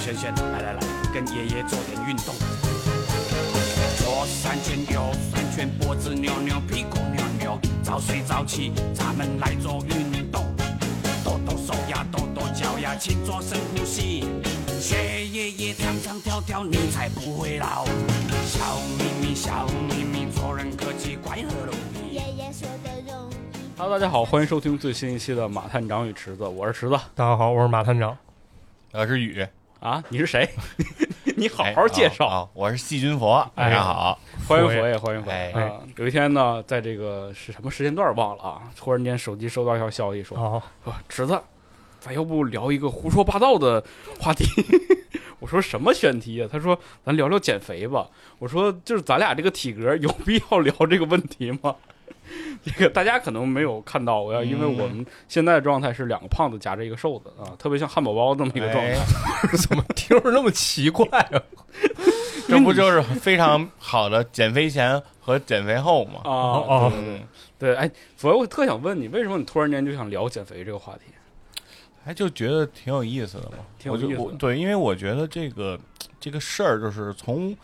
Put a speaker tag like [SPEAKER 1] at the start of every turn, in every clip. [SPEAKER 1] 轩轩，来来来，跟爷爷做点运动。左三圈，右三圈，脖子扭扭，屁股扭扭，早睡早起，咱们来做运动。抖抖手呀，抖抖脚呀，勤做深呼吸。学爷爷唱唱跳跳，你才不会老。小秘密，小秘密，做人客气，快乐容易。
[SPEAKER 2] 爷爷说的容易。
[SPEAKER 3] Hello，大家好，欢迎收听最新一期的《马探长与池子》，我是池子
[SPEAKER 4] 大家好，我是马探长。
[SPEAKER 5] 我是雨，
[SPEAKER 3] 啊，你是谁？ 你好
[SPEAKER 5] 哎
[SPEAKER 3] 好介绍，哎
[SPEAKER 5] 啊啊我是细菌佛，大家好，
[SPEAKER 3] 欢迎
[SPEAKER 4] 佛爷
[SPEAKER 3] 佛爷，欢迎佛爷
[SPEAKER 5] 哎。
[SPEAKER 3] 啊有一天呢，在这个是什么时间段忘了啊，突然间手机收到一条消息说，
[SPEAKER 4] 哦，
[SPEAKER 3] 说池呃子，咱要不聊一个胡说八道的话题？ 我说什么选题啊？他说咱聊聊减肥吧。我说就是咱俩这个体格有必要聊这个问题吗？ 这个大家可能没有看到，我要因为
[SPEAKER 4] 嗯
[SPEAKER 3] 我们现在的状态是两个胖子夹着一个瘦子啊，特别像汉堡包这么一个状态。
[SPEAKER 5] 哎
[SPEAKER 4] 怎么听着那么奇怪啊？
[SPEAKER 5] 这不就是非常好的减肥前和减肥后吗？
[SPEAKER 3] 啊
[SPEAKER 4] 哦
[SPEAKER 5] 嗯，
[SPEAKER 3] 对，哎，所以我特想问你，为什么你突然间就想聊减肥这个话题？
[SPEAKER 5] 哎，就觉得挺有意思的嘛。
[SPEAKER 3] 挺有意思的
[SPEAKER 5] 我就我对，因为我觉得这个这个事儿，就是从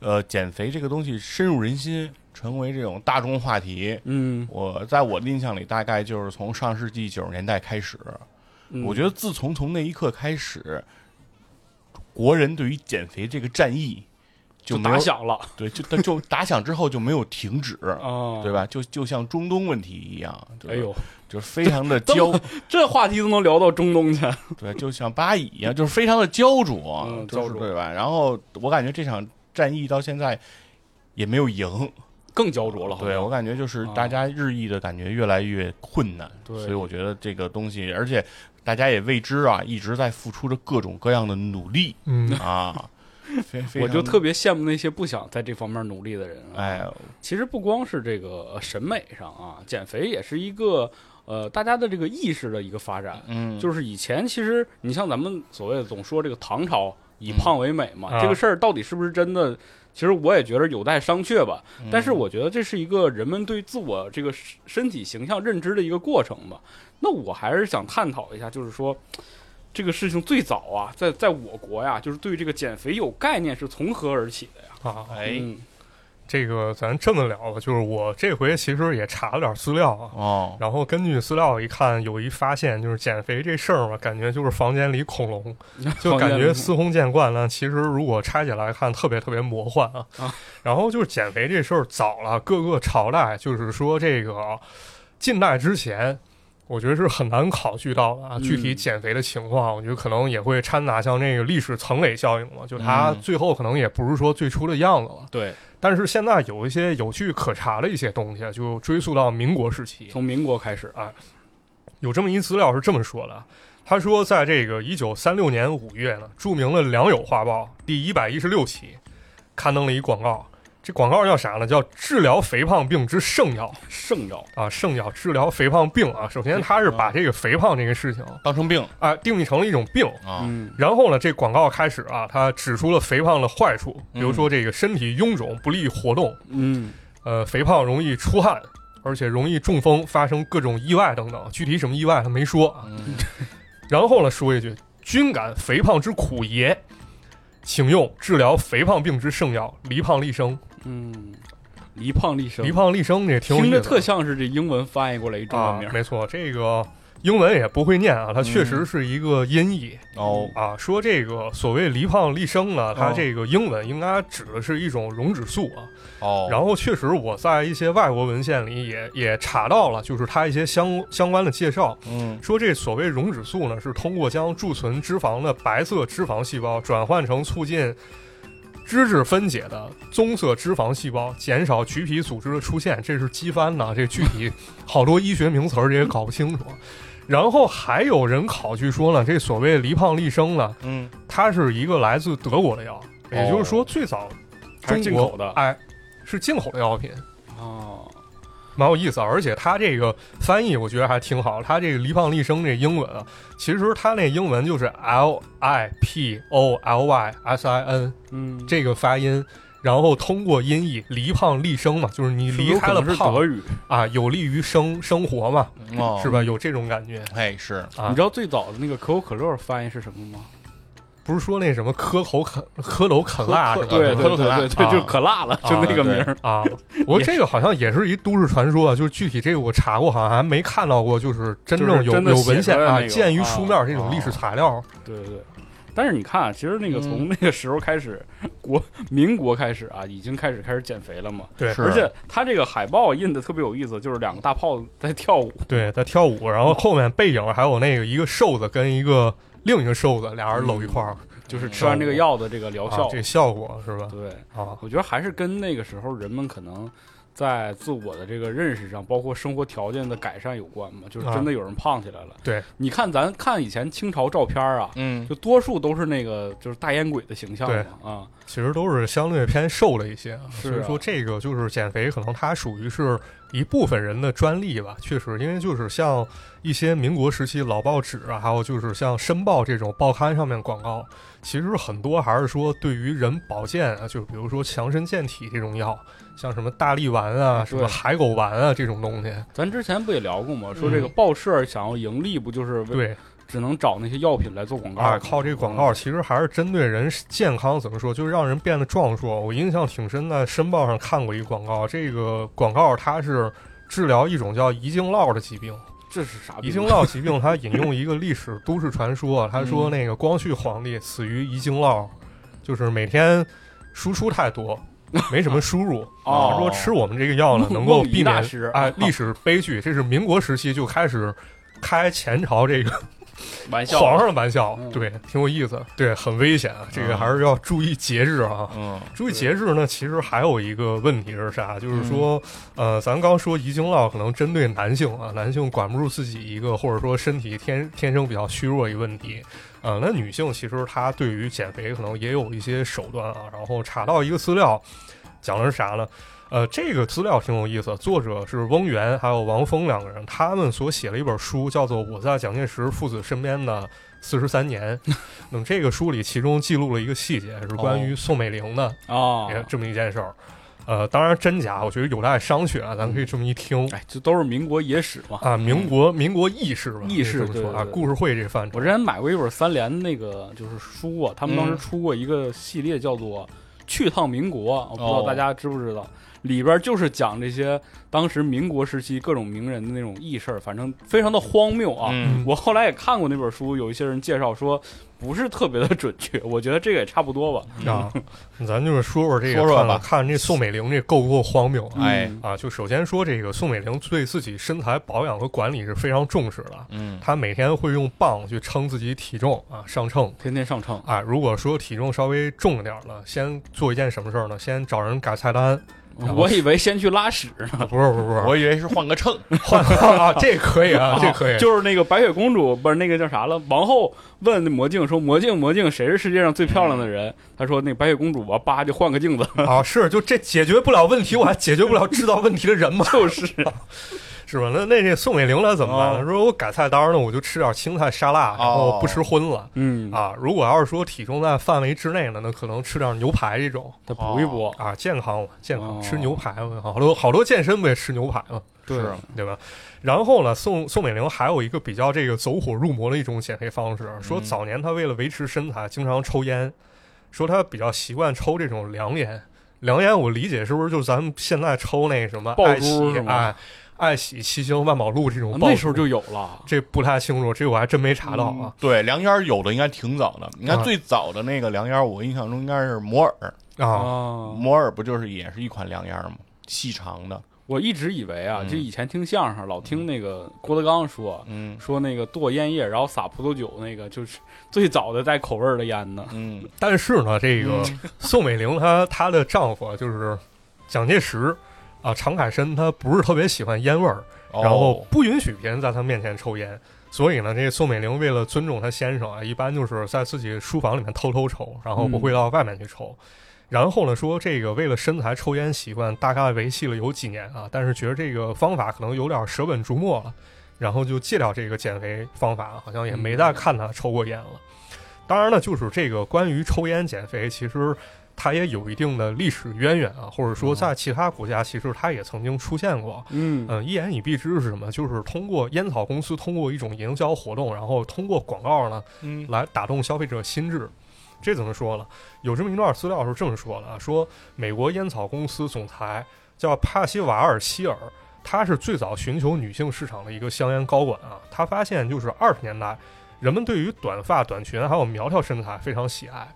[SPEAKER 5] 呃减肥这个东西深入人心，成为这种大众话题。
[SPEAKER 3] 嗯，
[SPEAKER 5] 我在我的印象里，大概就是从上世纪九十年代开始，我觉
[SPEAKER 3] 得
[SPEAKER 5] 得自从从那一刻开始，国人对于减肥这个战役
[SPEAKER 3] 就
[SPEAKER 5] 没有
[SPEAKER 3] 打响了
[SPEAKER 5] 对，就但就打响之后就没有停止，
[SPEAKER 3] 啊，
[SPEAKER 5] 对？吧？就就像中东问题一样，就是
[SPEAKER 3] 哎呦，，
[SPEAKER 5] 就是非常的
[SPEAKER 3] 这
[SPEAKER 5] 焦
[SPEAKER 3] 么，这话题都能聊到中东去，
[SPEAKER 5] 对，就像巴以一样，就是非常的焦灼，
[SPEAKER 3] 嗯
[SPEAKER 5] 就是
[SPEAKER 3] 焦灼
[SPEAKER 5] 对吧？然后我感觉这场战役到现在也没有赢，
[SPEAKER 3] 更焦灼了。好像
[SPEAKER 5] 对我感觉就是
[SPEAKER 3] 啊
[SPEAKER 5] 大家日益的感觉越来越困难，
[SPEAKER 3] 对
[SPEAKER 5] 所以我觉得这个东西，而且大家也为之啊，一直在付出着各种各样的努力
[SPEAKER 4] 嗯，
[SPEAKER 5] 啊，非非
[SPEAKER 3] 我就
[SPEAKER 5] 常
[SPEAKER 3] 特别羡慕那些不想在这方面努力的人、啊。，
[SPEAKER 5] 哎，
[SPEAKER 3] 其实不光是这个呃审美上啊，减肥也是一个呃大家的这个意识的一个发展。
[SPEAKER 5] 嗯，
[SPEAKER 3] 就是以前其实你像咱们所谓的总说这个唐朝以胖为美嘛，
[SPEAKER 4] 嗯啊
[SPEAKER 3] 这个事儿到底是不是真的？其实我也觉得有待商榷吧。
[SPEAKER 4] 嗯
[SPEAKER 5] 嗯
[SPEAKER 3] 但是我觉得这是一个人们对自我这个身身体形象认知的一个过程吧。那我还是想探讨一下，就是说这个事情最早啊，在在我国呀，就是对这个减肥有概念是从何而起的呀？
[SPEAKER 4] 啊，
[SPEAKER 5] 哎
[SPEAKER 3] 嗯
[SPEAKER 4] 这个咱这么聊吧，就是我这回其实也查了点资料啊，
[SPEAKER 5] 哦，
[SPEAKER 4] 然后根据资料一看，有一发现就是减肥这事儿嘛，感觉就是房间里恐龙，就感觉司空见惯了。其实如果拆解来看，特别特别魔幻啊。
[SPEAKER 3] 啊
[SPEAKER 4] 然后就是减肥这事儿早了，各个朝代就是说这个呃近代之前。我觉得是很难考据到的啊，
[SPEAKER 3] 嗯
[SPEAKER 4] 具体减肥的情况，我觉得可能也会掺杂像那个历史层累效应嘛，就它
[SPEAKER 5] 嗯
[SPEAKER 4] 最后可能也不是说最初的样子了。
[SPEAKER 3] 对，
[SPEAKER 4] 但是现在有一些有据可查的一些东西啊，就追溯到民国时期，
[SPEAKER 3] 从民国开始，
[SPEAKER 4] 有这么一资料是这么说的，啊他说在这个一九三六年五月呢，著名的《良友画报》第一百一十六期刊登了一广告，这广告叫啥呢？叫“治疗肥胖病之圣药
[SPEAKER 3] 圣药”
[SPEAKER 4] 啊，圣药治疗肥胖病啊。首先，他是把这个肥胖这个事情
[SPEAKER 5] 当成病
[SPEAKER 4] 啊定义成了一种病。
[SPEAKER 5] 啊，
[SPEAKER 3] 嗯
[SPEAKER 4] 然后呢，这广告开始啊，他指出了肥胖的坏处，比如说这个身体臃肿，不利于活动，
[SPEAKER 3] 嗯
[SPEAKER 4] 呃，肥胖容易出汗，而且容易中风，发生各种意外等等。具体什么意外他没说啊。
[SPEAKER 5] 嗯
[SPEAKER 4] 然后呢，说一句：均感肥胖之苦也，请用治疗肥胖病之圣药——黎胖立生。
[SPEAKER 3] 嗯，黎胖立生，
[SPEAKER 4] 黎胖立生，这挺有意
[SPEAKER 3] 听
[SPEAKER 4] 思
[SPEAKER 3] 着
[SPEAKER 4] 的，
[SPEAKER 3] 特像是这英文翻译过来一中文
[SPEAKER 4] 啊
[SPEAKER 3] 名，儿，嗯
[SPEAKER 4] 没错，这个英文也不会念啊，它确实是一个音译、
[SPEAKER 5] 哦，
[SPEAKER 4] 啊。说这个所谓黎胖立生呢，它
[SPEAKER 5] 哦
[SPEAKER 4] 这个英文应该指的是一种溶脂素啊。
[SPEAKER 5] 哦，
[SPEAKER 4] 然后确实我在一些外国文献里也也查到了，就是它一些相相关的介绍。
[SPEAKER 5] 嗯
[SPEAKER 4] 说这所谓溶脂素呢，是通过将贮存脂肪的白色脂肪细胞转换成促进脂质分解的棕色脂肪细胞，减少橘皮组织的出现。这是机翻的啊，这具体好多医学名词儿也搞不清楚。然后还有人考据说呢，这所谓黎胖立生呢，
[SPEAKER 5] 嗯，
[SPEAKER 4] 它是一个来自德国的药，也就是说最早
[SPEAKER 3] 还是进
[SPEAKER 4] 中国
[SPEAKER 3] 口的
[SPEAKER 4] 哎是进口的药品。
[SPEAKER 3] 哦，
[SPEAKER 4] 蛮有意思，啊而且他这个翻译我觉得还挺好。他这个“黎胖立生”这英文啊，其实他那英文就是 L I P O L Y S I N
[SPEAKER 3] 嗯，
[SPEAKER 4] 这个发音，然后通过音译“黎胖立生”嘛，就是你
[SPEAKER 3] 是不是
[SPEAKER 4] 离开了
[SPEAKER 3] 有可能是德
[SPEAKER 4] 胖
[SPEAKER 3] 语，
[SPEAKER 4] 啊，有利于生生活嘛，
[SPEAKER 5] 哦，
[SPEAKER 4] 是吧？有这种感觉
[SPEAKER 5] 哎，是
[SPEAKER 4] 啊
[SPEAKER 3] 你知道最早的那个可口可乐翻译是什么吗？
[SPEAKER 4] 不是说那什么磕头啃磕头啃蜡是吧？
[SPEAKER 3] 对
[SPEAKER 5] 可
[SPEAKER 3] 对对
[SPEAKER 5] 口可乐
[SPEAKER 3] 对对，
[SPEAKER 4] 啊
[SPEAKER 3] 就是可辣了，就那个名儿。
[SPEAKER 4] 啊，我这个好像也是一都市传说啊，就是具体这个我查过，好像还没看到过，就是真正
[SPEAKER 3] 就是
[SPEAKER 4] 有
[SPEAKER 3] 真的
[SPEAKER 4] 有文
[SPEAKER 3] 写
[SPEAKER 4] 献
[SPEAKER 3] 出来的那
[SPEAKER 4] 啊，
[SPEAKER 3] 个啊
[SPEAKER 4] 鉴于书面这种历史材料，
[SPEAKER 3] 对对对。但是你看啊，其实
[SPEAKER 4] 嗯
[SPEAKER 3] 那个从那个时候开始，国民国开始啊，已经开始开始减肥了嘛。
[SPEAKER 4] 对
[SPEAKER 5] 是
[SPEAKER 3] 而且他这个海报印的特别有意思，就是两个大炮在跳舞，
[SPEAKER 4] 对，在跳舞，然后后面背影还有那个一个瘦子跟一个另一个瘦子俩人搂一块儿，
[SPEAKER 3] 就是吃完这个药的这个疗
[SPEAKER 4] 啊
[SPEAKER 3] 效。，
[SPEAKER 4] 这效果是吧？
[SPEAKER 3] 对，
[SPEAKER 4] 啊，
[SPEAKER 3] 我觉得还是跟那个时候人们可能在自我的这个认识上，包括生活条件的改善有关嘛，就是真的有人胖起来了。
[SPEAKER 4] 啊对，
[SPEAKER 3] 你看咱看以前清朝照片啊，
[SPEAKER 5] 嗯，
[SPEAKER 3] 就多数都是那个就是大烟鬼的形象
[SPEAKER 4] 对
[SPEAKER 3] 嘛啊，
[SPEAKER 4] 其实都是相对偏瘦了一些啊，
[SPEAKER 3] 是
[SPEAKER 4] 所以
[SPEAKER 3] 啊
[SPEAKER 4] 说这个就是减肥，可能它属于是一部分人的专利吧。确实，因为就是像一些民国时期老报纸啊，还有就是像《申报》这种报刊上面广告，其实很多还是说对于人保健啊，就是比如说强身健体这种药，像什么大力丸啊、什么
[SPEAKER 3] 对
[SPEAKER 4] 海狗丸啊这种东西，
[SPEAKER 3] 咱之前不也聊过吗？说这个报社想要盈利，不就是为
[SPEAKER 4] 嗯对
[SPEAKER 3] 只能找那些药品来做广告
[SPEAKER 4] 啊，
[SPEAKER 3] 吗
[SPEAKER 4] 靠这个广告，其实还是针对人健康，怎么说，就是让人变得壮硕。我印象挺深的，申报上看过一广告，这个广告它是治疗一种叫遗精酪的疾病。
[SPEAKER 3] 这是啥
[SPEAKER 4] 遗
[SPEAKER 3] 病
[SPEAKER 4] 精 酪疾病，它引用一个历史都市传说，他
[SPEAKER 3] 嗯
[SPEAKER 4] 说那个光绪皇帝死于遗精酪，就是每天输出太多。没什么输入，
[SPEAKER 3] 哦
[SPEAKER 4] 他说吃我们这个药呢，
[SPEAKER 3] 梦
[SPEAKER 4] 能够
[SPEAKER 3] 梦遗
[SPEAKER 4] 避
[SPEAKER 3] 大
[SPEAKER 4] 免
[SPEAKER 3] 师
[SPEAKER 4] 哎历史悲剧。这是民国时期就开始开前朝这个
[SPEAKER 3] 玩笑
[SPEAKER 4] 皇上的玩笑
[SPEAKER 3] 嗯，
[SPEAKER 4] 对，挺有意思，对，很危险啊，这个
[SPEAKER 5] 嗯
[SPEAKER 4] 还是要注意节制啊。
[SPEAKER 5] 嗯
[SPEAKER 4] 注意节制呢，其实还有一个问题是啥？就是说，呃，咱刚说遗精酪可能针对男性啊，男性管不住自己一个，或者说身体天天生比较虚弱一个问题。呃，那女性其实她对于减肥可能也有一些手段啊。然后查到一个资料，讲的是啥呢？呃，这个资料挺有意思，作者是翁源还有王峰两个人，他们所写了一本书，叫做《我在蒋介石父子身边的四十三年》。那么这个书里，其中记录了一个细节，是关于宋美龄的
[SPEAKER 3] 啊，
[SPEAKER 4] 也这么一件事儿。呃，当然真假，我觉得有待商榷啊，咱们可以这么一听
[SPEAKER 3] 哎，这都是民国野史嘛。
[SPEAKER 4] 啊，民国民国意识吧，
[SPEAKER 3] 意识
[SPEAKER 4] 可以这么说
[SPEAKER 3] 对
[SPEAKER 4] 啊，
[SPEAKER 3] 对对
[SPEAKER 4] 故事会这范畴
[SPEAKER 3] 我之前买过一本三联那个就是书啊，他们当
[SPEAKER 4] 嗯
[SPEAKER 3] 时出过一个系列叫做《去趟民国》，啊我不知道
[SPEAKER 5] 哦
[SPEAKER 3] 大家知不知道，里边就是讲这些当时民国时期各种名人的那种轶事儿，反正非常的荒谬啊。
[SPEAKER 5] 嗯
[SPEAKER 3] 我后来也看过那本书，有一些人介绍说不是特别的准确，我觉得这个也差不多吧。
[SPEAKER 4] 啊。咱就是说说这个，
[SPEAKER 5] 说说
[SPEAKER 4] 看
[SPEAKER 5] 吧
[SPEAKER 4] 看这宋美龄这够不够荒谬啊？
[SPEAKER 5] 哎
[SPEAKER 3] 嗯
[SPEAKER 4] 啊，就首先说这个宋美龄对自己身材保养和管理是非常重视的，
[SPEAKER 5] 嗯
[SPEAKER 4] 她每天会用磅去称自己体重啊，上秤。
[SPEAKER 3] 天天上秤，
[SPEAKER 4] 啊，如果说体重稍微重了点儿了，先做一件什么事儿呢？先找人改菜单。然后
[SPEAKER 3] 我以为先去拉屎呢，
[SPEAKER 4] 啊不是不是不是，
[SPEAKER 5] 嗯我以为是换个秤，
[SPEAKER 4] 换 啊，这可以啊，这可以。
[SPEAKER 3] 就是那个白雪公主，不是那个叫啥了？王后问魔镜说：“魔镜，魔镜，谁是世界上最漂亮的人？”她说：“那白雪公主吧，叭就换个镜子。嗯
[SPEAKER 4] 啊，是就这解决不了问题，我还解决不了制造问题的人吗？
[SPEAKER 3] 就是 哦
[SPEAKER 4] 是吧？那那这宋美龄来怎么办呢？说我改菜单呢，我就吃点青菜沙拉，然后不吃荤了。”
[SPEAKER 3] 嗯，
[SPEAKER 4] 啊，如果要是说体重在范围之内呢，那可能吃点牛排这种
[SPEAKER 3] 她补一补，
[SPEAKER 4] 啊，健康嘛，健康
[SPEAKER 3] 哦
[SPEAKER 4] 吃牛排嘛，好多好多健身不也吃牛排嘛，
[SPEAKER 3] 对
[SPEAKER 5] 是
[SPEAKER 4] 对吧？然后呢，宋宋美龄还有一个比较这个走火入魔的一种减肥方式，说
[SPEAKER 5] 嗯
[SPEAKER 4] 早年她为了维持身材，经常抽烟，说她比较习惯抽这种凉烟。凉烟我理解是不是就是咱们现在抽那什么
[SPEAKER 3] 爆
[SPEAKER 4] 爱
[SPEAKER 3] 珠
[SPEAKER 4] 喜
[SPEAKER 3] 是吗啊
[SPEAKER 4] 哎爱喜七星万宝路这种爆珠，
[SPEAKER 3] 那时候就有了。
[SPEAKER 4] 这不太清楚，这我还真没查到啊。
[SPEAKER 5] 对，凉烟儿有的应该挺早的。你看
[SPEAKER 4] 啊
[SPEAKER 5] 最早的那个凉烟儿，我印象中应该是摩尔，
[SPEAKER 4] 啊，
[SPEAKER 3] 啊！
[SPEAKER 5] 摩尔不就是也是一款凉烟儿吗？细长的，
[SPEAKER 3] 我一直以为啊，
[SPEAKER 5] 嗯
[SPEAKER 3] 就以前听相声老听那个郭德纲说，
[SPEAKER 5] 嗯
[SPEAKER 3] 说那个剁烟叶，然后撒葡萄酒，那个就是最早的带口味儿的烟呢。
[SPEAKER 5] 嗯
[SPEAKER 4] 但是呢，这个
[SPEAKER 3] 嗯
[SPEAKER 4] 宋美龄她她的丈夫啊就是蒋介石啊，常凯申他不是特别喜欢烟味儿，
[SPEAKER 5] 哦
[SPEAKER 4] 然后不允许别人在他面前抽烟。所以呢，这宋美龄为了尊重她先生啊，一般就是在自己书房里面偷偷抽，然后不会到外面去抽。然后呢，说这个为了身材抽烟习惯，大概维系了有几年啊，但是觉得这个方法可能有点舍本逐末了，然后就戒掉这个减肥方法，好像也没再看她抽过烟了。当然呢，就是这个关于抽烟减肥，其实它也有一定的历史渊源啊，或者说在其他国家，其实它也曾经出现过。
[SPEAKER 3] 嗯，
[SPEAKER 4] 嗯，一言以蔽之是什么？就是通过烟草公司通过一种营销活动，然后通过广告呢
[SPEAKER 5] 嗯
[SPEAKER 4] 来打动消费者心智。这怎么说了？有这么一段资料是这么说的啊，说美国烟草公司总裁叫帕西瓦尔希尔，他是最早寻求女性市场的一个香烟高管啊。他发现就是二十年来，人们对于短发、短裙还有苗条身材非常喜爱，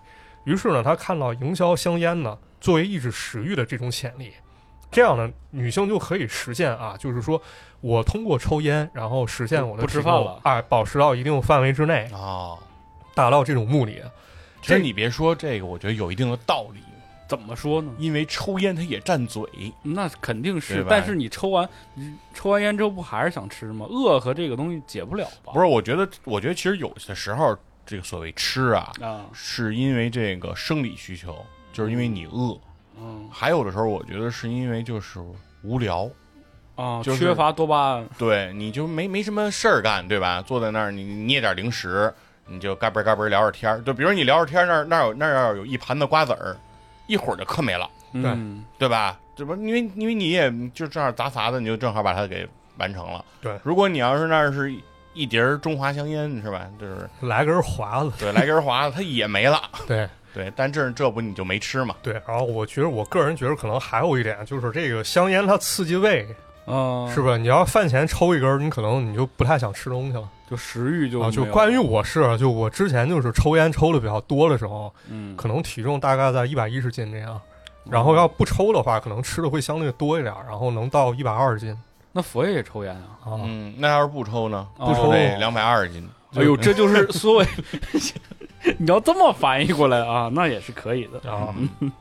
[SPEAKER 4] 于是呢，他看到营销香烟呢作为抑制食欲的这种潜力。这样呢，女性就可以实现啊，就是说我通过抽烟，然后实现我的
[SPEAKER 3] 不吃
[SPEAKER 4] 体重
[SPEAKER 3] 饭了
[SPEAKER 4] 哎，保持到一定范围之内，
[SPEAKER 5] 哦，
[SPEAKER 4] 达到这种目的。
[SPEAKER 5] 其实你别说这个，我觉得有一定的道理，
[SPEAKER 3] 怎么说呢？
[SPEAKER 5] 因为抽烟它也占嘴，
[SPEAKER 3] 那肯定
[SPEAKER 5] 对
[SPEAKER 3] 是
[SPEAKER 5] 吧，
[SPEAKER 3] 但是你抽完你抽完烟之后不还是想吃吗？饿和这个东西解不了吧？
[SPEAKER 5] 不是？我觉得，我觉得其实有些时候，这个所谓吃啊，
[SPEAKER 3] 是啊，
[SPEAKER 5] 是因为这个生理需求，就是因为你饿；
[SPEAKER 3] 嗯
[SPEAKER 5] 还有的时候，我觉得是因为就是无聊，
[SPEAKER 3] 啊，
[SPEAKER 5] 就是
[SPEAKER 3] 缺乏多巴胺，
[SPEAKER 5] 对，你就没没什么事儿干，对吧？坐在那儿，你你捏点零食，你就嘎嘣嘎嘣聊会儿天儿。就比如你聊会儿天儿，那儿那儿有那儿要有一盘子瓜子儿，一会儿就嗑没了，
[SPEAKER 3] 嗯，
[SPEAKER 5] 对吧？这不因为因为你也就这样砸砸的，你就正好把它给完成了。
[SPEAKER 4] 对
[SPEAKER 5] 如果你要是那儿是一碟儿中华香烟，是吧？就是
[SPEAKER 4] 来根华子，
[SPEAKER 5] 对，来根华子，它也没了。
[SPEAKER 4] 对
[SPEAKER 5] 对，但这这不你就没吃嘛？
[SPEAKER 4] 对。然后我觉得，我个人觉得可能还有一点，就是这个香烟它刺激胃，
[SPEAKER 3] 啊，
[SPEAKER 4] 是吧？你要饭前抽一根儿，你可能你就不太想吃东西了
[SPEAKER 3] 就食欲就
[SPEAKER 4] 啊。就
[SPEAKER 3] 没有
[SPEAKER 4] 关于我是啊，就我之前就是抽烟抽的比较多的时候，
[SPEAKER 3] 嗯，
[SPEAKER 4] 可能体重大概在一百一十斤这样。然后要不抽的话，可能吃的会相对多一点儿，然后能到一百二十斤
[SPEAKER 3] 那佛爷也抽烟啊，
[SPEAKER 4] 啊。
[SPEAKER 5] 嗯，那要是不抽呢？
[SPEAKER 3] 不
[SPEAKER 4] 抽
[SPEAKER 5] 得两百二十斤。
[SPEAKER 3] 哎呦，这就是 所谓你要这么翻译过来啊， 那也是可以的。
[SPEAKER 4] 啊，
[SPEAKER 5] 嗯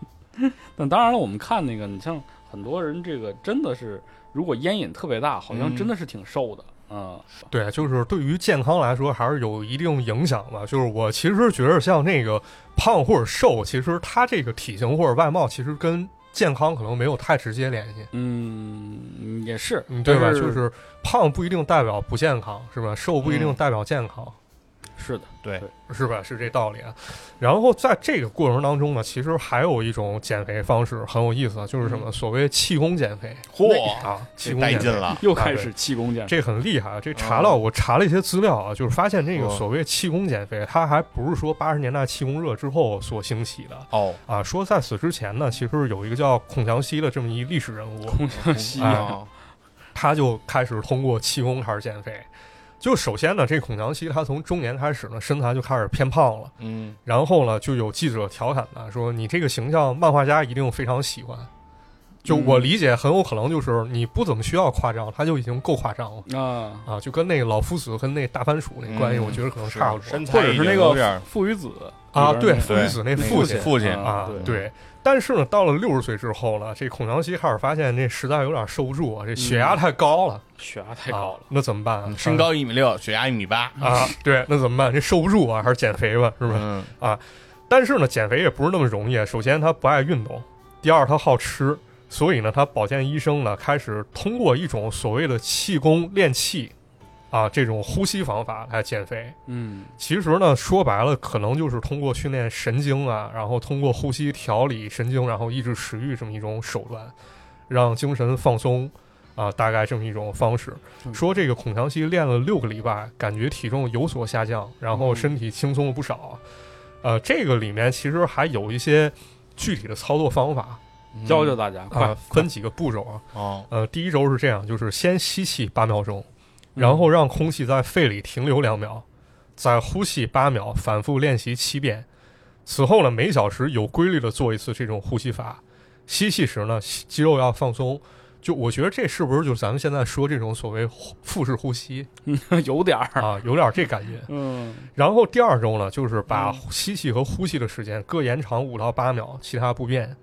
[SPEAKER 3] 但当然了，我们看那个，你像很多人这个真的是，如果烟瘾特别大，好像
[SPEAKER 5] 嗯
[SPEAKER 3] 真的是挺瘦的。嗯，
[SPEAKER 4] 对，就是对于健康来说还是有一定影响吧。就是我其实觉得像那个胖或者瘦，其实它这个体型或者外貌，其实跟健康可能没有太直接联系，
[SPEAKER 3] 嗯，也是
[SPEAKER 4] 嗯，对吧？
[SPEAKER 3] 但
[SPEAKER 4] 就是胖不一定代表不健康，是吧？瘦不一定
[SPEAKER 5] 嗯
[SPEAKER 4] 代表健康，
[SPEAKER 3] 是的，
[SPEAKER 5] 对，
[SPEAKER 4] 是吧？是这道理啊。然后在这个过程当中呢，其实还有一种减肥方式很有意思啊，就是什么、所谓气功减肥
[SPEAKER 5] 嚯，
[SPEAKER 4] 啊，气
[SPEAKER 5] 嗯这
[SPEAKER 4] 功
[SPEAKER 5] 带
[SPEAKER 4] 减
[SPEAKER 5] 劲
[SPEAKER 4] 肥。
[SPEAKER 5] 了。
[SPEAKER 3] 又开始气功减肥。
[SPEAKER 4] 这很厉害啊！这查到我查了一些资料啊，就是发现这个
[SPEAKER 5] 嗯
[SPEAKER 4] 所谓气功减肥，它还不是说八十年代气功热之后所兴起的
[SPEAKER 5] 哦，
[SPEAKER 4] 啊。说在此之前呢，其实有一个叫孔祥熙的这么一历史人物，
[SPEAKER 3] 空 相吸
[SPEAKER 4] 哎
[SPEAKER 5] 啊
[SPEAKER 4] 他就开始通过气功开始减肥。就首先呢，这孔祥熙他从中年开始呢，身材就开始偏胖了。
[SPEAKER 5] 嗯，
[SPEAKER 4] 然后呢，就有记者调侃他说：“你这个形象，漫画家一定非常喜欢。”就我理解，很有可能就是你不怎么需要夸张，他就已经够夸张了。
[SPEAKER 3] 啊，
[SPEAKER 4] 啊，就跟那个老夫子跟那大番薯那关系，
[SPEAKER 5] 嗯
[SPEAKER 4] 我觉得可能
[SPEAKER 5] 是
[SPEAKER 4] 差不多
[SPEAKER 5] 身材
[SPEAKER 3] 或者是那
[SPEAKER 5] 已经有点
[SPEAKER 3] 个
[SPEAKER 5] 儿
[SPEAKER 3] 父与子
[SPEAKER 4] 啊。
[SPEAKER 3] 里边
[SPEAKER 4] 对，
[SPEAKER 3] 那个
[SPEAKER 4] 父与子那
[SPEAKER 5] 对
[SPEAKER 4] 父亲
[SPEAKER 5] 那父亲
[SPEAKER 4] 啊，
[SPEAKER 3] 对，
[SPEAKER 4] 对。但是呢，到了六十岁之后呢，这孔祥熙开始发现这实在有点受不住啊，这血压太高了，
[SPEAKER 3] 血压太高
[SPEAKER 4] 啊
[SPEAKER 3] 了，
[SPEAKER 4] 那怎么办
[SPEAKER 3] 嗯
[SPEAKER 4] 啊？
[SPEAKER 5] 嗯身高一米六，血压一米八。
[SPEAKER 4] 啊，对，那怎么办？这受不住啊，还是减肥吧，是吧？
[SPEAKER 5] 嗯，
[SPEAKER 4] 但是呢，减肥也不是那么容易啊。首先，他不爱运动；第二，他好吃。所以呢，他保健医生呢开始通过一种所谓的气功练气，啊，这种呼吸方法来减肥。
[SPEAKER 3] 嗯，
[SPEAKER 4] 其实呢，说白了，可能就是通过训练神经啊，然后通过呼吸调理神经，然后抑制食欲这么一种手段，让精神放松啊，大概这么一种方式。
[SPEAKER 3] 嗯
[SPEAKER 4] 说这个孔祥熙练了六个礼拜，感觉体重有所下降，然后
[SPEAKER 3] 嗯
[SPEAKER 4] 身体轻松了不少。呃，这个里面其实还有一些具体的操作方法
[SPEAKER 3] 教教大家，快
[SPEAKER 4] 啊，分几个步骤啊。
[SPEAKER 5] 嗯哦，
[SPEAKER 4] 呃，第一周是这样，就是先吸气八秒钟，然
[SPEAKER 3] 嗯
[SPEAKER 4] 后让空气在肺里停留两秒，再呼气八秒，反复练习七遍。此后呢，每小时有规律的做一次这种呼吸法。吸气时呢，吸肌肉要放松。就我觉得这是不是就是咱们现在说这种所谓呼腹式呼吸
[SPEAKER 3] 嗯 有点儿，
[SPEAKER 4] 啊，有点这感觉。
[SPEAKER 3] 嗯
[SPEAKER 4] 然后第二周呢，就是把
[SPEAKER 3] 嗯
[SPEAKER 4] 吸气和呼气的时间各延长五到八秒，其他不变。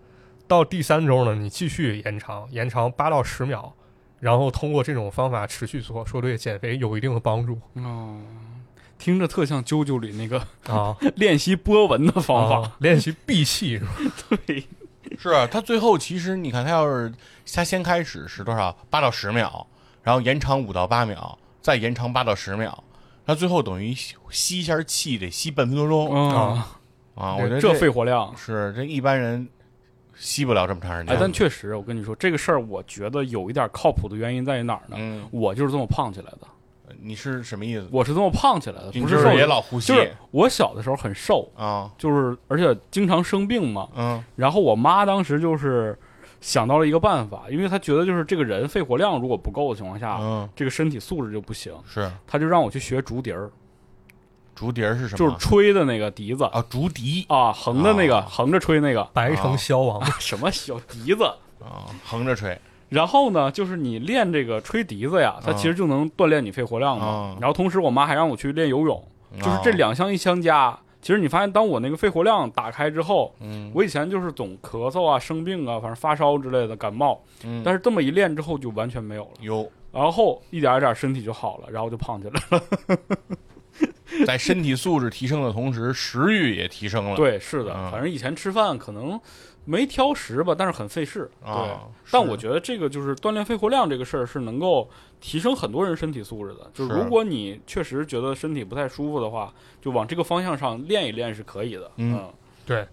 [SPEAKER 4] 到第三周呢，你继续延长，延长八到十秒，然后通过这种方法持续做，说对减肥有一定的帮助
[SPEAKER 3] 哦，听着特像啾啾里那个
[SPEAKER 4] 啊。
[SPEAKER 3] 练习波纹的方法，
[SPEAKER 4] 啊练习闭气是吧
[SPEAKER 3] 对，
[SPEAKER 5] 是啊他最后其实你看，他要是他先开始是多少？八到十秒，然后延长五到八秒，再延长八到十秒，那最后等于吸吸一下气得吸半分多钟
[SPEAKER 3] 啊，
[SPEAKER 5] 啊！我觉得
[SPEAKER 3] 这
[SPEAKER 5] 这
[SPEAKER 3] 肺活量，
[SPEAKER 5] 是这一般人吸不了这么长时
[SPEAKER 3] 哎
[SPEAKER 5] 间。，
[SPEAKER 3] 但确实，我跟你说这个事儿，我觉得有一点靠谱的原因在于哪儿呢？
[SPEAKER 5] 嗯，
[SPEAKER 3] 我就是这么胖起来的，
[SPEAKER 5] 你是什么意思？
[SPEAKER 3] 我是这么胖起来的，
[SPEAKER 5] 你
[SPEAKER 3] 不
[SPEAKER 5] 就是
[SPEAKER 3] 瘦
[SPEAKER 5] 是也
[SPEAKER 3] 的，
[SPEAKER 5] 老呼吸
[SPEAKER 3] 就是我小的时候很瘦，
[SPEAKER 5] 啊？
[SPEAKER 3] 就是而且经常生病嘛。
[SPEAKER 5] 嗯
[SPEAKER 3] 然后我妈当时就是想到了一个办法，因为她觉得就是这个人肺活量如果不够的情况下，
[SPEAKER 5] 嗯，
[SPEAKER 3] 这个身体素质就不行，
[SPEAKER 5] 是
[SPEAKER 3] 她就让我去学竹笛儿，
[SPEAKER 5] 竹笛儿是什么？
[SPEAKER 3] 就是吹的那个笛子
[SPEAKER 5] 啊，竹笛
[SPEAKER 3] 啊，横的那个，
[SPEAKER 5] 啊
[SPEAKER 3] 横着吹那个
[SPEAKER 4] 白城消亡，
[SPEAKER 3] 什么小笛子。
[SPEAKER 5] 啊，横着吹
[SPEAKER 3] 然后呢，就是你练这个吹笛子呀，它
[SPEAKER 5] 啊
[SPEAKER 3] 其实就能锻炼你肺活量嘛
[SPEAKER 5] 啊。
[SPEAKER 3] 然后同时，我妈还让我去练游泳，就是这
[SPEAKER 5] 啊
[SPEAKER 3] 两项一相加，其实你发现，当我那个肺活量打开之后，
[SPEAKER 5] 嗯，
[SPEAKER 3] 我以前就是总咳嗽啊、生病啊，反正发烧之类的感冒，
[SPEAKER 5] 嗯
[SPEAKER 3] 但是这么一练之后就完全没有了，
[SPEAKER 5] 有
[SPEAKER 3] 然后一点一点身体就好了，然后就胖起 来了。
[SPEAKER 5] 在身体素质提升的同时，食欲也提升了。
[SPEAKER 3] 对，是的，
[SPEAKER 5] 啊
[SPEAKER 3] 反正以前吃饭可能没挑食吧，但是很费事。对，
[SPEAKER 5] 啊，是
[SPEAKER 3] 但我觉得这个就是锻炼肺活量这个事儿是能够提升很多人身体素质的。就是
[SPEAKER 5] 是
[SPEAKER 3] 如果你确实觉得身体不太舒服的话，就往这个方向上练一练是可以的。
[SPEAKER 5] 嗯
[SPEAKER 3] 嗯
[SPEAKER 4] 对。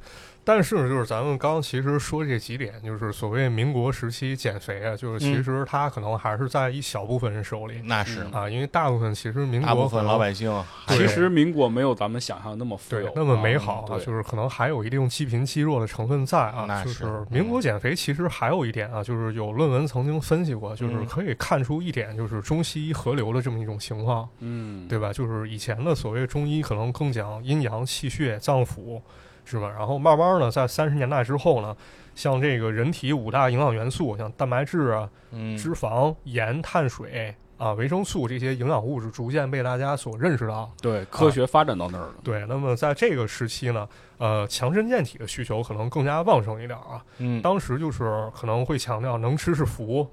[SPEAKER 4] 但是就是咱们刚其实说这几点，就是所谓民国时期减肥啊，就是其实它可能还是在一小部分人手里、
[SPEAKER 5] 那
[SPEAKER 3] 嗯
[SPEAKER 5] 是
[SPEAKER 4] 啊，因为大部分其实民
[SPEAKER 5] 大部
[SPEAKER 4] 国
[SPEAKER 5] 分
[SPEAKER 4] 可能
[SPEAKER 5] 老百姓啊还
[SPEAKER 3] 其
[SPEAKER 5] 是
[SPEAKER 3] 实民国没有咱们想象那么富
[SPEAKER 4] 对
[SPEAKER 3] 有，
[SPEAKER 4] 那么美好啊，
[SPEAKER 3] 对
[SPEAKER 4] 就是可能还有一定积贫积弱的成分在啊。
[SPEAKER 5] 嗯那嗯
[SPEAKER 4] 就是是民国减肥其实还有一点啊，就是有论文曾经分析过，就是
[SPEAKER 5] 嗯
[SPEAKER 4] 可以看出一点，就是中西医合流的这么一种情况，
[SPEAKER 3] 嗯，
[SPEAKER 4] 对吧？就是以前的所谓中医可能更讲阴阳气血脏腑，是吧？然后慢慢呢，在三十年代之后呢，像这个人体五大营养元素，像蛋白质啊、
[SPEAKER 5] 嗯
[SPEAKER 4] 脂肪、盐、碳水啊、维生素这些营养物质，逐渐被大家所认识到。
[SPEAKER 5] 啊
[SPEAKER 3] 对，科学发展到那儿了。
[SPEAKER 4] 对，那么在这个时期呢，呃，强身健体的需求可能更加旺盛一点啊。
[SPEAKER 5] 嗯
[SPEAKER 4] 当时就是可能会强调能吃是福，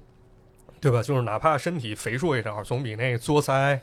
[SPEAKER 4] 对吧？就是哪怕身体肥硕一点儿，总比那作腮，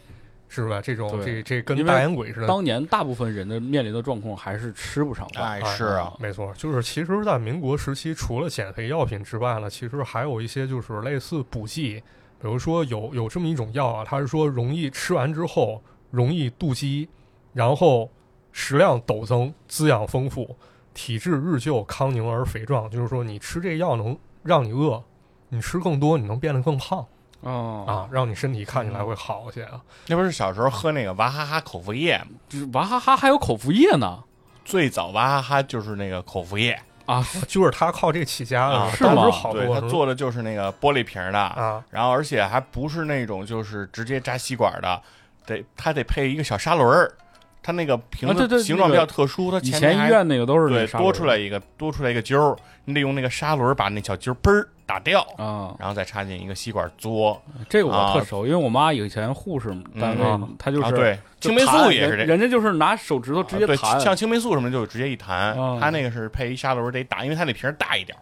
[SPEAKER 4] 是吧？这种
[SPEAKER 3] 对
[SPEAKER 4] 这这跟
[SPEAKER 3] 因为
[SPEAKER 4] 大烟鬼似的。
[SPEAKER 3] 当年大部分人的面临的状况还是吃不上饭。
[SPEAKER 5] 哎是啊，
[SPEAKER 4] 没错，就是其实，在民国时期，除了减肥药品之外呢，其实还有一些就是类似补剂，比如说有有这么一种药啊，它是说容易吃完之后容易肚饥，然后食量陡增，滋养丰富，体质日就康宁而肥壮。就是说，你吃这药能让你饿，你吃更多，你能变得更胖
[SPEAKER 3] 哦
[SPEAKER 4] 啊，，让你身体看起
[SPEAKER 5] 嗯
[SPEAKER 4] 来会好一些啊。
[SPEAKER 5] 那不是小时候喝那个娃哈哈口服液吗？
[SPEAKER 3] 就是娃哈哈还有口服液呢
[SPEAKER 5] 最早娃哈哈就是那个口服液，
[SPEAKER 3] 啊！
[SPEAKER 4] 就是他靠这起家的，
[SPEAKER 5] 啊
[SPEAKER 3] 是
[SPEAKER 4] 当
[SPEAKER 3] 吗
[SPEAKER 4] 时好多
[SPEAKER 5] 对，它
[SPEAKER 4] 人
[SPEAKER 5] 做的就是那个玻璃瓶儿的，
[SPEAKER 4] 啊，
[SPEAKER 5] 然后而且还不是那种就是直接扎吸管的，得它得配一个小砂轮儿，它那个瓶
[SPEAKER 3] 啊对对
[SPEAKER 5] 子形状
[SPEAKER 3] 那
[SPEAKER 5] 比
[SPEAKER 3] 个
[SPEAKER 5] 较特殊，它
[SPEAKER 3] 以
[SPEAKER 5] 前
[SPEAKER 3] 前
[SPEAKER 5] 面还
[SPEAKER 3] 医院那个都是那
[SPEAKER 5] 对
[SPEAKER 3] 个啥
[SPEAKER 5] 多出来一个多出来一个揪儿，你得用那个砂轮儿把那小揪儿嘣儿打掉，
[SPEAKER 3] 啊，
[SPEAKER 5] 然后再插进一个吸管嘬。
[SPEAKER 3] 这个我
[SPEAKER 5] 啊
[SPEAKER 3] 特熟，因为我妈以前护士单位嘛
[SPEAKER 4] 嗯，
[SPEAKER 3] 她就是
[SPEAKER 5] 啊，对，
[SPEAKER 3] 就
[SPEAKER 5] 青霉素
[SPEAKER 3] 弹
[SPEAKER 5] 也是这
[SPEAKER 3] 人
[SPEAKER 5] 个。
[SPEAKER 3] 人家就是拿手指头直接
[SPEAKER 5] 啊对，
[SPEAKER 3] 弹，
[SPEAKER 5] 像青霉素什么的就直接一弹
[SPEAKER 3] 啊，
[SPEAKER 5] 它那个是配一砂轮儿得打，因为它那瓶儿大一点儿，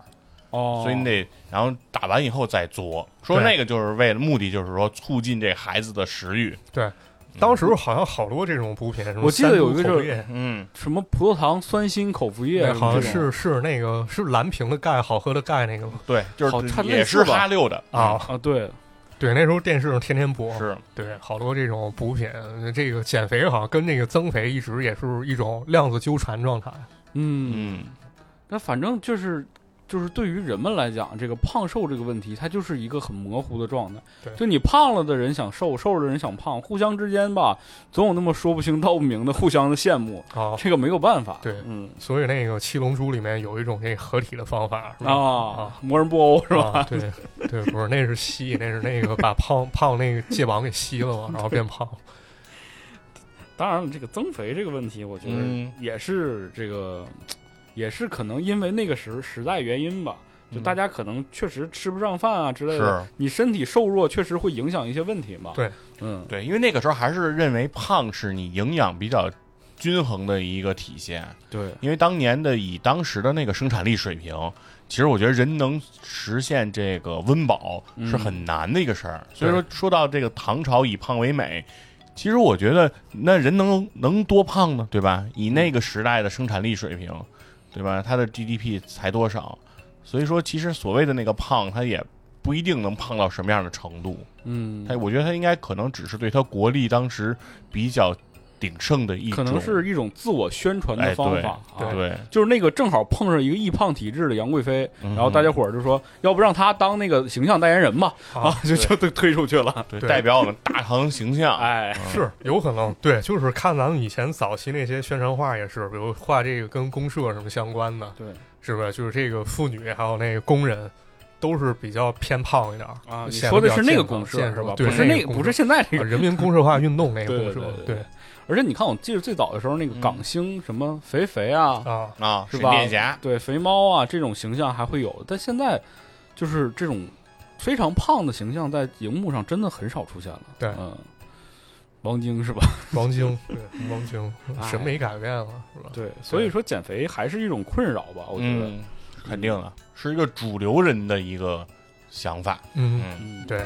[SPEAKER 3] 哦，
[SPEAKER 5] 所以你得，然后打完以后再嘬。说
[SPEAKER 4] 对
[SPEAKER 5] 那个就是为了目的，就是说促进这孩子的食欲。
[SPEAKER 4] 对。当时好像好多这种补品，什么
[SPEAKER 3] 我记得
[SPEAKER 4] 三
[SPEAKER 3] 有
[SPEAKER 4] 毒
[SPEAKER 3] 一个
[SPEAKER 4] 口
[SPEAKER 3] 是
[SPEAKER 4] 液
[SPEAKER 5] 嗯，
[SPEAKER 3] 什么葡萄糖酸锌口服液什
[SPEAKER 4] 对，好
[SPEAKER 3] 么
[SPEAKER 4] 像
[SPEAKER 3] 这种
[SPEAKER 4] 是是那个是蓝瓶的钙，好喝的钙那个吗？
[SPEAKER 5] 对，就
[SPEAKER 3] 好它
[SPEAKER 5] 是
[SPEAKER 3] 类
[SPEAKER 5] 也
[SPEAKER 3] 似
[SPEAKER 5] 是
[SPEAKER 3] 吧
[SPEAKER 5] 哈六的，嗯
[SPEAKER 4] 啊，
[SPEAKER 3] 啊，哦对，
[SPEAKER 4] 对，那时候电视上天天播，
[SPEAKER 5] 是
[SPEAKER 4] 对，好多这种补品，这个减肥好像跟这个增肥一直也是一种量子纠缠状态。
[SPEAKER 3] 嗯，
[SPEAKER 5] 嗯，
[SPEAKER 3] 那反正就是。就是对于人们来讲，这个胖瘦这个问题，它就是一个很模糊的状态。
[SPEAKER 4] 对
[SPEAKER 3] 就你胖了的人想瘦，瘦了的人想胖，互相之间吧，总有那么说不清道不明的互相的羡慕，
[SPEAKER 4] 啊，
[SPEAKER 3] 这个没有办法。
[SPEAKER 4] 对
[SPEAKER 3] 嗯
[SPEAKER 4] 所以那个《七龙珠》里面有一种这合体的方法，是吧？
[SPEAKER 3] 啊，魔人布欧是吧？
[SPEAKER 4] 啊对对，不是，那是吸，那是那个把胖胖那个戒网给吸了嘛，然后变胖。
[SPEAKER 3] 当然了，这个增肥这个问题，我觉
[SPEAKER 5] 嗯
[SPEAKER 3] 得也是这个，也是可能因为那个时时代原因吧，就大家可能确实吃不上饭啊之类的。
[SPEAKER 5] 嗯是
[SPEAKER 3] 你身体瘦弱确实会影响一些问题嘛。
[SPEAKER 4] 对，
[SPEAKER 3] 嗯，
[SPEAKER 5] 对，因为那个时候还是认为胖是你营养比较均衡的一个体现。
[SPEAKER 3] 对，
[SPEAKER 5] 因为当年的以当时的那个生产力水平，其实我觉得人能实现这个温饱是很难的一个事
[SPEAKER 3] 嗯
[SPEAKER 5] 儿。所以说，说到这个唐朝以胖为美，其实我觉得那人能能多胖呢，对吧？以那个时代的生产力水平，对吧？它的 GDP 才多少？所以说，其实所谓的那个胖，它也不一定能胖到什么样的程度。
[SPEAKER 3] 嗯，
[SPEAKER 5] 他我觉得他应该可能只是对他国力当时比较鼎盛的一
[SPEAKER 3] 可
[SPEAKER 5] 种，
[SPEAKER 3] 能是一种自我宣传的
[SPEAKER 5] 哎
[SPEAKER 3] 方法啊。
[SPEAKER 5] 对对，
[SPEAKER 3] 就是那个正好碰上一个易胖体质的杨贵妃，
[SPEAKER 5] 嗯哼
[SPEAKER 3] 然后大家伙儿就说，要不让她当那个形象代言人吧，
[SPEAKER 4] 啊
[SPEAKER 3] 啊，就就就推出去了。
[SPEAKER 5] 对
[SPEAKER 4] 对
[SPEAKER 5] 代表我们大唐形象。
[SPEAKER 3] 哎，
[SPEAKER 4] 是有可能，对，就是看咱们以前早期那些宣传画也是，比如画这个跟公社什么相关的，
[SPEAKER 3] 对
[SPEAKER 4] 是吧？就是这个妇女还有那个工人，都是比较偏胖一点儿
[SPEAKER 3] 啊，你
[SPEAKER 4] 显得
[SPEAKER 3] 说的
[SPEAKER 4] 比较
[SPEAKER 3] 是那个
[SPEAKER 4] 健
[SPEAKER 3] 公
[SPEAKER 4] 康
[SPEAKER 3] 社
[SPEAKER 4] 健
[SPEAKER 3] 是吧？
[SPEAKER 4] 对，
[SPEAKER 3] 不是那
[SPEAKER 4] 公
[SPEAKER 3] 不
[SPEAKER 4] 社
[SPEAKER 3] 是现在这
[SPEAKER 4] 啊
[SPEAKER 3] 个。
[SPEAKER 4] 人民公社化运动那个
[SPEAKER 3] 对
[SPEAKER 4] 公
[SPEAKER 3] 对
[SPEAKER 4] 社
[SPEAKER 3] 对，对而且你看，我记得最早的时候，那个港星什么肥肥嗯啊，
[SPEAKER 4] 啊，
[SPEAKER 5] 啊，
[SPEAKER 3] 是
[SPEAKER 5] 水
[SPEAKER 3] 吧
[SPEAKER 5] 电侠，
[SPEAKER 3] 对肥猫啊这种形象还会有，但现在就是这种非常胖的形象在荧幕上真的很少出现了。
[SPEAKER 4] 对
[SPEAKER 3] 嗯，王晶是吧？
[SPEAKER 4] 王晶，对，王晶
[SPEAKER 3] 哎
[SPEAKER 4] 审美改变了，是吧？
[SPEAKER 3] 对，所以说减肥还是一种困扰吧，我觉得。
[SPEAKER 5] 嗯，肯定的，是一个主流人的一个想法。
[SPEAKER 4] 嗯，
[SPEAKER 5] 嗯，
[SPEAKER 3] 嗯，
[SPEAKER 4] 对。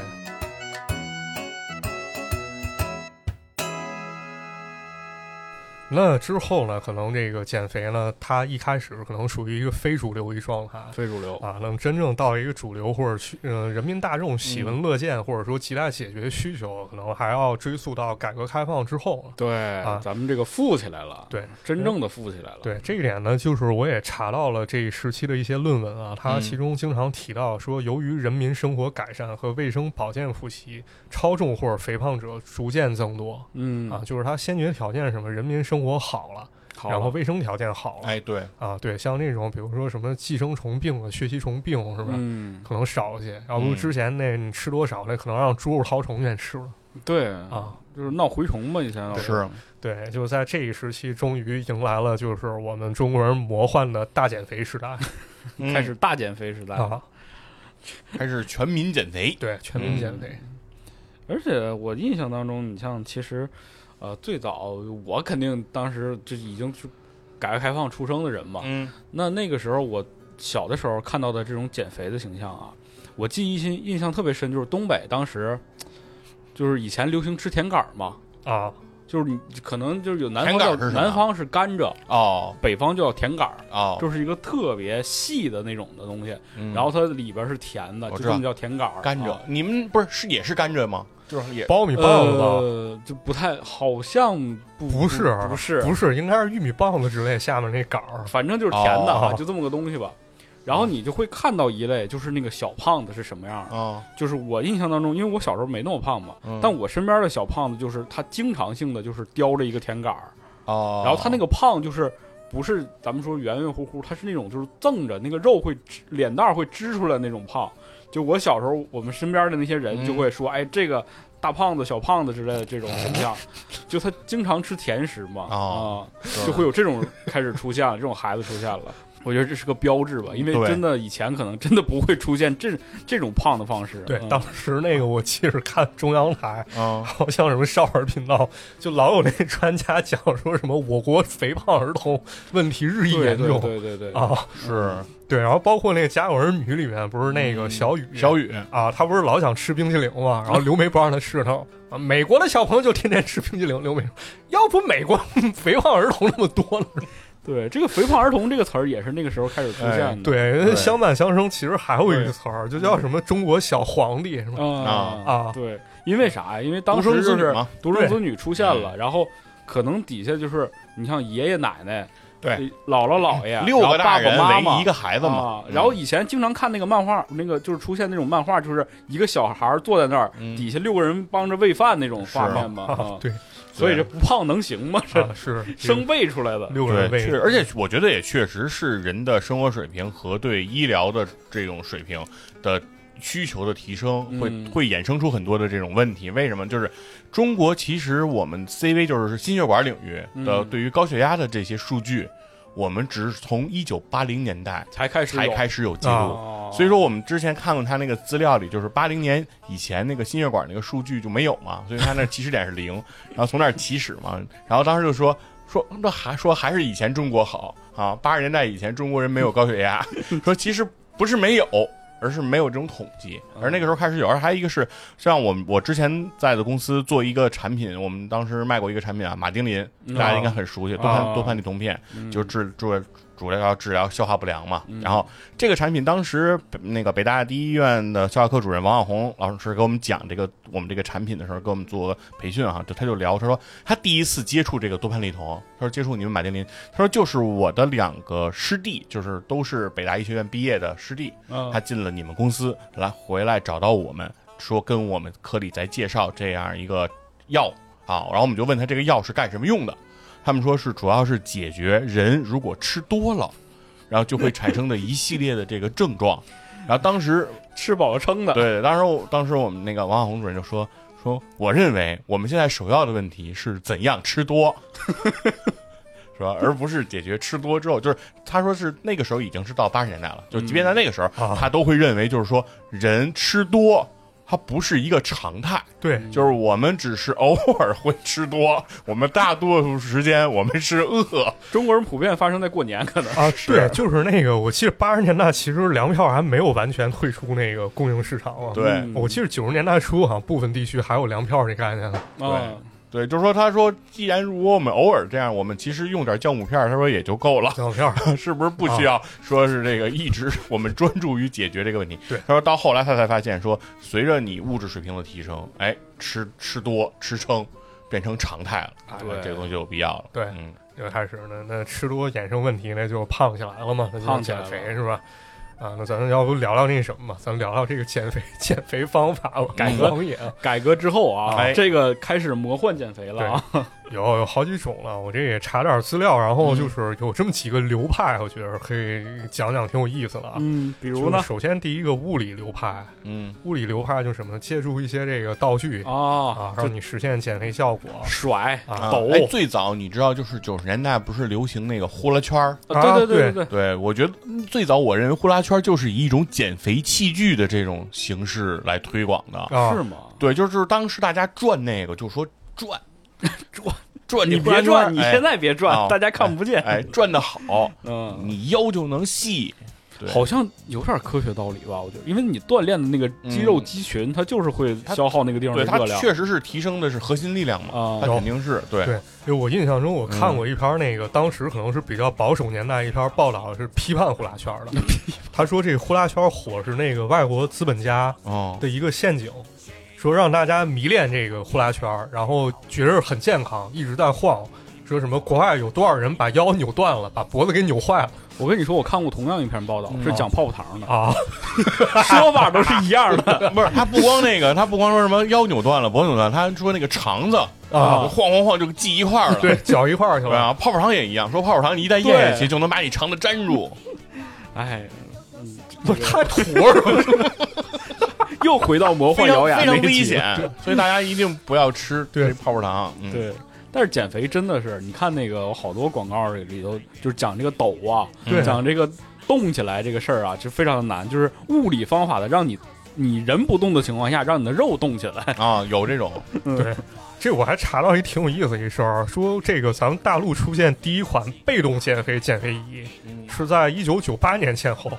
[SPEAKER 4] 那之后呢？可能这个减肥呢，它一开始可能属于一个非主流一状态
[SPEAKER 3] 非主流。
[SPEAKER 4] 啊。那么真正到一个主流或者去呃人民大众喜闻乐见，或者说亟待解决需求，可能还要追溯到改革开放之后了。
[SPEAKER 3] 对，
[SPEAKER 4] 啊
[SPEAKER 3] 咱们这个富起来了，
[SPEAKER 4] 对，
[SPEAKER 3] 真正的富起来了。
[SPEAKER 4] 对这一点呢，就是我也查到了这一时期的一些论文啊，它
[SPEAKER 5] 嗯
[SPEAKER 4] 其中经常提到说，由于人民生活改善和卫生保健普及，超重或者肥胖者逐渐增多
[SPEAKER 3] 嗯
[SPEAKER 4] 啊，，就是它先决条件是什么，人民生活好了，
[SPEAKER 3] 好
[SPEAKER 4] 然后
[SPEAKER 3] 了，
[SPEAKER 4] 卫生条件好了、
[SPEAKER 5] 哎，对，
[SPEAKER 4] 啊，对，像那种比如说什么寄生虫病啊、血吸虫病是吧？
[SPEAKER 3] 嗯，
[SPEAKER 4] 可能少一些，要不
[SPEAKER 5] 嗯
[SPEAKER 4] 之前那你吃多少，那可能让猪肉绦虫给吃了
[SPEAKER 3] 对，
[SPEAKER 4] 啊。
[SPEAKER 3] 就是闹蛔虫嘛，以前老
[SPEAKER 5] 是
[SPEAKER 4] 对，就在这一时期，终于迎来了就是我们中国人魔幻的大减肥时代
[SPEAKER 5] 嗯
[SPEAKER 3] 开始大减肥时代。
[SPEAKER 4] 啊！
[SPEAKER 5] 开始全民减肥。
[SPEAKER 4] 对，全民
[SPEAKER 3] 嗯
[SPEAKER 4] 减肥。
[SPEAKER 3] 而且我印象当中，你像其实，呃，最早我肯定当时就已经是改革开放出生的人嘛，
[SPEAKER 5] 嗯，
[SPEAKER 3] 那那个时候我小的时候看到的这种减肥的形象啊，我记忆印印象特别深，就是东北当时就是以前流行吃甜杆儿嘛，
[SPEAKER 4] 啊，
[SPEAKER 3] 就是你可能就是有南方
[SPEAKER 5] 甜杆
[SPEAKER 3] 叫
[SPEAKER 5] 儿是什么
[SPEAKER 3] 南方是甘蔗，
[SPEAKER 5] 哦
[SPEAKER 3] 北方就叫甜杆儿，
[SPEAKER 5] 哦，
[SPEAKER 3] 就是一个特别细的那种的东西，
[SPEAKER 5] 嗯
[SPEAKER 3] 然后它里边是甜的，
[SPEAKER 5] 我
[SPEAKER 3] 就
[SPEAKER 5] 知
[SPEAKER 3] 这
[SPEAKER 5] 道
[SPEAKER 3] 么叫甜杆儿。
[SPEAKER 5] 甘蔗
[SPEAKER 3] 啊，
[SPEAKER 5] 哦你们不是是也是甘蔗吗？就是也
[SPEAKER 4] 苞米棒子吧？
[SPEAKER 3] 呃，就不太好像不
[SPEAKER 4] 不是，啊
[SPEAKER 3] 不是
[SPEAKER 4] 不是，应该是玉米棒子之类下面那杆儿
[SPEAKER 3] 反呃正就是甜的啊，
[SPEAKER 4] 哦
[SPEAKER 3] 就这么个东西吧。然后你就会看到一类，就是那个小胖子是什么
[SPEAKER 4] 嗯
[SPEAKER 3] 样的，
[SPEAKER 5] 啊，
[SPEAKER 3] 就是我印象当中，因为我小时候没那么胖嘛，
[SPEAKER 5] 嗯
[SPEAKER 3] 但我身边的小胖子就是他经常性的就是叼着一个甜杆儿，
[SPEAKER 5] 哦，
[SPEAKER 3] 然后他那个胖就是不是咱们说圆圆乎乎，他是那种就是赠着那个肉会支脸蛋儿会支出来那种胖。就我小时候，我们身边的那些人
[SPEAKER 5] 嗯
[SPEAKER 3] 就会说，哎，这个大胖子、小胖子之类的这种形象，就他经常吃甜食嘛，啊、
[SPEAKER 5] 哦
[SPEAKER 3] 就会有这种开始出现了，这种孩子出现了。我觉得这是个标志吧，因为
[SPEAKER 5] 对
[SPEAKER 3] 真的以前可能真的不会出现这这种胖的方式。
[SPEAKER 4] 对，
[SPEAKER 3] 嗯
[SPEAKER 4] 当时那个我记着看中央台，
[SPEAKER 5] 啊，
[SPEAKER 4] 好像什么少儿频道，就老有那专家讲说什么我国肥胖儿童问题日益
[SPEAKER 3] 对
[SPEAKER 4] 严
[SPEAKER 3] 对
[SPEAKER 4] 重
[SPEAKER 3] 对对对，
[SPEAKER 4] 啊。
[SPEAKER 5] 是
[SPEAKER 4] 对，然后包括那个《家有儿女》里面，不是那
[SPEAKER 3] 嗯
[SPEAKER 4] 个小雨，
[SPEAKER 5] 小雨
[SPEAKER 4] 啊，他不是老想吃冰淇淋嘛，然后刘梅不让他吃，他说啊，美国的小朋友就天天吃冰淇淋。刘梅说，要不美国 肥胖儿童那么多呢？
[SPEAKER 3] 对，这个“肥胖儿童”这个词儿也是那个时候开始出现的。
[SPEAKER 4] 对，
[SPEAKER 5] 对
[SPEAKER 4] 相伴相生，其实还有一个词儿，就叫什么“中国小皇帝”什么。
[SPEAKER 3] 啊
[SPEAKER 4] 啊
[SPEAKER 3] 对，因为啥呀？因为当
[SPEAKER 5] 独
[SPEAKER 3] 时就
[SPEAKER 5] 生子女
[SPEAKER 3] 是
[SPEAKER 5] 嘛，嗯
[SPEAKER 3] 独生子女出现了，然后可能底下就是你像爷爷奶奶、
[SPEAKER 5] 对
[SPEAKER 3] 姥姥姥爷、
[SPEAKER 5] 六
[SPEAKER 3] 然后爸
[SPEAKER 5] 个大
[SPEAKER 3] 爸
[SPEAKER 5] 人
[SPEAKER 3] 妈妈
[SPEAKER 5] 为一个孩子嘛嗯
[SPEAKER 3] 啊，，然后以前经常看那个漫画，那个就是出现那种漫画，就是一个小孩儿坐在那儿，
[SPEAKER 5] 嗯
[SPEAKER 3] 底下六个人帮着喂饭那种画面嘛。
[SPEAKER 4] 啊
[SPEAKER 3] 啊，
[SPEAKER 4] 对，
[SPEAKER 3] 所以这不胖能行吗？这
[SPEAKER 4] 啊是
[SPEAKER 3] 生背出来的。
[SPEAKER 4] 六个
[SPEAKER 5] 对
[SPEAKER 4] 人，喂
[SPEAKER 5] 是，而且我觉得也确实是人的生活水平和对医疗的这种水平的需求的提升
[SPEAKER 3] 嗯
[SPEAKER 5] 会，会、衍生出很多的这种问题。为什么？就是中国其实我们 CV 就是心血管领域的
[SPEAKER 3] 嗯
[SPEAKER 5] 对于高血压的这些数据，我们只是从一九八零年代
[SPEAKER 3] 才开始
[SPEAKER 5] 才
[SPEAKER 3] 有
[SPEAKER 5] 开始有记录。
[SPEAKER 3] 哦
[SPEAKER 5] 所以说，我们之前看过他那个资料里，就是八零年以前那个心血管那个数据就没有嘛，所以他那起始点是零，然后从那儿起始嘛，然后当时就说说那还说还是以前中国好啊，八十年代以前中国人没有高血压，说其实不是没有。而是没有这种统计，而那个时候开始有，而还有一个是像我们我之前在的公司做一个产品，我们当时卖过一个产品啊，马丁林，
[SPEAKER 3] 嗯
[SPEAKER 5] 大家应该很熟悉，多
[SPEAKER 3] 哦
[SPEAKER 5] 潘多潘地酮片，就是治治主要要治疗消化不良嘛。然后这个产品当时北那个北大第一医院的消化科主任王晓红老师给我们讲这个我们这个产品的时候，给我们做个培训哈，就他就聊，他说他第一次接触这个多蟠利酮，他说接触你们马丁林，他说就是我的两个师弟，就是都是北大医学院毕业的师弟，
[SPEAKER 3] 嗯
[SPEAKER 5] 他进了你们公司，来回来找到我们，说跟我们科里在介绍这样一个药啊，然后我们就问他这个药是干什么用的，他们说是主要是解决人如果吃多了，然后就会产生的一系列的这个症状，然后当时
[SPEAKER 3] 吃饱了 撑的，
[SPEAKER 5] 对，当时我当时我们那个王小红主任就说说，我认为我们现在首要的问题是怎样吃多， 是吧？而不是解决吃多之后，就是他说是那个时候已经是到八十年代了，就即便在那个时候，
[SPEAKER 4] 啊
[SPEAKER 5] 他都会认为就是说人吃多。它不是一个常态，
[SPEAKER 4] 对，
[SPEAKER 5] 就是我们只是偶尔会吃多，我们大多数时间我们是饿，
[SPEAKER 3] 中国人普遍发生在过年，可能
[SPEAKER 4] 啊，对，就是那个，我记得八十年代其实粮票还没有完全退出那个供应市场啊。
[SPEAKER 5] 对，
[SPEAKER 3] 嗯
[SPEAKER 4] 我记得九十年代初好像部分地区还有粮票这概念呢。
[SPEAKER 3] 啊，
[SPEAKER 5] 对，就是说他说，既然如果我们偶尔这样，我们其实用点酵母片儿，他说也就够了，
[SPEAKER 4] 粮票，
[SPEAKER 5] 是不是不
[SPEAKER 3] 啊
[SPEAKER 5] 需要说是这个一直我们专注于解决这个问题？
[SPEAKER 4] 对
[SPEAKER 5] 他说到后来他才发现说，随着你物质水平的提升，哎，吃吃多吃撑变成常态了，啊
[SPEAKER 3] 对
[SPEAKER 5] 这个东西就有必要了。
[SPEAKER 4] 对
[SPEAKER 5] 嗯，
[SPEAKER 4] 就开始那那吃多衍生问题那就胖起来了嘛，那就
[SPEAKER 3] 胖
[SPEAKER 4] 是
[SPEAKER 3] 起来
[SPEAKER 4] 减
[SPEAKER 3] 了
[SPEAKER 4] 肥是吧？啊，那咱要不聊聊那什么吧，咱聊聊这个减肥 减肥方法吧，
[SPEAKER 3] 改革
[SPEAKER 4] 荒野
[SPEAKER 3] 改革之后啊，
[SPEAKER 5] 哎
[SPEAKER 3] 这个开始魔幻减肥了啊，
[SPEAKER 4] 有有好几种了，我这也查点资料，然
[SPEAKER 3] 嗯
[SPEAKER 4] 后就是有这么几个流派，我觉得可以讲讲，挺有意思的啊。
[SPEAKER 3] 嗯，比
[SPEAKER 4] 比
[SPEAKER 3] 如呢，
[SPEAKER 4] 首先第一个物理流派，
[SPEAKER 5] 嗯，
[SPEAKER 4] 物理流派就是什么呢？借助一些这个道具
[SPEAKER 3] 啊
[SPEAKER 4] 啊，，
[SPEAKER 3] 就
[SPEAKER 4] 让你实现减肥效果
[SPEAKER 3] 甩
[SPEAKER 4] 啊。
[SPEAKER 5] 啊
[SPEAKER 3] 抖
[SPEAKER 5] 哎，最早你知道，就是九十年代不是流行那个呼啦圈儿？
[SPEAKER 3] 啊
[SPEAKER 4] 啊
[SPEAKER 3] 对对
[SPEAKER 4] 对
[SPEAKER 3] 对，
[SPEAKER 5] 对，我觉得嗯最早我认为呼啦圈儿就是以一种减肥器具的这种形式来推广的。
[SPEAKER 4] 啊
[SPEAKER 3] 是吗？
[SPEAKER 5] 对，就是当时大家转那个，就说转
[SPEAKER 3] 转
[SPEAKER 5] 转，
[SPEAKER 3] 你
[SPEAKER 5] 这呼啦
[SPEAKER 3] 别
[SPEAKER 5] 圈儿
[SPEAKER 3] 转，哎你现在别
[SPEAKER 5] 哦
[SPEAKER 3] 转，大家看不见。
[SPEAKER 5] 哎哎，转的好，
[SPEAKER 3] 嗯，
[SPEAKER 5] 你腰就能细。对
[SPEAKER 3] 好像有点科学道理吧？我觉得，因为你锻炼的那个肌肉肌群，它就是会消耗那个地方的
[SPEAKER 5] 对，
[SPEAKER 3] 嗯
[SPEAKER 5] 它
[SPEAKER 3] 热量。
[SPEAKER 5] 确实是提升的是核心力量嘛
[SPEAKER 3] 啊，
[SPEAKER 5] 它肯定是对。
[SPEAKER 4] 对，就我印象中，我看
[SPEAKER 3] 嗯
[SPEAKER 4] 过一篇那个，当时可能是比较保守年代一篇报道，是批判呼啦圈 的。他说这个呼啦圈火是那个外国资本家
[SPEAKER 5] 哦，
[SPEAKER 4] 的一个陷阱，说让大家迷恋这个呼啦圈，然后觉着很健康，一直在晃。说什么国外有多少人把腰扭断了，把脖子给扭坏了
[SPEAKER 3] 我跟你说，我看过同样一篇报道，是讲泡泡糖的，
[SPEAKER 4] 啊？
[SPEAKER 3] 说法都是一 样的。
[SPEAKER 5] 不是，他不光那个，他不光说什么腰扭断了、脖子扭断，他说那个肠子
[SPEAKER 4] 啊
[SPEAKER 5] 晃晃晃就系一块儿了。
[SPEAKER 4] 对，搅一块儿去
[SPEAKER 5] 对啊
[SPEAKER 4] 了
[SPEAKER 5] 吧？泡泡糖也一样，说泡泡糖你一旦咽下去就能把你肠子粘住。嗯
[SPEAKER 3] 哎，
[SPEAKER 4] 不是太土了，
[SPEAKER 3] 又回到魔幻
[SPEAKER 5] 非
[SPEAKER 3] 谣
[SPEAKER 5] 常
[SPEAKER 3] 言那
[SPEAKER 5] 非常
[SPEAKER 3] 一集
[SPEAKER 5] 危险，所以大家一定不要吃
[SPEAKER 4] 对
[SPEAKER 5] 这泡泡糖。嗯，
[SPEAKER 3] 对，但是减肥真的是，你看那个好多广告里头，就是讲这个抖啊，
[SPEAKER 4] 对
[SPEAKER 3] 讲这个动起来这个事儿啊，就非常的难，就是物理方法的让你你人不动的情况下，让你的肉动起来。
[SPEAKER 5] 啊，有这种
[SPEAKER 4] 这我还查到一挺有意思一事儿，说这个咱们大陆出现第一款被动减肥减肥仪，是在一九九八年前后，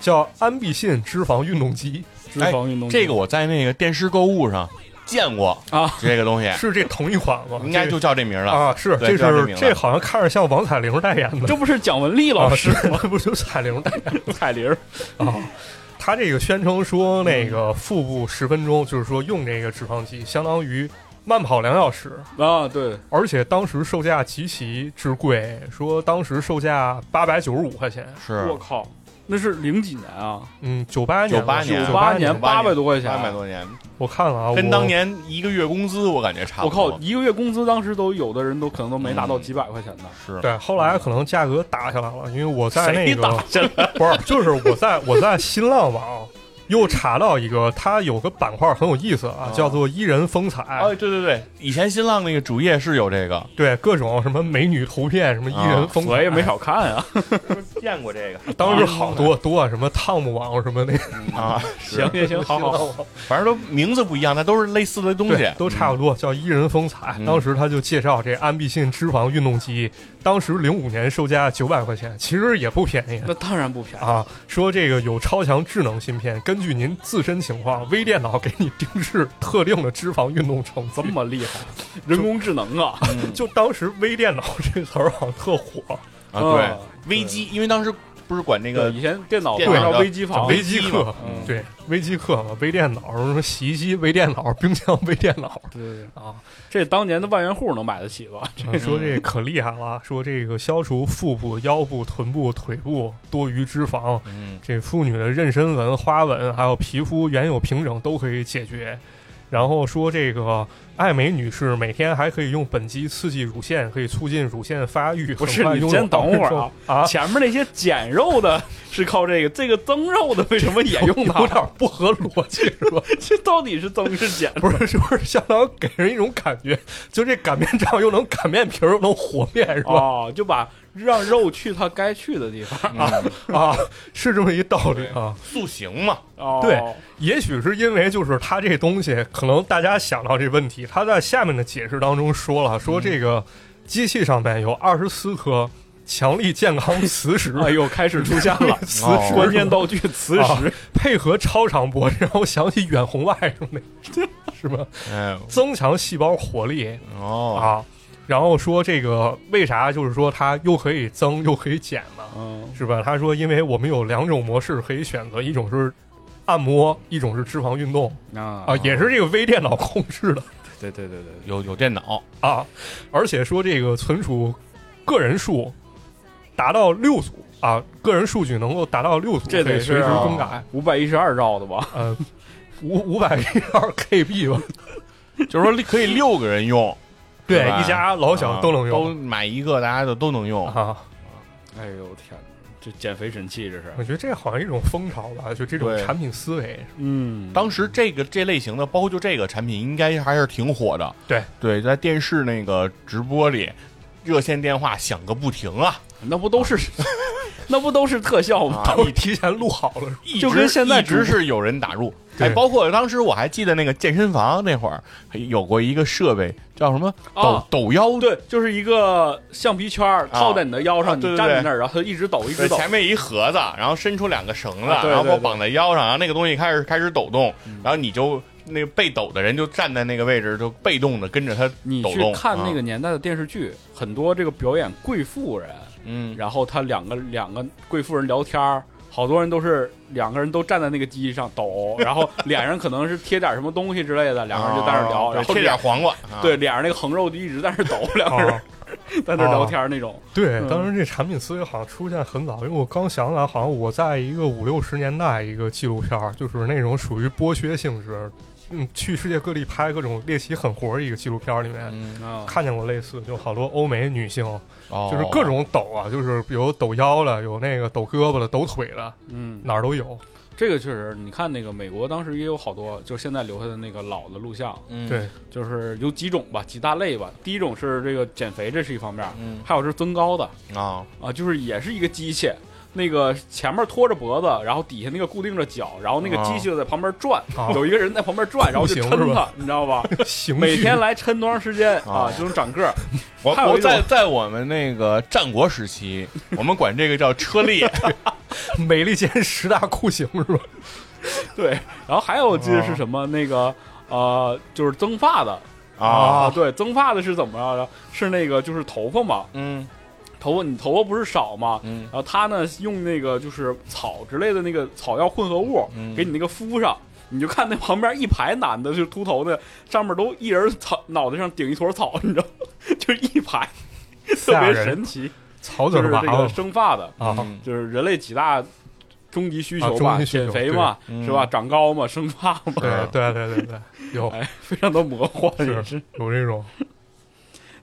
[SPEAKER 4] 叫安必信脂肪运动机，
[SPEAKER 3] 脂肪运动机、
[SPEAKER 5] 这个我在那个电视购物上见过
[SPEAKER 3] 啊，
[SPEAKER 5] 这个东西
[SPEAKER 4] 是这同一款吗？
[SPEAKER 5] 哎应该就叫这名儿
[SPEAKER 4] 这
[SPEAKER 5] 了
[SPEAKER 4] 啊，是这
[SPEAKER 5] 对叫这
[SPEAKER 4] 是
[SPEAKER 5] 名了
[SPEAKER 4] 这好像看着像王彩玲代言的，
[SPEAKER 3] 这不是蒋雯丽老师
[SPEAKER 4] 啊是 这不就彩玲代言
[SPEAKER 3] 彩铃儿
[SPEAKER 4] 啊？他这个宣称说那个腹部十分钟，就是说用这个脂肪机相当于慢跑两小时，
[SPEAKER 3] 啊？对，
[SPEAKER 4] 而且当时售价极其之贵，说当时售价八百九十五块钱。
[SPEAKER 5] 是啊
[SPEAKER 3] 我靠，那是零几年啊，
[SPEAKER 4] 嗯，九八年，
[SPEAKER 5] 98年
[SPEAKER 4] 九
[SPEAKER 3] 八
[SPEAKER 4] 八
[SPEAKER 3] 年八百多块钱，
[SPEAKER 5] 八百。多年，
[SPEAKER 4] 我看了啊，
[SPEAKER 5] 跟
[SPEAKER 4] 我
[SPEAKER 5] 当年一个月工资我感觉差
[SPEAKER 3] 我
[SPEAKER 5] 不多。
[SPEAKER 3] 靠，一个月工资当时都有的人都可能都没达到
[SPEAKER 5] 嗯
[SPEAKER 3] 几百块钱呢。
[SPEAKER 5] 是
[SPEAKER 4] 对，后来可能价格打下来了，因为我在那
[SPEAKER 3] 谁打
[SPEAKER 4] 个
[SPEAKER 3] 下来？
[SPEAKER 4] 不是，就是我在我在新浪网又查到一个，它有个板块很有意思啊
[SPEAKER 3] 啊，
[SPEAKER 4] 叫做“一人风采
[SPEAKER 5] 哎，对对对，以前新浪那个主页是有这 个，”，
[SPEAKER 4] 对，各种什么美女图片，什么一人风
[SPEAKER 3] 我
[SPEAKER 4] 采
[SPEAKER 3] 也，没少看啊。
[SPEAKER 5] 见过这个
[SPEAKER 4] 当时好多多啊，什么汤姆王什么那个，
[SPEAKER 5] 啊，
[SPEAKER 3] 行 行行，好好好。
[SPEAKER 5] 反正都名字不一样，但都是类似的东西啊
[SPEAKER 4] 对，。嗯都差不多，叫“一人风采”。当时他就介绍这安必信脂肪运动机，当时零五年售价九百块钱，其实也不便宜。
[SPEAKER 3] 那当然不便宜。
[SPEAKER 4] 啊，说这个有超强智能芯片，根据您自身情况，微电脑给你定制特定的脂肪运动成
[SPEAKER 3] 这
[SPEAKER 4] 怎么？
[SPEAKER 3] 么厉害，人工智能啊！
[SPEAKER 4] 就当时微电脑这词儿好像特火，嗯
[SPEAKER 5] 啊，对，危机，因为当时不是管那
[SPEAKER 3] 嗯对
[SPEAKER 5] 个
[SPEAKER 3] 以前电脑
[SPEAKER 5] 电
[SPEAKER 4] 脑
[SPEAKER 3] 叫
[SPEAKER 5] 的
[SPEAKER 3] 微机房，
[SPEAKER 4] 微机
[SPEAKER 5] 机
[SPEAKER 4] 课
[SPEAKER 5] 嘛，
[SPEAKER 3] 嗯
[SPEAKER 4] 对，微机课嘛，微电脑，什么洗衣机微电脑，冰箱微电脑
[SPEAKER 3] 对对对，
[SPEAKER 4] 啊。
[SPEAKER 3] 这当年的万元户能买得起吧？
[SPEAKER 4] 说
[SPEAKER 3] 嗯
[SPEAKER 4] 这可厉害了，说这个消除腹部、腰部、臀部、腿部多余脂肪，
[SPEAKER 5] 嗯，
[SPEAKER 4] 这妇女的妊娠纹、花纹，还有皮肤原有平整都可以解决。然后说这个爱美女士每天还可以用本肌刺激乳腺，可以促进乳腺发育。
[SPEAKER 3] 不是
[SPEAKER 4] 很快
[SPEAKER 3] 你
[SPEAKER 4] 拥
[SPEAKER 3] 先
[SPEAKER 4] 有
[SPEAKER 3] 等 会儿啊
[SPEAKER 4] 啊，
[SPEAKER 3] 前面那些减肉的是靠这个，这个增肉的为什么 也用
[SPEAKER 4] 有点
[SPEAKER 3] 它？
[SPEAKER 4] 不合逻辑是吧？
[SPEAKER 3] 这到底是增是减？
[SPEAKER 4] 不是，是不是相当给人一种感觉，就这擀面杖又能擀面皮儿，又能和面是吧？
[SPEAKER 3] 哦，就把让肉去它该去的地方。
[SPEAKER 4] 啊，是这么一道理啊。
[SPEAKER 5] 塑形嘛，
[SPEAKER 3] 哦，
[SPEAKER 4] 对，也许是因为就是它这东西，可能大家想到这问题，它在下面的解释当中说了，说这
[SPEAKER 3] 嗯
[SPEAKER 4] 个机器上面有二十四颗强力健康磁石，
[SPEAKER 3] 哎呦，开始出现了
[SPEAKER 4] 磁
[SPEAKER 5] 哦
[SPEAKER 4] 石
[SPEAKER 3] 关键道具磁
[SPEAKER 4] 啊
[SPEAKER 3] 石。
[SPEAKER 4] 配合超长波， 让我想起远红外什 么的，是吧？
[SPEAKER 5] 哎，
[SPEAKER 4] 增强细胞活力，
[SPEAKER 5] 哦，
[SPEAKER 4] 啊，然后说这个为啥就是说它又可以增又可以减呢？
[SPEAKER 3] 嗯，
[SPEAKER 4] 是吧？他说，因为我们有两种模式可以选择，一种是按摩，一种是脂肪运动
[SPEAKER 3] 啊
[SPEAKER 4] 啊，也是这个微电脑控制的
[SPEAKER 3] 对对对对对，
[SPEAKER 5] 有有电脑，
[SPEAKER 4] 啊，而且说这个存储个人数达到六组啊，个人数据能够达到六组，
[SPEAKER 3] 这
[SPEAKER 4] 可以
[SPEAKER 3] 得
[SPEAKER 4] 随
[SPEAKER 3] 是啊
[SPEAKER 4] 时更改，
[SPEAKER 3] 五百一十二兆的吧？
[SPEAKER 4] 呃，五五百一 十二 KB 吧，
[SPEAKER 5] 就是说可以六个人用，
[SPEAKER 4] 对，
[SPEAKER 5] 吧
[SPEAKER 4] 一家老小都能
[SPEAKER 5] 都
[SPEAKER 4] 用
[SPEAKER 5] 买一个，大家都都能用。
[SPEAKER 4] 啊。
[SPEAKER 3] 哎呦天，这减肥神器这是。
[SPEAKER 4] 我觉得这好像一种风潮吧，就这种
[SPEAKER 5] 对
[SPEAKER 4] 产品思维
[SPEAKER 3] 嗯，
[SPEAKER 5] 当时这个这类型的，包括就这个产品，应该还是挺火的。
[SPEAKER 4] 对
[SPEAKER 5] 对，在电视那个直播里，热线电话响个不停啊，
[SPEAKER 3] 那不都是， 那不都是特效吗？
[SPEAKER 4] 你 提前录好了是吧，
[SPEAKER 5] 一
[SPEAKER 3] 就
[SPEAKER 5] 直
[SPEAKER 3] 跟现在
[SPEAKER 5] 一直
[SPEAKER 3] 主
[SPEAKER 5] 是有人打入。
[SPEAKER 4] 对
[SPEAKER 5] 哎，包括当时我还记得那个健身房那会儿，还有过一个设备叫什么抖、
[SPEAKER 3] 哦
[SPEAKER 5] 抖 腰，
[SPEAKER 3] 对，就是一个橡皮圈儿套在你的腰上，
[SPEAKER 5] 啊对对
[SPEAKER 3] 你站在那儿，然后它一直抖，一直
[SPEAKER 5] 对，
[SPEAKER 3] 抖。
[SPEAKER 5] 前面一盒子，然后伸出两个绳子，
[SPEAKER 3] 啊对
[SPEAKER 5] 然后
[SPEAKER 3] 对
[SPEAKER 5] 给我
[SPEAKER 3] 对
[SPEAKER 5] 绑在腰上，然后那个东西开始开始抖动，然后你就那个被抖的人就站在那个位置，就被动的跟着它
[SPEAKER 3] 你
[SPEAKER 5] 抖
[SPEAKER 3] 去
[SPEAKER 5] 动。
[SPEAKER 3] 看那个
[SPEAKER 5] 啊，
[SPEAKER 3] 年代的电视剧，很多这个表演贵妇人，
[SPEAKER 5] 嗯，
[SPEAKER 3] 然后她两个两个贵妇人聊天儿。好多人都是两个人都站在那个机上 抖，然后脸上可能是贴点什么东西之类的，两个人就在那儿聊，
[SPEAKER 5] 啊
[SPEAKER 3] 然后
[SPEAKER 5] 贴
[SPEAKER 3] 脸
[SPEAKER 5] 点黄瓜，啊哦
[SPEAKER 3] 对，脸上那个横肉就一直在那儿抖，两个
[SPEAKER 4] 啊
[SPEAKER 3] 人，在那儿聊天儿那种。
[SPEAKER 4] 对，
[SPEAKER 3] 嗯
[SPEAKER 4] 当时这产品思维好像出现很早，因为我刚想起来，好像我在一个五六十年代一个纪录片儿，就是那种属于剥削性质，嗯，去世界各地拍各种猎奇狠活儿一个纪录片儿里面。
[SPEAKER 5] 嗯，
[SPEAKER 3] 啊，
[SPEAKER 4] 看见过类似，就好多欧美女性，
[SPEAKER 5] 哦
[SPEAKER 4] 就是各种抖啊，就是有抖腰的，有那个抖胳膊的，抖腿的，
[SPEAKER 3] 嗯，
[SPEAKER 4] 哪儿都有。
[SPEAKER 3] 这个确实，你看那个美国当时也有好多，就是现在留下的那个老的录像，
[SPEAKER 5] 嗯
[SPEAKER 4] 对，
[SPEAKER 3] 就是有几种吧，几大类吧。第一种是这个减肥，这是一方面，
[SPEAKER 5] 嗯
[SPEAKER 3] 还有是增高的
[SPEAKER 5] 啊，
[SPEAKER 3] 啊，就是也是一个机器，那个前面拖着脖子，然后底下那个固定着脚，然后那
[SPEAKER 4] 哦
[SPEAKER 3] 个
[SPEAKER 5] 啊
[SPEAKER 3] 机器就在旁边转，
[SPEAKER 4] 啊
[SPEAKER 3] 有一个人在旁边转，然后就
[SPEAKER 4] 酷刑
[SPEAKER 3] 抻它
[SPEAKER 4] 是吧，哦
[SPEAKER 3] 你知道 吧？
[SPEAKER 4] 行
[SPEAKER 3] 每天来抻多长时间啊，
[SPEAKER 5] 啊
[SPEAKER 3] 就能长个儿。
[SPEAKER 5] 我
[SPEAKER 3] 还有
[SPEAKER 5] 我
[SPEAKER 3] 一种
[SPEAKER 5] 在在我们那个战国时期，我们管这个叫 车裂，
[SPEAKER 4] 美利坚十大酷刑是吧？
[SPEAKER 3] 对，然后还有我记得
[SPEAKER 4] 哦
[SPEAKER 3] 是什么、那个呃，就是增发的
[SPEAKER 4] 哦
[SPEAKER 5] 啊，
[SPEAKER 3] 对，增发的是怎么着？是那个就是头发嘛，
[SPEAKER 5] 嗯
[SPEAKER 3] 头发你头发不是少嘛，
[SPEAKER 5] 嗯
[SPEAKER 3] 然后他呢用那个就是草之类的那个草药混合物、
[SPEAKER 5] 嗯
[SPEAKER 3] 给你那个敷上，你就看那旁边一排男的，就是秃头的，上面都一人草脑袋上顶一坨草，你知道， 就是一排，特
[SPEAKER 4] 吓
[SPEAKER 3] 别
[SPEAKER 4] 人
[SPEAKER 3] 神奇，
[SPEAKER 4] 草籽
[SPEAKER 3] 就是
[SPEAKER 4] 儿娃
[SPEAKER 3] 这
[SPEAKER 4] 娃
[SPEAKER 3] 个生发的，
[SPEAKER 4] 啊，
[SPEAKER 5] 嗯
[SPEAKER 3] 就是人类几大终极需求
[SPEAKER 4] 啊
[SPEAKER 3] 吧，
[SPEAKER 4] 终极需
[SPEAKER 3] 减
[SPEAKER 4] 求
[SPEAKER 3] 肥嘛，
[SPEAKER 5] 对
[SPEAKER 3] 是吧？
[SPEAKER 5] 嗯
[SPEAKER 3] 长高嘛，生发嘛，
[SPEAKER 4] 对对对对对，有
[SPEAKER 3] 哎，非常的魔幻，也是
[SPEAKER 4] 是有这种。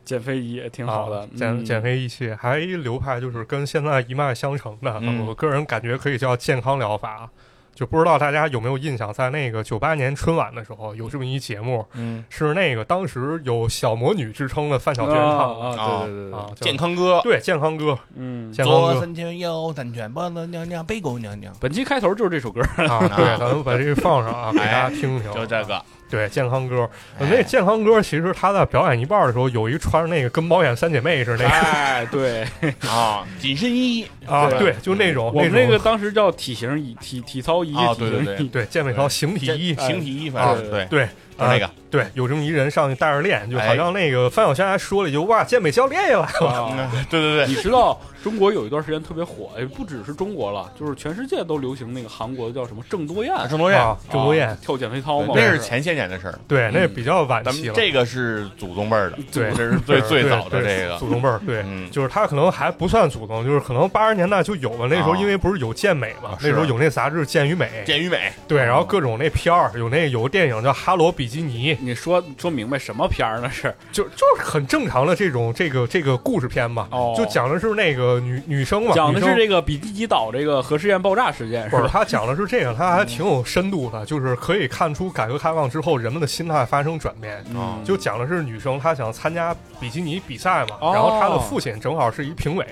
[SPEAKER 3] 减肥仪也挺好的
[SPEAKER 4] 啊，减
[SPEAKER 3] 嗯
[SPEAKER 4] 减肥仪器，还有一流派就是跟现在一脉相承的，
[SPEAKER 5] 嗯
[SPEAKER 4] 我个人感觉可以叫健康疗法。就不知道大家有没有印象，在那个九八年春晚的时候，有这么一节目，
[SPEAKER 5] 嗯，
[SPEAKER 4] 是那个当时有“小魔女”之称的范晓萱唱的
[SPEAKER 3] 啊啊，对对对对，
[SPEAKER 4] 啊，叫
[SPEAKER 5] 呃健康哥，
[SPEAKER 4] 对健康哥，
[SPEAKER 3] 嗯。
[SPEAKER 4] 健康哥
[SPEAKER 5] 三圈，右三圈，脖子娘娘，背狗娘娘，
[SPEAKER 3] 本期开头就是这首歌，
[SPEAKER 4] 啊，对，咱们把这个放上啊，给大家听听。
[SPEAKER 5] 就这，个，
[SPEAKER 4] 对健康哥，
[SPEAKER 5] 哎
[SPEAKER 4] 那健康哥其实他在表演一半的时候，有一穿着那个跟猫眼三姐妹似的那
[SPEAKER 3] 哎，对，
[SPEAKER 5] 啊，紧身衣
[SPEAKER 4] 个啊，
[SPEAKER 3] 对
[SPEAKER 4] 对，就那种
[SPEAKER 3] 我们
[SPEAKER 4] 那
[SPEAKER 3] 那个
[SPEAKER 4] 种
[SPEAKER 3] 当时叫体型仪、体体操仪、
[SPEAKER 5] 啊
[SPEAKER 3] 体型
[SPEAKER 5] 对 对呃
[SPEAKER 3] 仪，
[SPEAKER 4] 对健美操形体
[SPEAKER 5] 这
[SPEAKER 4] 衣
[SPEAKER 5] 形体衣，
[SPEAKER 3] 啊
[SPEAKER 5] 反正对，
[SPEAKER 4] 哎对，
[SPEAKER 5] 哎就是那个
[SPEAKER 4] 啊对，有这么一人上去带着练，就好
[SPEAKER 5] 哎
[SPEAKER 4] 像那个范 晓萱还说了一句：“哇，健美教练也来了。
[SPEAKER 3] 啊
[SPEAKER 5] 嗯对对
[SPEAKER 3] 你
[SPEAKER 5] 对，
[SPEAKER 3] 知道中国有一段时间特别火，哎，不只是中国了，就是全世界都流行那个韩国的叫什么郑多燕，
[SPEAKER 5] 郑多燕，
[SPEAKER 4] 啊，郑多
[SPEAKER 3] 啊
[SPEAKER 4] 燕，
[SPEAKER 3] 跳减肥操
[SPEAKER 5] 对
[SPEAKER 3] 嘛，
[SPEAKER 5] 那是前些年的事儿，
[SPEAKER 4] 对，那比较晚
[SPEAKER 5] 嗯咱
[SPEAKER 4] 期
[SPEAKER 5] 们
[SPEAKER 4] 了。
[SPEAKER 5] 这个是祖宗辈儿的，
[SPEAKER 4] 对
[SPEAKER 5] 这是最
[SPEAKER 4] 对
[SPEAKER 5] 最早的
[SPEAKER 4] 对
[SPEAKER 5] 这个
[SPEAKER 4] 祖宗辈儿，对，
[SPEAKER 5] 嗯
[SPEAKER 4] 就是他可能还不算祖宗，就是可能八十年代就有了。那时候
[SPEAKER 5] 啊
[SPEAKER 4] 因为不是有健美嘛，
[SPEAKER 5] 啊
[SPEAKER 4] 那时候
[SPEAKER 5] 是
[SPEAKER 4] 有那杂志《健与美》，
[SPEAKER 5] 健与美，
[SPEAKER 4] 对，然后各种那片儿，有那有个电影叫《哈罗比基尼》，
[SPEAKER 3] 你说说明白什么片儿那是？
[SPEAKER 4] 就就是很正常的这种这个这个故事片嘛，
[SPEAKER 3] 哦
[SPEAKER 4] 就讲的是那个女女生嘛，
[SPEAKER 3] 讲的
[SPEAKER 4] 女
[SPEAKER 3] 是
[SPEAKER 4] 生
[SPEAKER 3] 这个比基尼岛这个核试验爆炸事件是
[SPEAKER 4] 不是，
[SPEAKER 3] 吧？
[SPEAKER 4] 他讲的是这个，他还挺有深度的，就是可以看出改革开放之后人们的心态发生转变。
[SPEAKER 3] 嗯
[SPEAKER 5] 啊
[SPEAKER 4] 就讲的是女生，她想参加比基尼比赛嘛，
[SPEAKER 3] 哦
[SPEAKER 4] 然后她的父亲正好是一评委，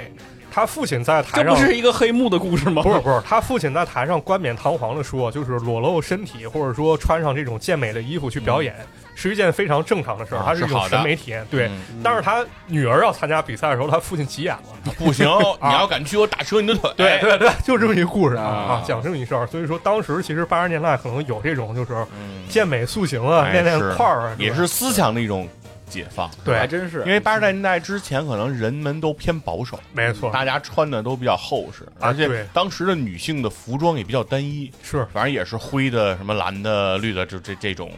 [SPEAKER 4] 她父亲在
[SPEAKER 3] 这
[SPEAKER 4] 台上
[SPEAKER 3] 不是一个黑幕的故事吗？
[SPEAKER 4] 不是不是，她父亲在台上冠冕堂皇的说，就是裸露身体或者说穿上这种健美的衣服去表演，是一件非常正常的事儿，
[SPEAKER 5] 啊
[SPEAKER 4] 它嗯是一
[SPEAKER 5] 是
[SPEAKER 4] 种
[SPEAKER 5] 好的
[SPEAKER 4] 审美体验。对，
[SPEAKER 5] 嗯
[SPEAKER 4] 但是她女儿要参加比赛的时候，她父亲急眼了。
[SPEAKER 5] 不行，你要敢去，我打折你的腿。
[SPEAKER 4] 啊
[SPEAKER 3] 哎
[SPEAKER 4] 对对对，就这么一故事啊
[SPEAKER 5] 啊
[SPEAKER 4] 啊，讲这么一事儿。所以说，当时其实八十年代可能有这种就是
[SPEAKER 5] 嗯，
[SPEAKER 4] 健美塑形啊，
[SPEAKER 5] 哎
[SPEAKER 4] 练练
[SPEAKER 5] 是
[SPEAKER 4] 块儿啊，
[SPEAKER 5] 也哎
[SPEAKER 4] 吧
[SPEAKER 5] 是思想的一种解放。
[SPEAKER 3] 还
[SPEAKER 4] 对，
[SPEAKER 3] 真是，
[SPEAKER 5] 因为八十年代之前，可能人们都偏保守，
[SPEAKER 4] 没错，
[SPEAKER 5] 大家穿的都比较厚实，
[SPEAKER 4] 啊
[SPEAKER 5] 而且
[SPEAKER 4] 对
[SPEAKER 5] 当时的女性的服装也比较单一，
[SPEAKER 4] 是
[SPEAKER 5] 反正也是灰的、什么蓝的、绿的，就这这种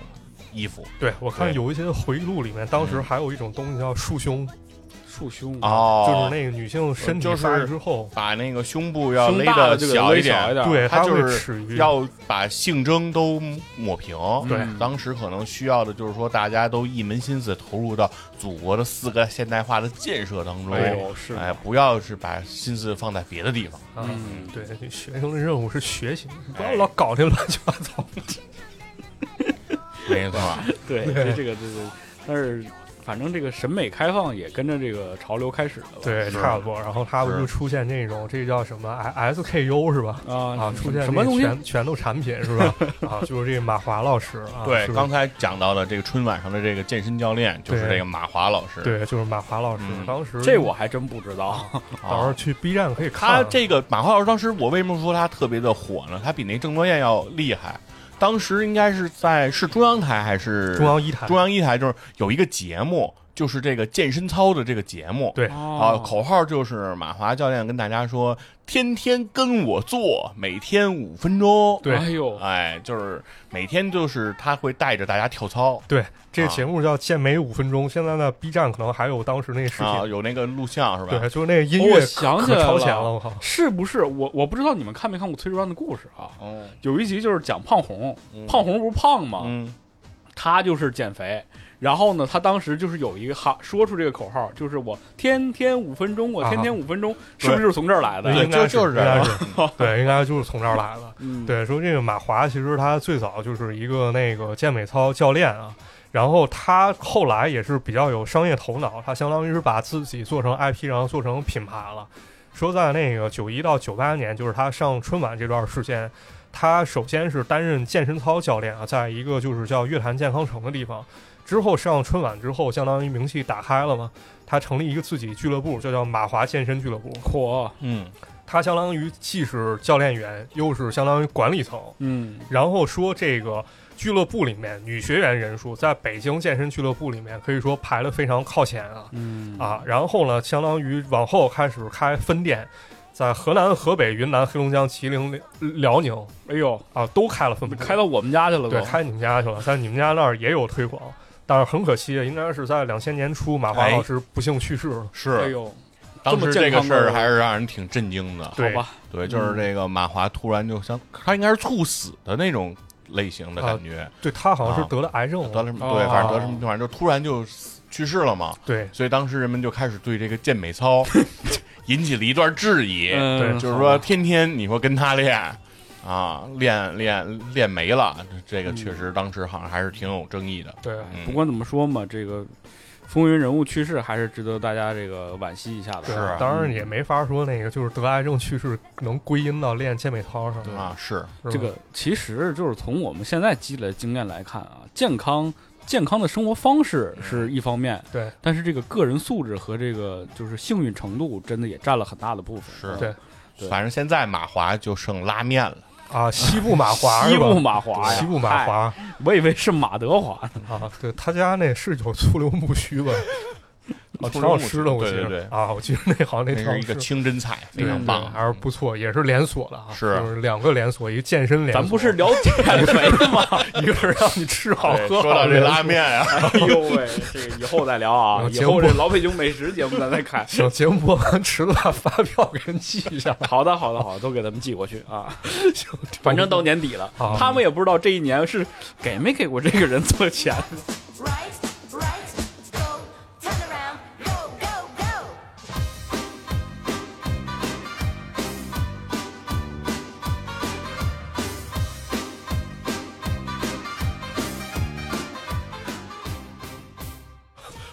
[SPEAKER 5] 衣服。
[SPEAKER 4] 对。我看
[SPEAKER 5] 对嗯
[SPEAKER 4] 有一些回忆录里面，当时还有一种东西叫束胸，
[SPEAKER 3] 束胸，啊
[SPEAKER 4] 啊就是
[SPEAKER 5] 哦，
[SPEAKER 4] 那个女性身体
[SPEAKER 5] 就
[SPEAKER 4] 发育
[SPEAKER 5] 是
[SPEAKER 4] 之后，
[SPEAKER 5] 把那个胸部要
[SPEAKER 3] 胸
[SPEAKER 5] 勒
[SPEAKER 3] 大
[SPEAKER 5] 得
[SPEAKER 3] 了就给勒
[SPEAKER 5] 一
[SPEAKER 3] 小一
[SPEAKER 5] 点，
[SPEAKER 3] 点，
[SPEAKER 4] 对，
[SPEAKER 5] 它
[SPEAKER 4] 它
[SPEAKER 5] 就
[SPEAKER 4] 会
[SPEAKER 5] 是
[SPEAKER 4] 耻于，
[SPEAKER 5] 要把性征都抹平。
[SPEAKER 4] 对
[SPEAKER 3] 嗯
[SPEAKER 5] 当时可能需要的就是说，大家都一门心思投入到祖国的四个现代化的建设当中。
[SPEAKER 3] 哎呦是的
[SPEAKER 5] 哎，不要是把心思放在别的地方。
[SPEAKER 4] 啊，
[SPEAKER 3] 嗯
[SPEAKER 4] 对，学生的任务是学习，不要
[SPEAKER 5] 哎
[SPEAKER 4] 老搞这乱七八糟。
[SPEAKER 5] 没 错，
[SPEAKER 3] 对，
[SPEAKER 4] 对
[SPEAKER 3] 这这个这个，但是反正这个审美开放也跟着这个潮流开始了吧？
[SPEAKER 4] 对， 差不多。然后他不就是出现这种，这叫什么哎 S K U 是吧？
[SPEAKER 3] 啊
[SPEAKER 4] 啊，出现
[SPEAKER 3] 什么
[SPEAKER 4] 这
[SPEAKER 3] 东西？
[SPEAKER 4] 拳拳头产品是 吧？啊，就是这个马华老师啊，
[SPEAKER 5] 对，
[SPEAKER 4] 是
[SPEAKER 5] 刚才讲到的这个春晚上的这个健身教练就是
[SPEAKER 4] 对
[SPEAKER 5] 这个马华老师。
[SPEAKER 4] 对，就是马华老师，
[SPEAKER 5] 嗯
[SPEAKER 4] 当时
[SPEAKER 3] 这我还真不知道。
[SPEAKER 5] 啊，
[SPEAKER 4] 到时候去 B 站可以看
[SPEAKER 5] 他
[SPEAKER 4] 啊。
[SPEAKER 5] 这个马华老师当时我为什么说他特别的火呢？他比那郑多燕要厉害。当时应该是在是中央台还是
[SPEAKER 4] 中央一台，
[SPEAKER 5] 中央一台，就是有一个节目，就是这个健身操的这个节目。
[SPEAKER 4] 对
[SPEAKER 5] 啊，
[SPEAKER 3] 哦，
[SPEAKER 5] 口号就是马华教练跟大家说：“天天跟我做，每天五分钟。”
[SPEAKER 4] 对
[SPEAKER 3] 哎呦，
[SPEAKER 5] 哎，就是每天就是他会带着大家跳操
[SPEAKER 4] 对，这个
[SPEAKER 5] 啊
[SPEAKER 4] 节目叫《健美五分钟》，现在呢 B 站可能还有当时那个视
[SPEAKER 5] 啊，
[SPEAKER 4] 频，
[SPEAKER 5] 有那个录像是吧？
[SPEAKER 4] 对，就是那个音
[SPEAKER 3] 哦我
[SPEAKER 4] 乐
[SPEAKER 3] 想
[SPEAKER 4] 可
[SPEAKER 3] 起来
[SPEAKER 4] 超前
[SPEAKER 3] 了
[SPEAKER 4] 我靠！
[SPEAKER 3] 是不是？我我不知道你们看没看过《崔始皇的故事》啊？
[SPEAKER 5] 哦，
[SPEAKER 3] 有一集就是讲胖红，
[SPEAKER 5] 嗯
[SPEAKER 3] 胖红不是胖吗？
[SPEAKER 5] 嗯，
[SPEAKER 3] 他就是减肥。然后呢，他当时就是有一个哈说出这个口号，就是我天天五分钟，我天天五分钟，是不是就是从这儿来
[SPEAKER 5] 对
[SPEAKER 3] 的？
[SPEAKER 4] 应该
[SPEAKER 5] 就就是
[SPEAKER 4] 应
[SPEAKER 5] 这
[SPEAKER 4] 该
[SPEAKER 5] 样
[SPEAKER 4] 是，对，应该就是从这儿来的。
[SPEAKER 3] 嗯，
[SPEAKER 4] 对，说这个马华其实他最早就是一个那个健美操教练啊，然后他后来也是比较有商业头脑，他相当于是把自己做成 IP，然后做成品牌了。说在那个九一到九八年，就是他上春晚这段时间，他首先是担任健身操教练啊，在一个就是叫乐坛健康城的地方。之后上春晚之后，相当于名气打开了嘛，他成立一个自己俱乐部，就叫马华健身俱乐部。
[SPEAKER 3] 嚯，
[SPEAKER 5] 嗯，
[SPEAKER 4] 他相当于既是教练员，又是相当于管理层，
[SPEAKER 3] 嗯，
[SPEAKER 4] 然后说这个俱乐部里面女学员人数，在北京健身俱乐部里面可以说排得非常靠前啊
[SPEAKER 3] 嗯
[SPEAKER 4] 啊！然后呢，相当于往后开始开分店，在河南、河北、云南、黑龙江、吉林、辽宁
[SPEAKER 3] 哎呦，
[SPEAKER 4] 啊都开了分部，
[SPEAKER 3] 嗯开到我们家去了
[SPEAKER 4] 对
[SPEAKER 3] 都。
[SPEAKER 4] 开你们家去了，在你们家那儿也有推广。但是很可惜，应该是在两千年初，马华
[SPEAKER 5] 哎
[SPEAKER 4] 老师不幸去世了。
[SPEAKER 3] 哎
[SPEAKER 5] 是。
[SPEAKER 3] 呦，
[SPEAKER 5] 当时这个事
[SPEAKER 3] 这么健康的嗯
[SPEAKER 5] 儿还是让人挺震惊的。
[SPEAKER 4] 对
[SPEAKER 3] 好吧，
[SPEAKER 5] 对，就是这个马华突然就像他应该是猝死的那种类型的
[SPEAKER 3] 啊
[SPEAKER 5] 感觉，
[SPEAKER 4] 对他好像
[SPEAKER 5] 啊
[SPEAKER 4] 是得了癌症
[SPEAKER 5] 得
[SPEAKER 4] 了。
[SPEAKER 5] 了什么？
[SPEAKER 3] 哦
[SPEAKER 5] 对，反正得了什么，反正就突然就去世了嘛。
[SPEAKER 4] 对
[SPEAKER 5] 所以当时人们就开始对这个健 美操引起了一段质疑，
[SPEAKER 3] 嗯
[SPEAKER 4] 对
[SPEAKER 5] 就是说天天你说跟他练啊，练练练没了，这
[SPEAKER 4] 嗯
[SPEAKER 5] 个确实当时好像还是挺有争议的。
[SPEAKER 4] 对，
[SPEAKER 5] 嗯
[SPEAKER 3] 不管怎么说嘛，这个风云人物去世还是值得大家这个惋惜一下的。
[SPEAKER 4] 对
[SPEAKER 5] 是 啊
[SPEAKER 4] 当然也没法说那个，就是得癌症去世能归因到练健美操上
[SPEAKER 5] 啊，是
[SPEAKER 4] 是吧
[SPEAKER 3] 这个其实就是从我们现在积累的经验来看啊，健康健康的生活方式是
[SPEAKER 4] 嗯
[SPEAKER 3] 一方面，
[SPEAKER 4] 对
[SPEAKER 3] 但是这个个人素质和这个就是幸运程度，真的也占了很大的部分。
[SPEAKER 5] 是，
[SPEAKER 4] 对
[SPEAKER 5] 反正现在马华就剩拉面了，
[SPEAKER 4] 啊，西部马华
[SPEAKER 3] 西
[SPEAKER 4] 是吧，
[SPEAKER 3] 部马华呀，
[SPEAKER 4] 西部马
[SPEAKER 3] 嗨，
[SPEAKER 4] 华
[SPEAKER 3] 我以为是马德华呢。
[SPEAKER 4] 啊，对他家那是有醋溜木须吧？哦，挺好吃的，我
[SPEAKER 5] 对
[SPEAKER 4] 记
[SPEAKER 5] 对
[SPEAKER 4] 得
[SPEAKER 5] 对
[SPEAKER 4] 啊，我记得那好像那
[SPEAKER 5] 那
[SPEAKER 4] 挺好
[SPEAKER 5] 是一个
[SPEAKER 4] 吃，
[SPEAKER 5] 清真菜，非常
[SPEAKER 4] 对
[SPEAKER 5] 棒。
[SPEAKER 4] 还是不错，也是连锁的啊，
[SPEAKER 5] 是
[SPEAKER 4] 就是两个连锁，一个健身连锁，
[SPEAKER 3] 咱不是聊减肥的吗？
[SPEAKER 4] 一个是让你吃嗯好
[SPEAKER 5] 对
[SPEAKER 4] 喝好，
[SPEAKER 5] 说到这拉 面啊，
[SPEAKER 3] 哎呦喂，这个以后再聊啊，
[SPEAKER 4] 嗯
[SPEAKER 3] 以
[SPEAKER 4] 节目
[SPEAKER 3] 后这老北京美食节目咱再看。
[SPEAKER 4] 行，节目播完迟早把发票给人寄一下。
[SPEAKER 3] 好的，好的，好的，都给咱们寄过去 啊。反正到年底了
[SPEAKER 4] 好，
[SPEAKER 3] 他们也不知道这一年是给没给过这个人做钱。
[SPEAKER 4] 嗯
[SPEAKER 2] Right, right, go, turn around, go, go, go.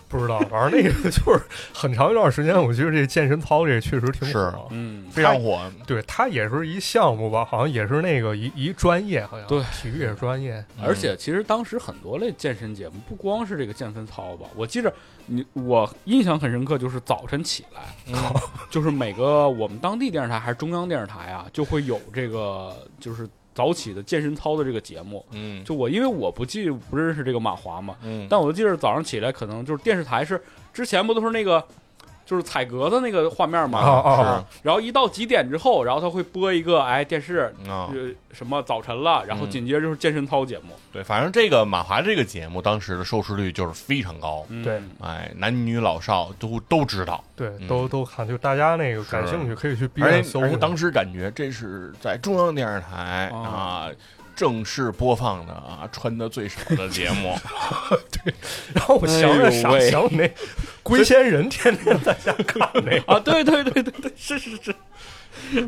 [SPEAKER 4] 不知道，反正那个就是很长一段时间，我觉得这健身操这个确实挺
[SPEAKER 5] 是
[SPEAKER 4] 火。
[SPEAKER 3] 嗯，
[SPEAKER 5] 非常火。
[SPEAKER 4] 对，它也是一项目吧，好像也是那个一一专业，好像
[SPEAKER 3] 对
[SPEAKER 4] 体育也是专业。
[SPEAKER 3] 而且其实当时很多类健身节目，不光是这个健身操吧。我记着你，我印象很深刻，就是早晨起来，
[SPEAKER 4] 嗯
[SPEAKER 3] 就是每个我们当地电视台还是中央电视台啊，就会有这个就是早起的健身操的这个节目。
[SPEAKER 5] 嗯
[SPEAKER 3] 就我因为我不记不认识这个马华嘛，
[SPEAKER 5] 嗯，
[SPEAKER 3] 但我就记着早上起来可能就是电视台是之前不都是那个就是彩格子那个画面嘛，
[SPEAKER 4] 哦哦，
[SPEAKER 5] 啊是
[SPEAKER 3] 然后一到几点之后，然后他会播一个哎电视。
[SPEAKER 4] 哦
[SPEAKER 5] 啊，
[SPEAKER 3] 呃，什么早晨了，然后
[SPEAKER 5] 嗯
[SPEAKER 3] 紧接着就是健身操节目，
[SPEAKER 5] 对，反正这个马华这个节目当时的收视率就是非常高，
[SPEAKER 4] 对
[SPEAKER 3] 嗯
[SPEAKER 5] 哎，男女老少都都知道。
[SPEAKER 4] 对，
[SPEAKER 5] 嗯
[SPEAKER 4] 都都看，就大家那个感
[SPEAKER 5] 是
[SPEAKER 4] 兴趣可以去 B
[SPEAKER 5] 而
[SPEAKER 4] 站
[SPEAKER 5] 且
[SPEAKER 4] 搜
[SPEAKER 5] 而
[SPEAKER 4] 一
[SPEAKER 5] 且
[SPEAKER 4] 下。
[SPEAKER 5] 当时感觉这是在中央电视台
[SPEAKER 3] 哦
[SPEAKER 5] 啊正式播放的啊，穿的最少的节 目。
[SPEAKER 4] 然后我想
[SPEAKER 3] 哎呦
[SPEAKER 4] 着啥，
[SPEAKER 3] 喂
[SPEAKER 4] 想我那龟仙人天天在家看那 个。
[SPEAKER 3] 啊，对对对对对，是是 是，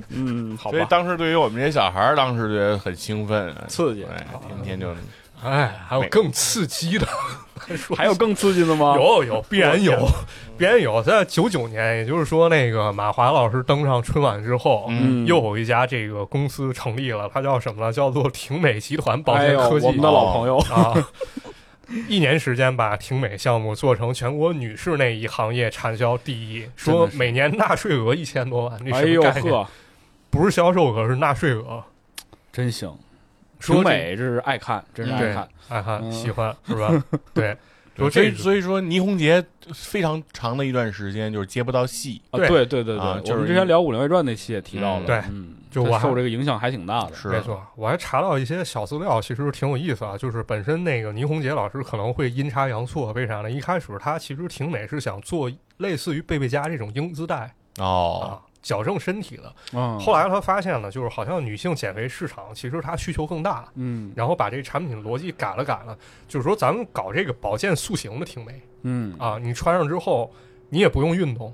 [SPEAKER 3] 嗯，好
[SPEAKER 5] 所以
[SPEAKER 3] 吧，
[SPEAKER 5] 当时对于我们这些小孩儿，当时觉得很兴奋、
[SPEAKER 3] 刺激
[SPEAKER 5] 哎，天天就
[SPEAKER 4] 哎，还有更刺激的，
[SPEAKER 3] 还有更刺激的吗？
[SPEAKER 4] 有有必然啊有， 必然有。在九九年，也就是说，那个马华老师登上春晚之后，
[SPEAKER 3] 嗯
[SPEAKER 4] 又有一家这个公司成立了，它叫什么呢？叫做挺美集团保
[SPEAKER 3] 哎
[SPEAKER 4] 健
[SPEAKER 3] 呦，
[SPEAKER 4] 科技。
[SPEAKER 3] 我们的老朋友，
[SPEAKER 4] 啊，一年时间把挺美项目做成全国女士内衣行业产销第一，说
[SPEAKER 3] 真的是
[SPEAKER 4] 每年纳税额一千多万，这
[SPEAKER 3] 哎
[SPEAKER 4] 什么
[SPEAKER 3] 呦
[SPEAKER 4] 概念？
[SPEAKER 3] 呵，
[SPEAKER 4] 不是销售额，是纳税额。
[SPEAKER 3] 真行，
[SPEAKER 4] 说
[SPEAKER 3] 挺
[SPEAKER 4] 这
[SPEAKER 3] 美，这是爱看，真是爱
[SPEAKER 4] 对
[SPEAKER 3] 看，，
[SPEAKER 4] 爱看、
[SPEAKER 3] 嗯
[SPEAKER 4] 喜欢是吧？ 对，说
[SPEAKER 5] 所
[SPEAKER 4] 这
[SPEAKER 5] 以
[SPEAKER 4] 是
[SPEAKER 5] 所以说倪虹洁非常长的一段时间就是接不到戏，
[SPEAKER 3] 啊，
[SPEAKER 4] 对
[SPEAKER 3] 对对对
[SPEAKER 5] 啊
[SPEAKER 3] 对，
[SPEAKER 5] 就是
[SPEAKER 3] 我们之前聊《武林外传》那期也提到了，
[SPEAKER 5] 嗯
[SPEAKER 4] 对
[SPEAKER 3] 嗯，
[SPEAKER 4] 就
[SPEAKER 3] 这
[SPEAKER 4] 我还
[SPEAKER 3] 受这个影响还挺大的，
[SPEAKER 5] 是
[SPEAKER 4] 没错，我还查到一些小资料，其实挺有意思啊。就是本身那个倪虹洁老师可能会阴差阳错，为啥呢？一开始她其实挺美是想做类似于贝贝佳这种英姿带
[SPEAKER 5] 哦，
[SPEAKER 4] 啊，矫正身体的。
[SPEAKER 3] 嗯，
[SPEAKER 4] 后来她发现呢，就是好像女性减肥市场其实它需求更大，
[SPEAKER 3] 嗯
[SPEAKER 4] 然后把这产品逻辑改了改了，就是说咱们搞这个保健塑形的挺美
[SPEAKER 3] 嗯，
[SPEAKER 4] 啊，你穿上之后你也不用运动，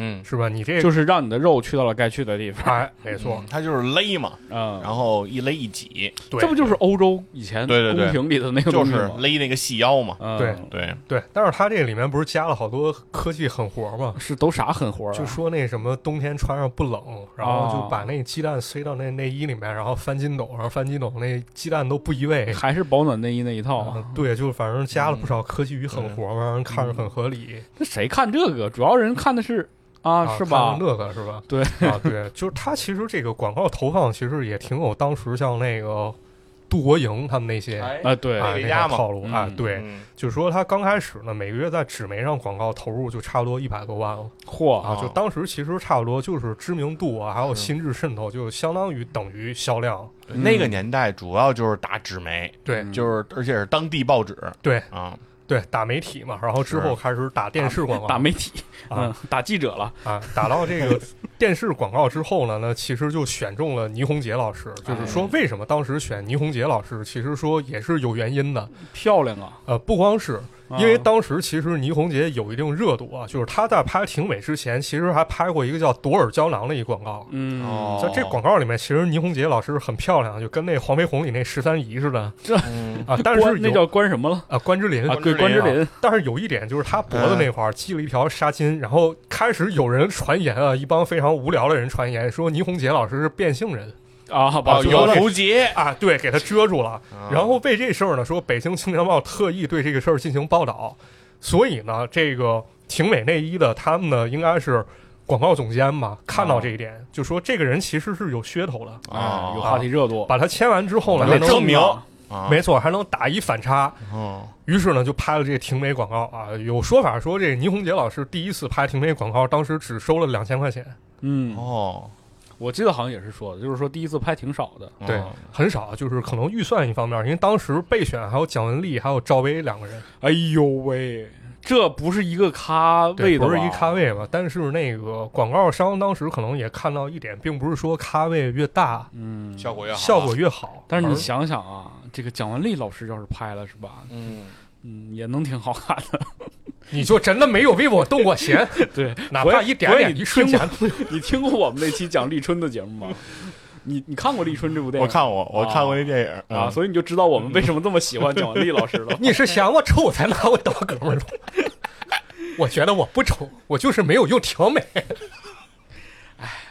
[SPEAKER 5] 嗯，
[SPEAKER 4] 是吧？你这
[SPEAKER 3] 就是让你的肉去到了该去的地 方，
[SPEAKER 4] 哎，没错
[SPEAKER 5] 嗯，他就是勒嘛，
[SPEAKER 3] 嗯，
[SPEAKER 5] 然后一勒一挤，
[SPEAKER 4] 对
[SPEAKER 3] 这不就是欧洲以前
[SPEAKER 5] 对对对
[SPEAKER 3] 宫廷里的那个
[SPEAKER 5] 就
[SPEAKER 3] 东西
[SPEAKER 5] 是
[SPEAKER 3] 吗？
[SPEAKER 5] 勒那个细腰嘛，
[SPEAKER 3] 嗯
[SPEAKER 4] 对
[SPEAKER 5] 对，
[SPEAKER 4] 对，但是它这里面不是加了好多科技狠活吗？
[SPEAKER 3] 是都啥狠活儿啊？哦
[SPEAKER 4] 就说那什么冬天穿上不冷，然后就把那鸡蛋塞到那内衣里面，然后翻筋斗，然后翻筋斗那鸡蛋都不移位。
[SPEAKER 3] 还是保暖内衣那一套啊
[SPEAKER 4] 嗯。对，就反正加了
[SPEAKER 3] 嗯
[SPEAKER 4] 不少科技与狠活嘛，让人看着很合理
[SPEAKER 3] 那谁看这个？主要人看的是啊，是吧
[SPEAKER 4] 看着？乐呵是吧？
[SPEAKER 3] 对
[SPEAKER 4] 啊，对，就是它其实这个广告投放其实也挺有当时像那个杜国营他们那些啊
[SPEAKER 3] 啊，对，
[SPEAKER 5] 哎
[SPEAKER 4] 那
[SPEAKER 5] 家
[SPEAKER 4] 种
[SPEAKER 5] 嘛
[SPEAKER 4] 套路
[SPEAKER 3] 嗯
[SPEAKER 4] 啊，对，
[SPEAKER 5] 嗯
[SPEAKER 4] 就是说他刚开始呢，每个月在纸媒上广告投入就差不多一百多万了。
[SPEAKER 3] 嚯，
[SPEAKER 4] 啊，就
[SPEAKER 5] 哦
[SPEAKER 4] 当时其实差不多就是知名度啊，还有
[SPEAKER 5] 是
[SPEAKER 4] 心智渗透，就相当于等于销量。
[SPEAKER 5] 对
[SPEAKER 3] 嗯
[SPEAKER 5] 那个年代主要就是打纸媒，
[SPEAKER 4] 对
[SPEAKER 3] 嗯
[SPEAKER 5] 就是而且是当地报纸，
[SPEAKER 4] 对
[SPEAKER 5] 啊，
[SPEAKER 4] 对，打媒体嘛，然后之后开始打电视广告，
[SPEAKER 3] 打媒体，
[SPEAKER 4] 啊
[SPEAKER 3] 嗯，打记者了，
[SPEAKER 4] 啊，打到这 个电视广告之后呢，那其实就选中了倪虹洁老师。就是说，
[SPEAKER 3] 嗯
[SPEAKER 4] 为什么当时选倪虹洁老师，其实说也是有原因的。
[SPEAKER 3] 漂亮啊！
[SPEAKER 4] 呃，不光是
[SPEAKER 3] 啊
[SPEAKER 4] 因为当时其实倪虹洁有一定热度啊，就是她在拍《婷美》之前，其实还拍过一个叫《朵尔胶囊》的一广告。
[SPEAKER 3] 嗯，
[SPEAKER 5] 哦，
[SPEAKER 4] 在这广告里面，其实倪虹洁老师很漂亮，就跟那《黄飞鸿》里那十三姨似的
[SPEAKER 5] 嗯
[SPEAKER 4] 啊。但是
[SPEAKER 3] 关那
[SPEAKER 4] 有
[SPEAKER 3] 叫关什么了？
[SPEAKER 4] 啊，关之琳
[SPEAKER 3] 啊，对，关
[SPEAKER 5] 关
[SPEAKER 3] 之
[SPEAKER 5] 之
[SPEAKER 3] 琳，
[SPEAKER 4] 但是有一点就是他脖子那块儿系了一条纱巾，然后开始有人传言啊，一帮非常无聊的人传言说倪虹洁老师是变性人
[SPEAKER 3] 啊，把
[SPEAKER 5] 哦，
[SPEAKER 4] 有
[SPEAKER 5] 有
[SPEAKER 4] 了
[SPEAKER 5] 喉结，
[SPEAKER 4] 啊，对，给他遮住了。
[SPEAKER 3] 啊
[SPEAKER 4] 然后为这事儿呢，说北京青年报特意对这个事儿进行报道，所以呢，这个挺美内衣的他们呢，应该是广告总监嘛，看
[SPEAKER 3] 啊
[SPEAKER 4] 到这一点，就说这个人其实是有噱头的，
[SPEAKER 5] 啊，
[SPEAKER 3] 有话题热度，
[SPEAKER 4] 把他签完之后呢，
[SPEAKER 5] 把它
[SPEAKER 4] 还能
[SPEAKER 5] 证明啊
[SPEAKER 4] 没错，还能打一反差。
[SPEAKER 5] 嗯
[SPEAKER 4] 于是呢，就拍了这婷美广告啊。有说法说，这倪虹洁老师第一次拍婷美广告，当时只收了两千块钱，
[SPEAKER 3] 嗯，
[SPEAKER 5] 哦，
[SPEAKER 3] 我记得好像也是说的，就是说第一次拍挺少的，
[SPEAKER 5] 嗯
[SPEAKER 4] 对，很少，就是可能预算一方面，因为当时备选还有蒋雯丽还有赵薇两个人，
[SPEAKER 3] 哎呦喂，这不是一个咖位的吧，
[SPEAKER 4] 不是一咖位吧？但是那个广告商当时可能也看到一点，并不是说咖位越大
[SPEAKER 3] 嗯，
[SPEAKER 5] 效果越好，啊
[SPEAKER 4] 效果，越好，
[SPEAKER 3] 但是你
[SPEAKER 4] 而
[SPEAKER 3] 想想啊，这个蒋雯丽老师要是拍了是吧，
[SPEAKER 5] 嗯，
[SPEAKER 3] 嗯，也能挺好看 的。
[SPEAKER 4] 你就真的没有为我动过弦，
[SPEAKER 3] 对，
[SPEAKER 4] 哪
[SPEAKER 3] 我也
[SPEAKER 4] 怕一点
[SPEAKER 3] 我也
[SPEAKER 4] 点一瞬间。
[SPEAKER 3] 你听过我们那期讲立春的节目吗？你你看过立春这部电
[SPEAKER 5] 我
[SPEAKER 3] 影？
[SPEAKER 5] 看过，我看过那电影
[SPEAKER 4] 嗯
[SPEAKER 5] 嗯
[SPEAKER 3] 啊，所以你就知道我们为什么这么
[SPEAKER 4] 。
[SPEAKER 3] 喜欢蒋雯丽老师了
[SPEAKER 4] 你是嫌我丑才拿我当哥们儿吗？ 我觉得我不丑，我就是没有用调美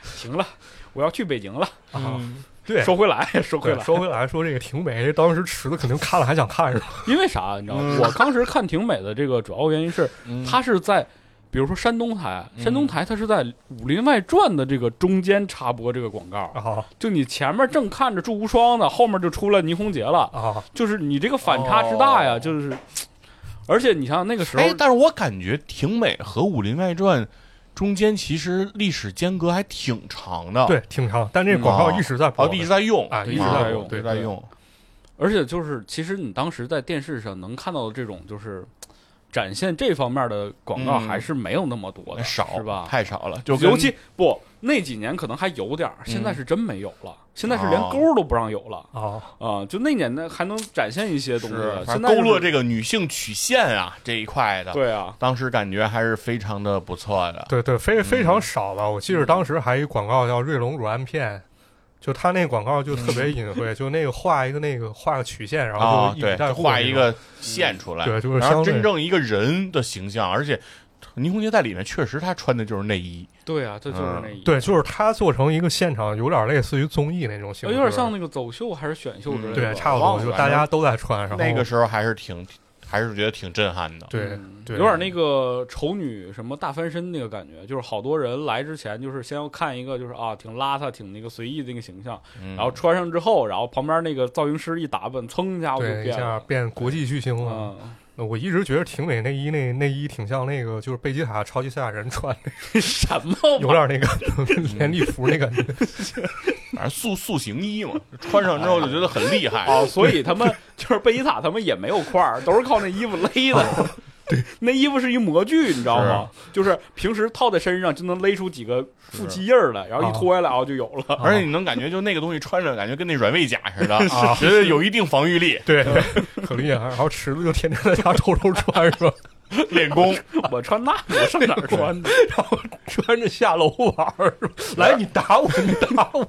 [SPEAKER 3] 行了，我要去北京了。
[SPEAKER 4] 啊。 对，
[SPEAKER 3] 说回来，说回
[SPEAKER 4] 对
[SPEAKER 3] 来，
[SPEAKER 4] 说回来说这个婷美，当时池子肯定看了还想看是吧？
[SPEAKER 3] 因为啥？你知道吗，
[SPEAKER 5] 嗯
[SPEAKER 3] 我当时看挺美的这个主要原因是，
[SPEAKER 5] 嗯
[SPEAKER 3] 它是在比如说山东台，山
[SPEAKER 4] 嗯
[SPEAKER 3] 东台它是在《武林外传》的这个中间插播这个广告，
[SPEAKER 4] 啊
[SPEAKER 3] 就你前面正看着祝无双呢，后面就出来倪虹洁了，
[SPEAKER 4] 啊，
[SPEAKER 3] 就是你这个反差之大呀，
[SPEAKER 5] 哦
[SPEAKER 3] 就是，而且你像那个时候
[SPEAKER 5] 哎，，但是我感觉挺美和《武林外传》中间其实历史间隔还挺长的，
[SPEAKER 4] 对，挺长，但这广告一直在播
[SPEAKER 5] 哦，
[SPEAKER 4] 的，
[SPEAKER 5] 一直在用
[SPEAKER 4] 啊，
[SPEAKER 3] 对
[SPEAKER 4] 一直
[SPEAKER 3] 一直
[SPEAKER 4] 在
[SPEAKER 3] 在
[SPEAKER 4] 播
[SPEAKER 3] 用
[SPEAKER 5] 一
[SPEAKER 4] 对
[SPEAKER 5] 直在。用，
[SPEAKER 3] 而且就是，其实你当时在电视上能看到的这种就是展现这方面的广告
[SPEAKER 5] 嗯哎
[SPEAKER 3] 还是没有那么多的，
[SPEAKER 5] 少
[SPEAKER 3] 是吧？
[SPEAKER 5] 太少了，就跟嗯
[SPEAKER 3] 尤其不那几年可能还有点儿，现在是真没有了，现在是连
[SPEAKER 5] 哦
[SPEAKER 3] 勾都不让有了
[SPEAKER 4] 啊，
[SPEAKER 3] 啊、就那年代还能展现一些东西
[SPEAKER 5] 是，，
[SPEAKER 3] 现
[SPEAKER 5] 反正
[SPEAKER 3] 在就是
[SPEAKER 5] 勾勒这个女性曲线啊这一块的，，
[SPEAKER 3] 对啊，
[SPEAKER 5] 当时感觉还是非常的不错的，
[SPEAKER 4] 对对，非非常少吧。我记得当时还有一广告叫“瑞龙乳胺片”，就他那广告就特别隐晦，就那个画一个那个画个曲线，然后
[SPEAKER 5] 啊，
[SPEAKER 4] 就一笔
[SPEAKER 5] 对，
[SPEAKER 4] 带
[SPEAKER 5] 就
[SPEAKER 4] 过
[SPEAKER 5] 画
[SPEAKER 4] 那
[SPEAKER 5] 一
[SPEAKER 4] 种
[SPEAKER 5] 个线出来，
[SPEAKER 4] 对就是
[SPEAKER 5] 然后
[SPEAKER 4] 相对
[SPEAKER 5] 真正一个人的形象，而且倪虹洁在里面确实她穿的就是内衣，
[SPEAKER 3] 对啊，这就是
[SPEAKER 5] 嗯
[SPEAKER 3] 那一、
[SPEAKER 4] 对，就是他做成一个现场，有点类似于综艺那种形
[SPEAKER 3] 呃，
[SPEAKER 4] 式，
[SPEAKER 3] 有点像那个走秀还是选秀之
[SPEAKER 5] 嗯
[SPEAKER 3] 类的吧，
[SPEAKER 4] 对，差不
[SPEAKER 5] 忘
[SPEAKER 4] 多
[SPEAKER 5] 了
[SPEAKER 4] 就大家都在穿，然后
[SPEAKER 5] 那个时候还是挺，还是觉得挺震撼的，
[SPEAKER 4] 对
[SPEAKER 3] 嗯
[SPEAKER 4] 对，
[SPEAKER 3] 有点那个丑女什么大翻身那个感觉，就是好多人来之前就是先要看一个就是啊挺邋遢挺那个随意的那个形象，
[SPEAKER 5] 嗯
[SPEAKER 3] 然后穿上之后，然后旁边那个造型师一打扮，噌一下我就
[SPEAKER 4] 对一
[SPEAKER 3] 变
[SPEAKER 4] 下
[SPEAKER 3] 了。
[SPEAKER 4] 变国际巨星了。
[SPEAKER 3] 嗯，
[SPEAKER 4] 我一直觉得挺美内衣那内衣挺像那个就是贝吉塔超级赛亚人穿 的，
[SPEAKER 3] 什么
[SPEAKER 4] 有
[SPEAKER 3] 玩意儿？
[SPEAKER 4] 点那个连体服那感觉。
[SPEAKER 5] 反正塑塑形衣嘛，穿上之后就觉得很厉害，
[SPEAKER 3] 哦， 所以他们就是贝吉塔，他们也没有块儿，都是靠那衣服勒 的。那衣服是一模具，你知道吗？就是啊平时套在身上就能勒出几个腹肌印儿来，然后一脱下来啊就有了。
[SPEAKER 5] 而且你能感觉就那个东西穿着，感觉跟那软猬甲似 的，啊，觉得有一定防御 力，
[SPEAKER 4] 对，可厉害。然后池子就天天在家偷偷穿，是吧？
[SPEAKER 5] 练功，
[SPEAKER 3] 我穿那个我上哪儿穿 呢？
[SPEAKER 4] 然后穿着下楼玩儿，是吧来你打我，你打我。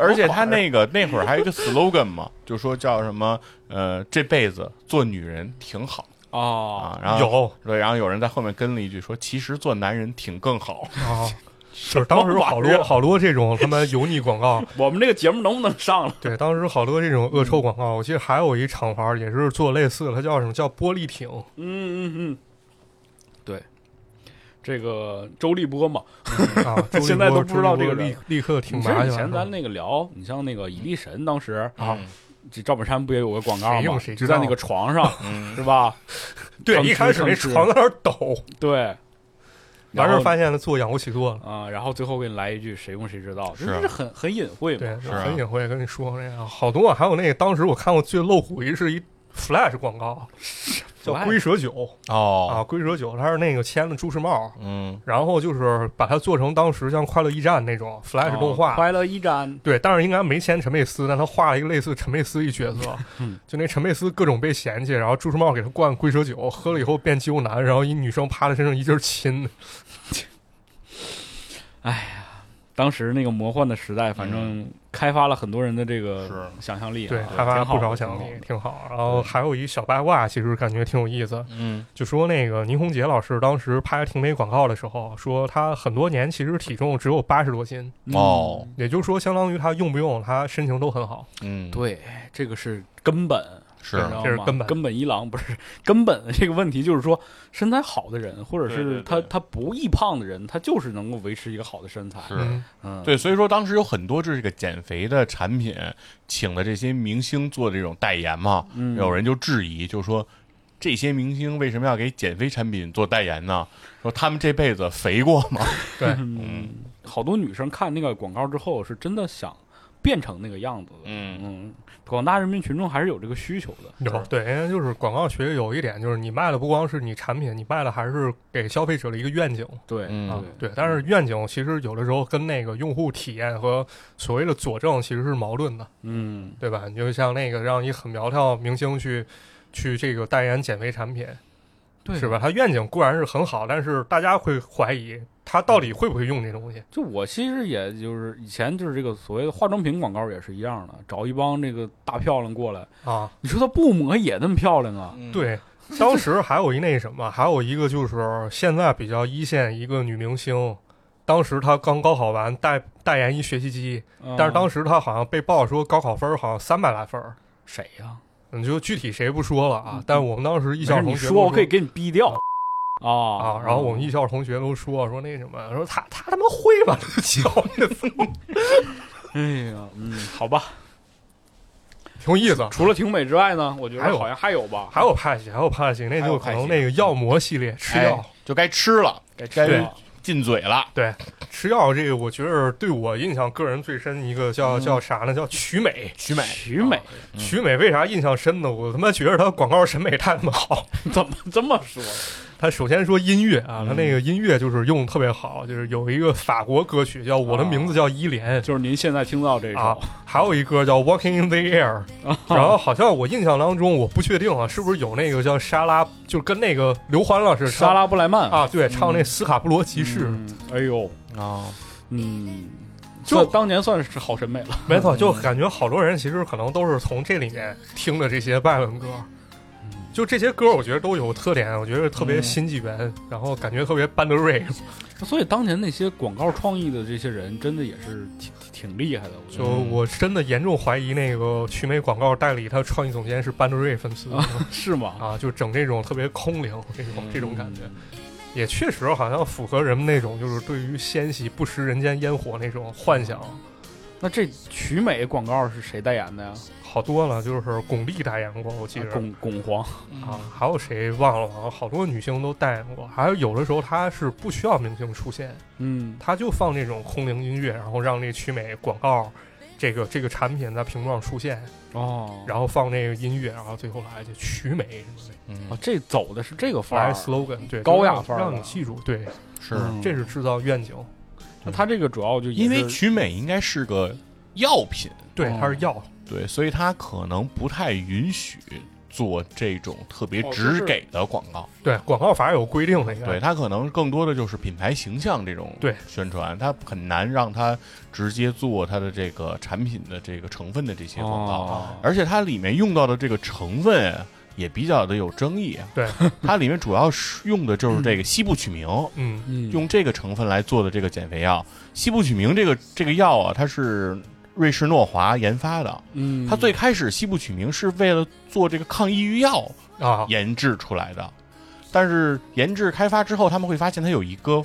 [SPEAKER 5] 而且他那 个那会儿还有一个 slogan 嘛，就说叫什么呃，这辈子做女人挺好
[SPEAKER 3] 哦，
[SPEAKER 5] 啊，然后
[SPEAKER 4] 有
[SPEAKER 5] 对，然后有人在后面跟了一句说，其实做男人挺更好，
[SPEAKER 4] 啊，就是当
[SPEAKER 3] 什
[SPEAKER 4] 时好
[SPEAKER 3] 么玩意
[SPEAKER 4] 多
[SPEAKER 3] 儿啊
[SPEAKER 4] 好多这种他妈油腻广告，
[SPEAKER 3] 我们这个节目能不能上了？
[SPEAKER 4] 对，当时好多这种恶臭广告，我记得还有一厂牌儿也是做类似的，它叫什么叫玻璃艇，
[SPEAKER 3] 嗯嗯嗯，对，这个周立波嘛，
[SPEAKER 4] 啊，
[SPEAKER 3] 现在都不知道这个
[SPEAKER 4] 立
[SPEAKER 3] 人
[SPEAKER 4] 立刻挺
[SPEAKER 3] 你
[SPEAKER 4] 麻
[SPEAKER 3] 像
[SPEAKER 4] 烦。嗯
[SPEAKER 3] 以前咱那个聊，你像那个以力神当时
[SPEAKER 5] 啊，
[SPEAKER 3] 这赵本山不也有个广告
[SPEAKER 4] 谁
[SPEAKER 3] 吗
[SPEAKER 4] 用？谁嗯
[SPEAKER 3] 就
[SPEAKER 4] 知
[SPEAKER 3] 在
[SPEAKER 4] 道
[SPEAKER 3] 那个床 上，是吧？
[SPEAKER 4] 对
[SPEAKER 3] 坑
[SPEAKER 4] 一开始那
[SPEAKER 3] 坑吃
[SPEAKER 4] 床在那儿抖，
[SPEAKER 3] 对，
[SPEAKER 4] 完 事
[SPEAKER 3] 然
[SPEAKER 4] 儿
[SPEAKER 3] 后
[SPEAKER 4] 发现他做仰卧起坐了，
[SPEAKER 3] 啊、然后最后给你来一句谁用谁知道，
[SPEAKER 5] 是
[SPEAKER 3] 这这很很隐晦嘛。
[SPEAKER 4] 啊对，
[SPEAKER 5] 是啊
[SPEAKER 4] 很隐晦跟你说那个好多啊，还有那个当时我看过最露骨一是一 Flash 广告，叫
[SPEAKER 3] Flash
[SPEAKER 4] 龟蛇酒啊，
[SPEAKER 5] 哦，
[SPEAKER 4] 龟蛇酒，它是那个签了朱时茂。
[SPEAKER 5] 嗯，
[SPEAKER 4] 然后就是把它做成当时像《快乐驿站》那种 Flash 动画，
[SPEAKER 3] 哦快乐驿站，
[SPEAKER 4] 对，但是应该没签陈佩斯，但他画了一个类似陈佩斯一角色，
[SPEAKER 3] 嗯
[SPEAKER 4] 就那陈佩斯各种被嫌弃，然后朱时茂给他灌龟蛇酒，喝了以后变肌肉男，然后一女生趴他身上一劲儿亲，
[SPEAKER 3] 当时那个魔幻的时代，反正开发了很多人的这个
[SPEAKER 5] 是
[SPEAKER 3] 想象力啊、
[SPEAKER 4] 嗯对，
[SPEAKER 3] 挺
[SPEAKER 4] 开发了
[SPEAKER 3] 好
[SPEAKER 4] 不
[SPEAKER 3] 的
[SPEAKER 4] 少想
[SPEAKER 3] 挺
[SPEAKER 4] 象
[SPEAKER 3] 好
[SPEAKER 4] 力，
[SPEAKER 3] 的嗯
[SPEAKER 4] 挺好。然后还有一小八卦，其实感觉挺有意思，
[SPEAKER 5] 嗯，
[SPEAKER 4] 就说那个倪虹洁老师当时拍婷美广告的时候，说她很多年其实体重只有八十多斤，
[SPEAKER 3] 嗯
[SPEAKER 5] 哦，
[SPEAKER 4] 也就是说，相当于她用不用她身形都很好。
[SPEAKER 5] 嗯，
[SPEAKER 3] 对，这个是根本。
[SPEAKER 5] 是
[SPEAKER 3] 你知道
[SPEAKER 4] 这是
[SPEAKER 3] 吗
[SPEAKER 4] 根本
[SPEAKER 3] 根本一郎不是根本这个问题，就是说身材好的人，或者
[SPEAKER 5] 对
[SPEAKER 3] 是
[SPEAKER 5] 对
[SPEAKER 3] 他
[SPEAKER 5] 对
[SPEAKER 3] 他不易胖的人，他就是能够维持一个好的身材。
[SPEAKER 5] 是
[SPEAKER 4] 嗯，
[SPEAKER 3] 嗯，
[SPEAKER 5] 对，所以说当时有很多这个减肥的产品，请的这些明星做这种代言嘛，
[SPEAKER 3] 嗯
[SPEAKER 5] 有人就质疑，就说这些明星为什么要给减肥产品做代言呢？说他们这辈子肥过吗？
[SPEAKER 4] 对，
[SPEAKER 3] 好多女生看那个广告之后，是真的想变成那个样子的。
[SPEAKER 5] 嗯
[SPEAKER 3] 嗯，广大人民群众还是有这个需求的。
[SPEAKER 4] 有对，人家就是广告学有一点，就是你卖的不光是你产品，你卖的还是给消费者的一个愿景。
[SPEAKER 3] 对，
[SPEAKER 5] 嗯
[SPEAKER 3] 啊
[SPEAKER 4] 对，但是愿景其实有的时候跟那个用户体验和所谓的佐证其实是矛盾的，
[SPEAKER 3] 嗯，
[SPEAKER 4] 对吧？你就像那个让一很苗条明星去去这个代言减肥产品，
[SPEAKER 3] 对，
[SPEAKER 4] 是吧？？他愿景固然是很好，但是大家会怀疑他到底会不会用这东西。
[SPEAKER 3] 就我其实也就是以前就是这个所谓的化妆品广告也是一样的，找一帮这个大漂亮过来，
[SPEAKER 4] 啊，
[SPEAKER 3] 你说她不抹也那么漂亮
[SPEAKER 5] 嗯
[SPEAKER 3] 啊？
[SPEAKER 4] 对，当时还有一那什么，还有一个就是现在比较一线一个女明星，当时她刚高考完代代言一学习机，
[SPEAKER 3] 嗯
[SPEAKER 4] 但是当时她好像被曝说高考分儿好像三百来分儿，
[SPEAKER 3] 谁呀？
[SPEAKER 4] 你就具体谁不说了啊？但是我们当时
[SPEAKER 3] 嗯
[SPEAKER 4] 艺
[SPEAKER 3] 没
[SPEAKER 4] 校
[SPEAKER 3] 事，
[SPEAKER 4] 同
[SPEAKER 3] 你
[SPEAKER 4] 学
[SPEAKER 3] 说，
[SPEAKER 4] 都
[SPEAKER 3] 我可以给你逼掉啊
[SPEAKER 4] 啊，然后我们艺校同学都说说那什么，说他他他妈会 吧，教那风，
[SPEAKER 3] 哎呀，嗯，好吧。
[SPEAKER 4] 挺有意思。
[SPEAKER 3] 除了挺美之外呢，我觉
[SPEAKER 4] 还
[SPEAKER 3] 得
[SPEAKER 4] 有
[SPEAKER 3] 好像还有吧，
[SPEAKER 4] 还有派系，还有派系，那
[SPEAKER 5] 还有
[SPEAKER 4] 就
[SPEAKER 5] 派
[SPEAKER 4] 可能
[SPEAKER 5] 系
[SPEAKER 3] 啊
[SPEAKER 4] 那个药魔系列吃
[SPEAKER 5] 哎
[SPEAKER 4] 药，
[SPEAKER 5] 就该吃了，
[SPEAKER 3] 该吃
[SPEAKER 5] 该
[SPEAKER 3] 了。
[SPEAKER 5] 进嘴了。
[SPEAKER 4] 对，吃药这个，我觉得对我印象个人最深一个
[SPEAKER 3] 嗯
[SPEAKER 4] 叫、叫啥呢？叫曲美。
[SPEAKER 5] 曲美，
[SPEAKER 3] 曲美啊
[SPEAKER 4] 曲美为啥印象深呢？我他妈觉得她广告审美太他 妈好。
[SPEAKER 3] 怎么这么说？
[SPEAKER 4] 她首先说音乐啊，她那个音乐就是用的特别好，就是有一个法国歌曲叫《我的名
[SPEAKER 3] 啊
[SPEAKER 4] 字叫伊莲》
[SPEAKER 3] 就是您现在听到这
[SPEAKER 4] 啊
[SPEAKER 3] 首，
[SPEAKER 4] 还有一歌叫《Walking in the Air》，然后好像我印象当中，我不确定啊，是不是有那个叫莎拉，就跟那个刘欢老师唱
[SPEAKER 3] 莎拉布莱曼
[SPEAKER 4] 啊，对，唱那斯卡布罗集市。
[SPEAKER 3] 嗯哎呦，
[SPEAKER 5] 啊，
[SPEAKER 3] 嗯，
[SPEAKER 4] 就
[SPEAKER 3] 这当年算是好审美了。
[SPEAKER 4] 没错，就感觉好多人其实可能都是从这里面听的这些外文歌，就这些歌，我觉得都有特点，我觉得特别新纪元，然后感觉特别班德瑞，
[SPEAKER 3] 所以当年那些广告创意的这些人，真的也是挺挺挺厉害的。我觉
[SPEAKER 4] 就
[SPEAKER 3] 得
[SPEAKER 4] 我真的严重怀疑那个曲美广告代理他创意总监是班德瑞粉丝 啊
[SPEAKER 3] 是吗？
[SPEAKER 4] 就整这种特别空灵这种这种感觉，
[SPEAKER 3] 嗯
[SPEAKER 4] 也确实好像符合人们那种就是对于仙息不食人间烟火那种幻想。
[SPEAKER 3] 那这曲美广告是谁代言的呀？
[SPEAKER 4] 好多了，就是巩俐代言过，我记得、
[SPEAKER 3] 巩巩皇
[SPEAKER 4] 啊，还有谁忘了？好像好多女星都代言过，还有有的时候她是不需要明星出现，
[SPEAKER 3] 嗯，
[SPEAKER 4] 她就放这种空灵音乐，然后让那曲美广告这个这个产品在屏幕上出现，
[SPEAKER 3] 哦，
[SPEAKER 4] 然后放那个音乐，然后最后来就曲美什么的，啊
[SPEAKER 3] 啊
[SPEAKER 5] 嗯，，
[SPEAKER 3] 这走的是这个范
[SPEAKER 4] 来
[SPEAKER 3] 儿。
[SPEAKER 4] slogan 对
[SPEAKER 3] 高雅
[SPEAKER 4] 就让
[SPEAKER 3] 范儿
[SPEAKER 4] 让
[SPEAKER 3] 的
[SPEAKER 4] 你记住，对，
[SPEAKER 5] 是
[SPEAKER 3] 嗯
[SPEAKER 4] 这是制造愿景，
[SPEAKER 3] 那他这个主要就也
[SPEAKER 5] 因为
[SPEAKER 3] 是
[SPEAKER 5] 曲美应该是个药品，
[SPEAKER 4] 对，它是药，
[SPEAKER 5] 对，所以它可能不太允许做这种特别
[SPEAKER 3] 哦就是啊
[SPEAKER 5] 只给的广告。
[SPEAKER 4] 对，广告法有规定的，应该
[SPEAKER 5] 对，它可能更多的就是品牌形象这种
[SPEAKER 4] 对
[SPEAKER 5] 宣传，它很难让它直接做它的这个产品的这个成分的这些广告，
[SPEAKER 3] 哦
[SPEAKER 5] 而且它里面用到的这个成分也比较的有争议啊。
[SPEAKER 4] 对，
[SPEAKER 5] 它里面主要是用的就是这个西部曲明，
[SPEAKER 4] 嗯，
[SPEAKER 3] 嗯
[SPEAKER 5] 用这个成分来做的这个减肥药。西部曲明这个这个药啊，它是瑞士诺华研发的，
[SPEAKER 3] 嗯，
[SPEAKER 5] 它最开始西部曲明是为了做这个抗抑郁药
[SPEAKER 4] 啊，
[SPEAKER 5] 研制出来的，但是研制开发之后，他们会发现它有一个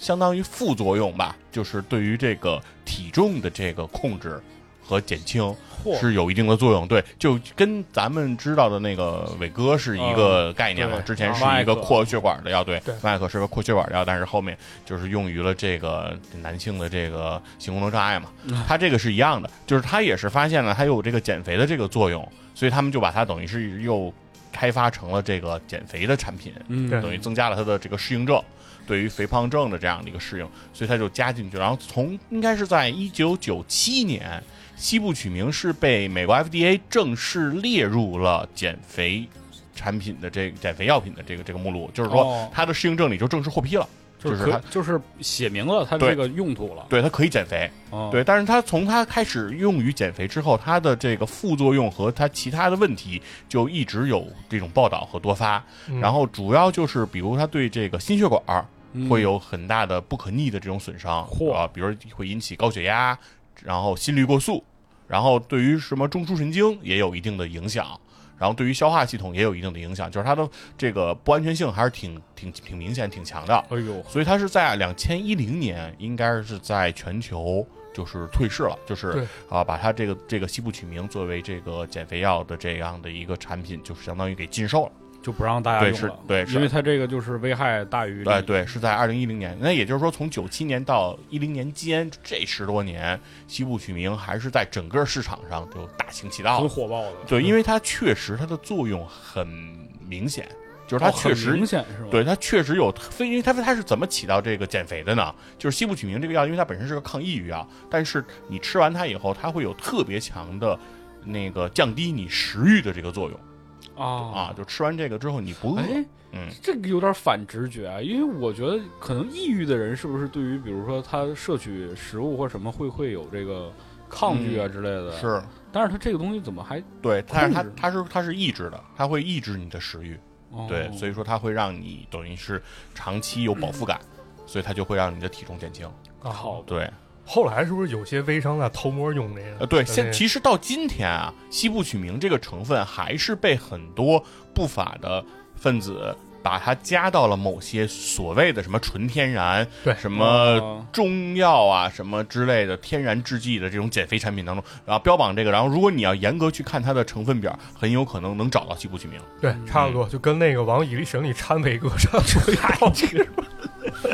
[SPEAKER 5] 相当于副作用吧，就是对于这个体重的这个控制和减轻
[SPEAKER 3] 嚯
[SPEAKER 5] 是有一定的作用。对，就跟咱们知道的那个伟哥是一个概念嘛，
[SPEAKER 3] 呃对
[SPEAKER 5] 之前是
[SPEAKER 3] 啊
[SPEAKER 5] 一个
[SPEAKER 3] 麦克
[SPEAKER 5] 扩血管的药，对
[SPEAKER 4] 对，
[SPEAKER 5] 麦克是个扩血管的药，但是后面就是用于了这个男性的这个性功能障碍嘛，
[SPEAKER 3] 嗯
[SPEAKER 5] 它这个是一样的，就是它也是发现了它有这个减肥的这个作用，所以他们就把它等于是又开发成了这个减肥的产品，
[SPEAKER 3] 嗯
[SPEAKER 4] 对
[SPEAKER 5] 等于增加了它的这个适应症，对于肥胖症的这样的一个适应，所以它就加进去。然后从应该是在一九九七年，西部曲明是被美国 FDA 正式列入了减肥产品的这个减肥药品的这个这个目录，就是说
[SPEAKER 3] 哦
[SPEAKER 5] 它的适应症里就正式获批了，
[SPEAKER 3] 就是可
[SPEAKER 5] 它
[SPEAKER 3] 就是写明了它
[SPEAKER 5] 对
[SPEAKER 3] 这个用途了。
[SPEAKER 5] 对它可以减肥。
[SPEAKER 3] 哦
[SPEAKER 5] 对，但是它从它开始用于减肥之后，它的这个副作用和它其他的问题就一直有这种报道和多发。
[SPEAKER 4] 嗯
[SPEAKER 5] 然后主要就是，比如它对这个心血管儿
[SPEAKER 3] 嗯
[SPEAKER 5] 会有很大的不可逆的这种损伤
[SPEAKER 3] 嚯
[SPEAKER 5] 啊，比如会引起高血压，然后心率过速，然后对于什么中枢神经也有一定的影响。然后对于消化系统也有一定的影响，就是它的这个不安全性还是挺挺挺明显、挺强的。
[SPEAKER 3] 哎呦，
[SPEAKER 5] 所以它是在两千一零年，应该是在全球就是退市了，就是
[SPEAKER 4] 对
[SPEAKER 5] 啊，把它这个这个西部曲名作为这个减肥药的这样的一个产品，就是相当于给禁售了。
[SPEAKER 3] 就不让大家
[SPEAKER 5] 对
[SPEAKER 3] 用
[SPEAKER 5] 是
[SPEAKER 3] 了，
[SPEAKER 5] 对是哎
[SPEAKER 3] 因为它这个就是危害大于利
[SPEAKER 5] 对对，是在二零一零年。那也就是说，从九七年到一零年间这十多年，西部曲名还是在整个市场上就大行其道
[SPEAKER 3] 很。火嗯爆的，
[SPEAKER 5] 对，因为它确实它的作用很明显，就是它
[SPEAKER 3] 哦很
[SPEAKER 5] 确实
[SPEAKER 3] 明显是吧？
[SPEAKER 5] 对它确实有非，因为它它是怎么起到这个减肥的呢？就是西部曲名这个药，因为它本身是个抗抑郁药，但是你吃完它以后，它会有特别强的那个降低你食欲的这个作用
[SPEAKER 3] 啊
[SPEAKER 5] 啊。就吃完这个之后你不饿，
[SPEAKER 3] 哎，
[SPEAKER 5] 嗯，
[SPEAKER 3] 这个有点反直觉啊，因为我觉得可能抑郁的人是不是对于比如说他摄取食物或什么会会有这个抗拒啊之类的？，
[SPEAKER 5] 嗯是
[SPEAKER 3] 但是他这个东西怎么还？
[SPEAKER 5] 对，但是它
[SPEAKER 3] 控制
[SPEAKER 5] 它是它是抑制的，它会抑制你的食欲，
[SPEAKER 3] 哦、
[SPEAKER 5] 对，所以说它会让你等于是长期有饱腹感，所以它就会让你的体重减轻。
[SPEAKER 4] 啊
[SPEAKER 3] 好吧，
[SPEAKER 5] 对，
[SPEAKER 4] 后来是不是有些微商在偷摸用这个？
[SPEAKER 5] 呃，对，
[SPEAKER 4] 在
[SPEAKER 5] 现
[SPEAKER 4] 那
[SPEAKER 5] 其实到今天啊，西部曲名这个成分还是被很多不法的分子把它加到了某些所谓的什么纯天然、
[SPEAKER 4] 对
[SPEAKER 5] 什么
[SPEAKER 3] 哦
[SPEAKER 5] 中药啊、什么之类的天然制剂的这种减肥产品当中，然后标榜这个。然后，如果你要严格去看它的成分表，很有可能能找到西部曲名。
[SPEAKER 4] 对，差不多就跟那个往蚁力神里掺伟哥差不多一道理。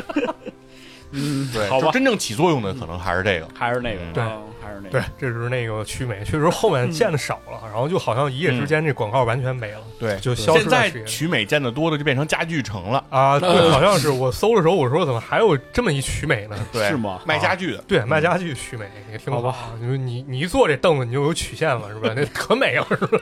[SPEAKER 5] 对
[SPEAKER 3] 好吧
[SPEAKER 5] 就真正起作用的可能还是这个。
[SPEAKER 3] 还是那个
[SPEAKER 5] 嗯
[SPEAKER 4] 对
[SPEAKER 3] 啊还是那个
[SPEAKER 4] 对，这是那个曲美，确实后面见的少了，然后就好像一夜
[SPEAKER 3] 嗯
[SPEAKER 4] 之间这广告完全没了，
[SPEAKER 5] 对
[SPEAKER 4] 就消
[SPEAKER 5] 现
[SPEAKER 4] 失在
[SPEAKER 5] 在
[SPEAKER 4] 视野里
[SPEAKER 5] 曲美见的多的就变成家具城了，
[SPEAKER 4] 啊，对，
[SPEAKER 3] 呃
[SPEAKER 4] 好像是我搜的时候，我说怎么还有这么一曲美呢？
[SPEAKER 5] 对，
[SPEAKER 3] 是吗
[SPEAKER 5] 卖家具的，
[SPEAKER 4] 对，卖家具曲美也
[SPEAKER 3] 嗯
[SPEAKER 4] 挺
[SPEAKER 3] 好吧
[SPEAKER 4] 啊你说你你一坐这凳子你就有曲线了是吧？那可美了是吧？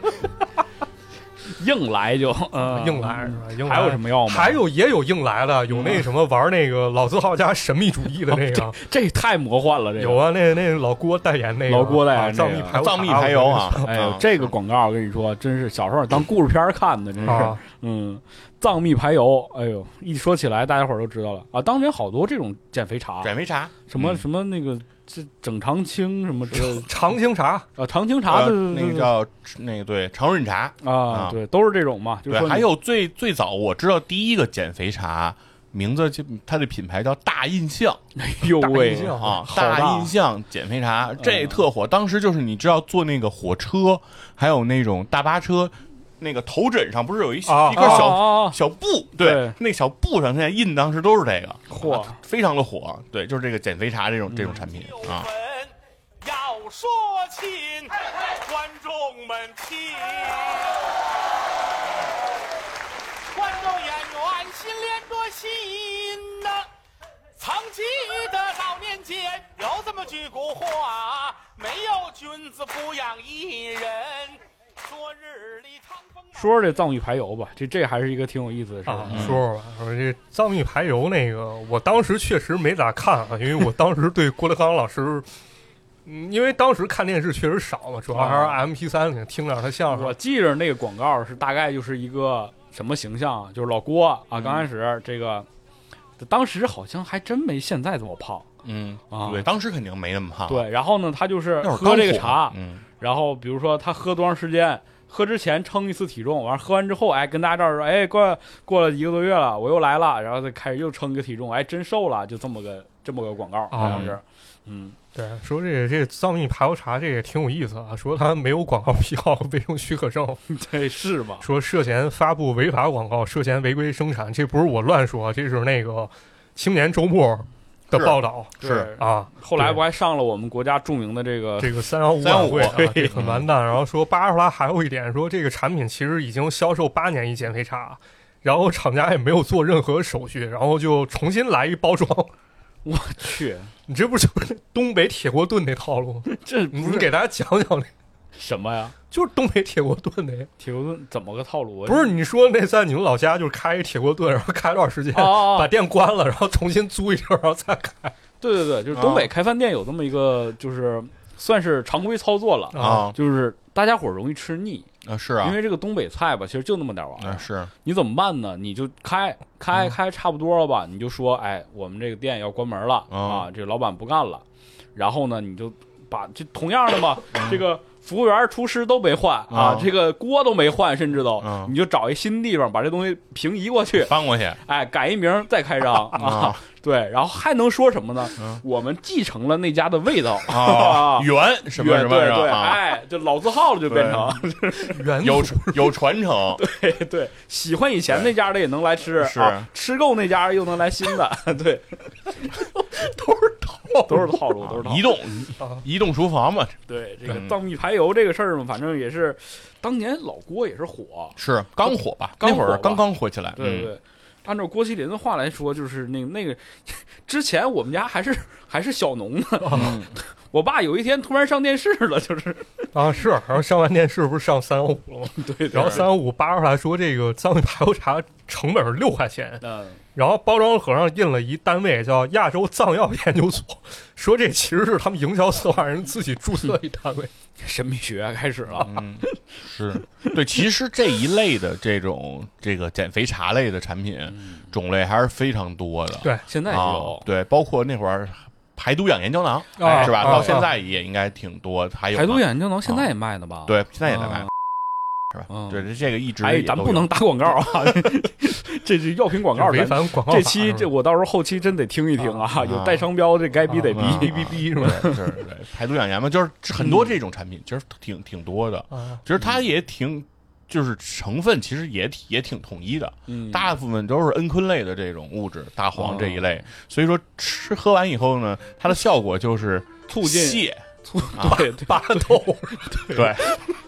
[SPEAKER 3] 硬来就嗯
[SPEAKER 4] 硬来是吧？硬来
[SPEAKER 3] 还有什么嗯药吗？
[SPEAKER 4] 还有也有硬来的，有那什么玩那个老字号加神秘主
[SPEAKER 3] 哦
[SPEAKER 4] 义的那个，
[SPEAKER 3] 这太魔幻了，这个
[SPEAKER 4] 有啊，那那老郭代言那个
[SPEAKER 3] 老郭代言
[SPEAKER 4] 啊
[SPEAKER 3] 那个
[SPEAKER 4] 藏秘排油
[SPEAKER 5] 藏秘排油啊，
[SPEAKER 3] 哎呦
[SPEAKER 5] 啊，
[SPEAKER 3] 这个广告我跟你说，真是小时候当故事片儿看的，真是。
[SPEAKER 4] 啊，
[SPEAKER 3] 嗯，藏秘排油，哎呦，一说起来大家伙儿都知道了啊。当年好多这种减肥茶，
[SPEAKER 5] 减肥茶
[SPEAKER 3] 什么
[SPEAKER 5] 嗯
[SPEAKER 3] 什么那个这整肠清什么之类的
[SPEAKER 4] 长青茶
[SPEAKER 3] 啊，常青茶
[SPEAKER 5] 呃
[SPEAKER 3] 的
[SPEAKER 5] 那个叫那个对常润茶，啊
[SPEAKER 3] 啊，对，都是这种嘛。就是
[SPEAKER 5] 对，
[SPEAKER 3] 说你
[SPEAKER 5] 还有最最早我知道第一个减肥茶，名字就它的品牌叫大印象
[SPEAKER 3] 哎呦
[SPEAKER 4] 大
[SPEAKER 3] 喂
[SPEAKER 4] 印，象
[SPEAKER 5] 啊，
[SPEAKER 3] 好大嗯
[SPEAKER 5] 大印象减肥茶这特火，当时就是你知道坐那个火车，还有那种大巴车，那个头枕上不是有一
[SPEAKER 4] 啊
[SPEAKER 5] 一个小
[SPEAKER 3] 啊啊啊
[SPEAKER 5] 小布，
[SPEAKER 3] 对
[SPEAKER 5] 那小布上现在印当时都是这个，
[SPEAKER 3] 嚯
[SPEAKER 5] 啊非常的火，对，就是这个减肥茶这
[SPEAKER 3] 嗯
[SPEAKER 5] 种这种产品啊，
[SPEAKER 6] 要说亲，观众们听，观众演员心连着心呐、曾记得早年间有这么句古话：没有君子不养艺人。昨日里长风满
[SPEAKER 3] 说说这藏秘排油吧，这这还是一个挺有意思的事儿
[SPEAKER 4] 啊，说说吧，说这藏秘排油那个，我当时确实没咋看啊，因为我当时对郭德纲老师，嗯，因为当时看电视确实少嘛，主要还是 M P 三里听点他相
[SPEAKER 3] 我
[SPEAKER 4] 声。
[SPEAKER 3] 记着那个广告是大概就是一个什么形象啊，就是老郭
[SPEAKER 5] 嗯
[SPEAKER 3] 啊，刚开始这个，当时好像还真没现在这么胖。
[SPEAKER 5] 嗯
[SPEAKER 3] 啊
[SPEAKER 5] 对，当时肯定没那么胖，，
[SPEAKER 3] 对，然后呢，他就是
[SPEAKER 5] 那会儿
[SPEAKER 3] 喝
[SPEAKER 5] 刚
[SPEAKER 3] 这个
[SPEAKER 5] 火
[SPEAKER 3] 茶，
[SPEAKER 5] 嗯，
[SPEAKER 3] 然后比如说他喝多长时间，喝之前称一次体重，完了喝完之后，哎，跟大家这儿说，哎，过过了一个多月了，我又来了，然后再开始又称一个体重，哎，真瘦了，就这么个这么个广告，
[SPEAKER 5] 啊
[SPEAKER 3] 好像是，嗯，
[SPEAKER 4] 对，说这这藏秘排油茶这也挺有意思啊，说他没有广告批号和卫生许可证，
[SPEAKER 3] 对，是吧？
[SPEAKER 4] 说涉嫌发布违法广告，涉嫌违规生产，这不是我乱说，这是那个《青年周末》的
[SPEAKER 5] 是
[SPEAKER 4] 报道
[SPEAKER 5] 是
[SPEAKER 3] 对。
[SPEAKER 4] 啊。
[SPEAKER 3] 后来
[SPEAKER 4] 对
[SPEAKER 3] 不还上了我们国家著名的这 个
[SPEAKER 4] 这个三幺五晚
[SPEAKER 5] 315
[SPEAKER 4] 会、啊
[SPEAKER 5] 对、
[SPEAKER 4] 这很完蛋。然后说巴士拉还有一点说，这个产品其实已经销售八年一减肥茶，然后厂家也没有做任何手续，然后就重新来一包装。
[SPEAKER 3] 我 去，
[SPEAKER 4] 你这不就是东北铁锅炖那套路？
[SPEAKER 3] 这
[SPEAKER 4] 你
[SPEAKER 3] 不是
[SPEAKER 4] 给大家讲讲那，
[SPEAKER 3] 什么呀？
[SPEAKER 4] 就是东北铁锅炖那。
[SPEAKER 3] 铁锅炖怎么个套路？我
[SPEAKER 4] 不是你说那在你们老家就是开一铁锅炖，然后开多少时间，
[SPEAKER 3] 哦哦哦
[SPEAKER 4] 把店关了，然后重新租一地儿，然后再开
[SPEAKER 3] 对对对，就是东北开饭店有这么一个，就是算是常规操作了，
[SPEAKER 5] 啊
[SPEAKER 3] 就是大家伙儿容易吃腻，
[SPEAKER 5] 啊是啊
[SPEAKER 3] 因，为这个东北菜吧，其实就那么点儿玩意
[SPEAKER 5] 啊
[SPEAKER 3] 儿。
[SPEAKER 5] 是，
[SPEAKER 3] 你怎么办呢？你就开开开差不多了吧？你就说，哎，我们这个店要关门了、
[SPEAKER 5] 哦
[SPEAKER 3] 啊，这个老板不干了。然后呢，你就把这同样的嘛，这个服务员、厨师都没换啊，
[SPEAKER 5] 啊
[SPEAKER 3] 这个锅都没换，甚至都
[SPEAKER 5] 啊
[SPEAKER 3] 你就找一新地方把这东西平移过去，
[SPEAKER 5] 翻过 去
[SPEAKER 3] 哎，改一名儿再开张啊
[SPEAKER 5] 啊。嗯
[SPEAKER 3] 对，然后还能说什么呢？我们继承了那家的味道
[SPEAKER 5] 啊，圆什么什么
[SPEAKER 3] 对
[SPEAKER 5] 是
[SPEAKER 3] 对，
[SPEAKER 5] 吧？啊，
[SPEAKER 3] 哎，就老字号了，就变成
[SPEAKER 4] 原
[SPEAKER 5] 有有传承，
[SPEAKER 3] 对对，喜欢以前那家的也能来吃，
[SPEAKER 5] 是
[SPEAKER 3] 啊吃够那家又能来新的， 对，
[SPEAKER 4] 都是套
[SPEAKER 3] 都是套路，都是套路
[SPEAKER 5] 移。动
[SPEAKER 4] 啊
[SPEAKER 5] 移动厨房嘛，
[SPEAKER 3] 对这个
[SPEAKER 5] 嗯
[SPEAKER 3] 藏秘排油这个事儿嘛，反正也是当年老郭也是火，
[SPEAKER 5] 是刚火吧？
[SPEAKER 3] 刚
[SPEAKER 5] 那
[SPEAKER 3] 火吧
[SPEAKER 5] 会儿刚刚火起来，
[SPEAKER 3] 对对
[SPEAKER 5] 嗯，
[SPEAKER 3] 对。按照郭麒麟的话来说，就是那个那个，之前我们家还是还是小农呢。我爸有一天突然上电视了，就是
[SPEAKER 4] 啊是，然后上完电视不是上三五了吗？
[SPEAKER 3] 对，
[SPEAKER 4] 然后
[SPEAKER 3] 对
[SPEAKER 4] 三五扒出来说这个藏米排油茶成本是六块钱，
[SPEAKER 3] 嗯，
[SPEAKER 4] 然后包装盒上印了一单位叫亚洲藏药研究所，说这其实是他们营销策划人自己注册一单位。
[SPEAKER 3] 神秘学啊开始
[SPEAKER 5] 嗯
[SPEAKER 3] 了。
[SPEAKER 5] 是， 对，其实这一类的这种这个减肥茶类的产品种类还是非常多的，
[SPEAKER 4] 对
[SPEAKER 3] 现嗯在也
[SPEAKER 5] 啊
[SPEAKER 3] 有，
[SPEAKER 5] 对，包括那会儿排毒养颜胶囊
[SPEAKER 4] 啊
[SPEAKER 5] 是吧？
[SPEAKER 4] 啊
[SPEAKER 5] 到现在也应该挺多，还有
[SPEAKER 3] 排毒
[SPEAKER 5] 呢
[SPEAKER 3] 眼镜囊现在也卖呢吧？
[SPEAKER 5] 对，现在也在卖
[SPEAKER 3] 啊，
[SPEAKER 5] 是吧
[SPEAKER 3] 嗯？
[SPEAKER 5] 对，这这个一直
[SPEAKER 3] 哎，
[SPEAKER 5] 也
[SPEAKER 3] 咱
[SPEAKER 5] 都
[SPEAKER 3] 不
[SPEAKER 5] 有
[SPEAKER 3] 能打广告啊，这是药品广告。
[SPEAKER 4] 违
[SPEAKER 3] 咱
[SPEAKER 4] 反广告
[SPEAKER 3] 这
[SPEAKER 4] 法
[SPEAKER 3] 期
[SPEAKER 4] 是吧
[SPEAKER 3] 这我到时候后期真得听一听啊，
[SPEAKER 5] 啊
[SPEAKER 3] 有带商标这该逼得逼
[SPEAKER 5] 啊
[SPEAKER 3] 逼逼逼是吧？
[SPEAKER 5] 对，是对排毒养颜嘛， 就是这很多这种产品，其实挺挺多的。
[SPEAKER 4] 啊，
[SPEAKER 5] 其实
[SPEAKER 3] 嗯
[SPEAKER 5] 它也挺，就是成分其实也挺也挺统一的，
[SPEAKER 3] 嗯
[SPEAKER 5] 大部分都是蒽醌类的这种物质，大黄这一类。
[SPEAKER 3] 哦
[SPEAKER 5] 所以说吃喝完以后呢，它的效果就是
[SPEAKER 3] 促进
[SPEAKER 5] 泻，
[SPEAKER 3] 促啊对对
[SPEAKER 4] 巴豆
[SPEAKER 5] 对，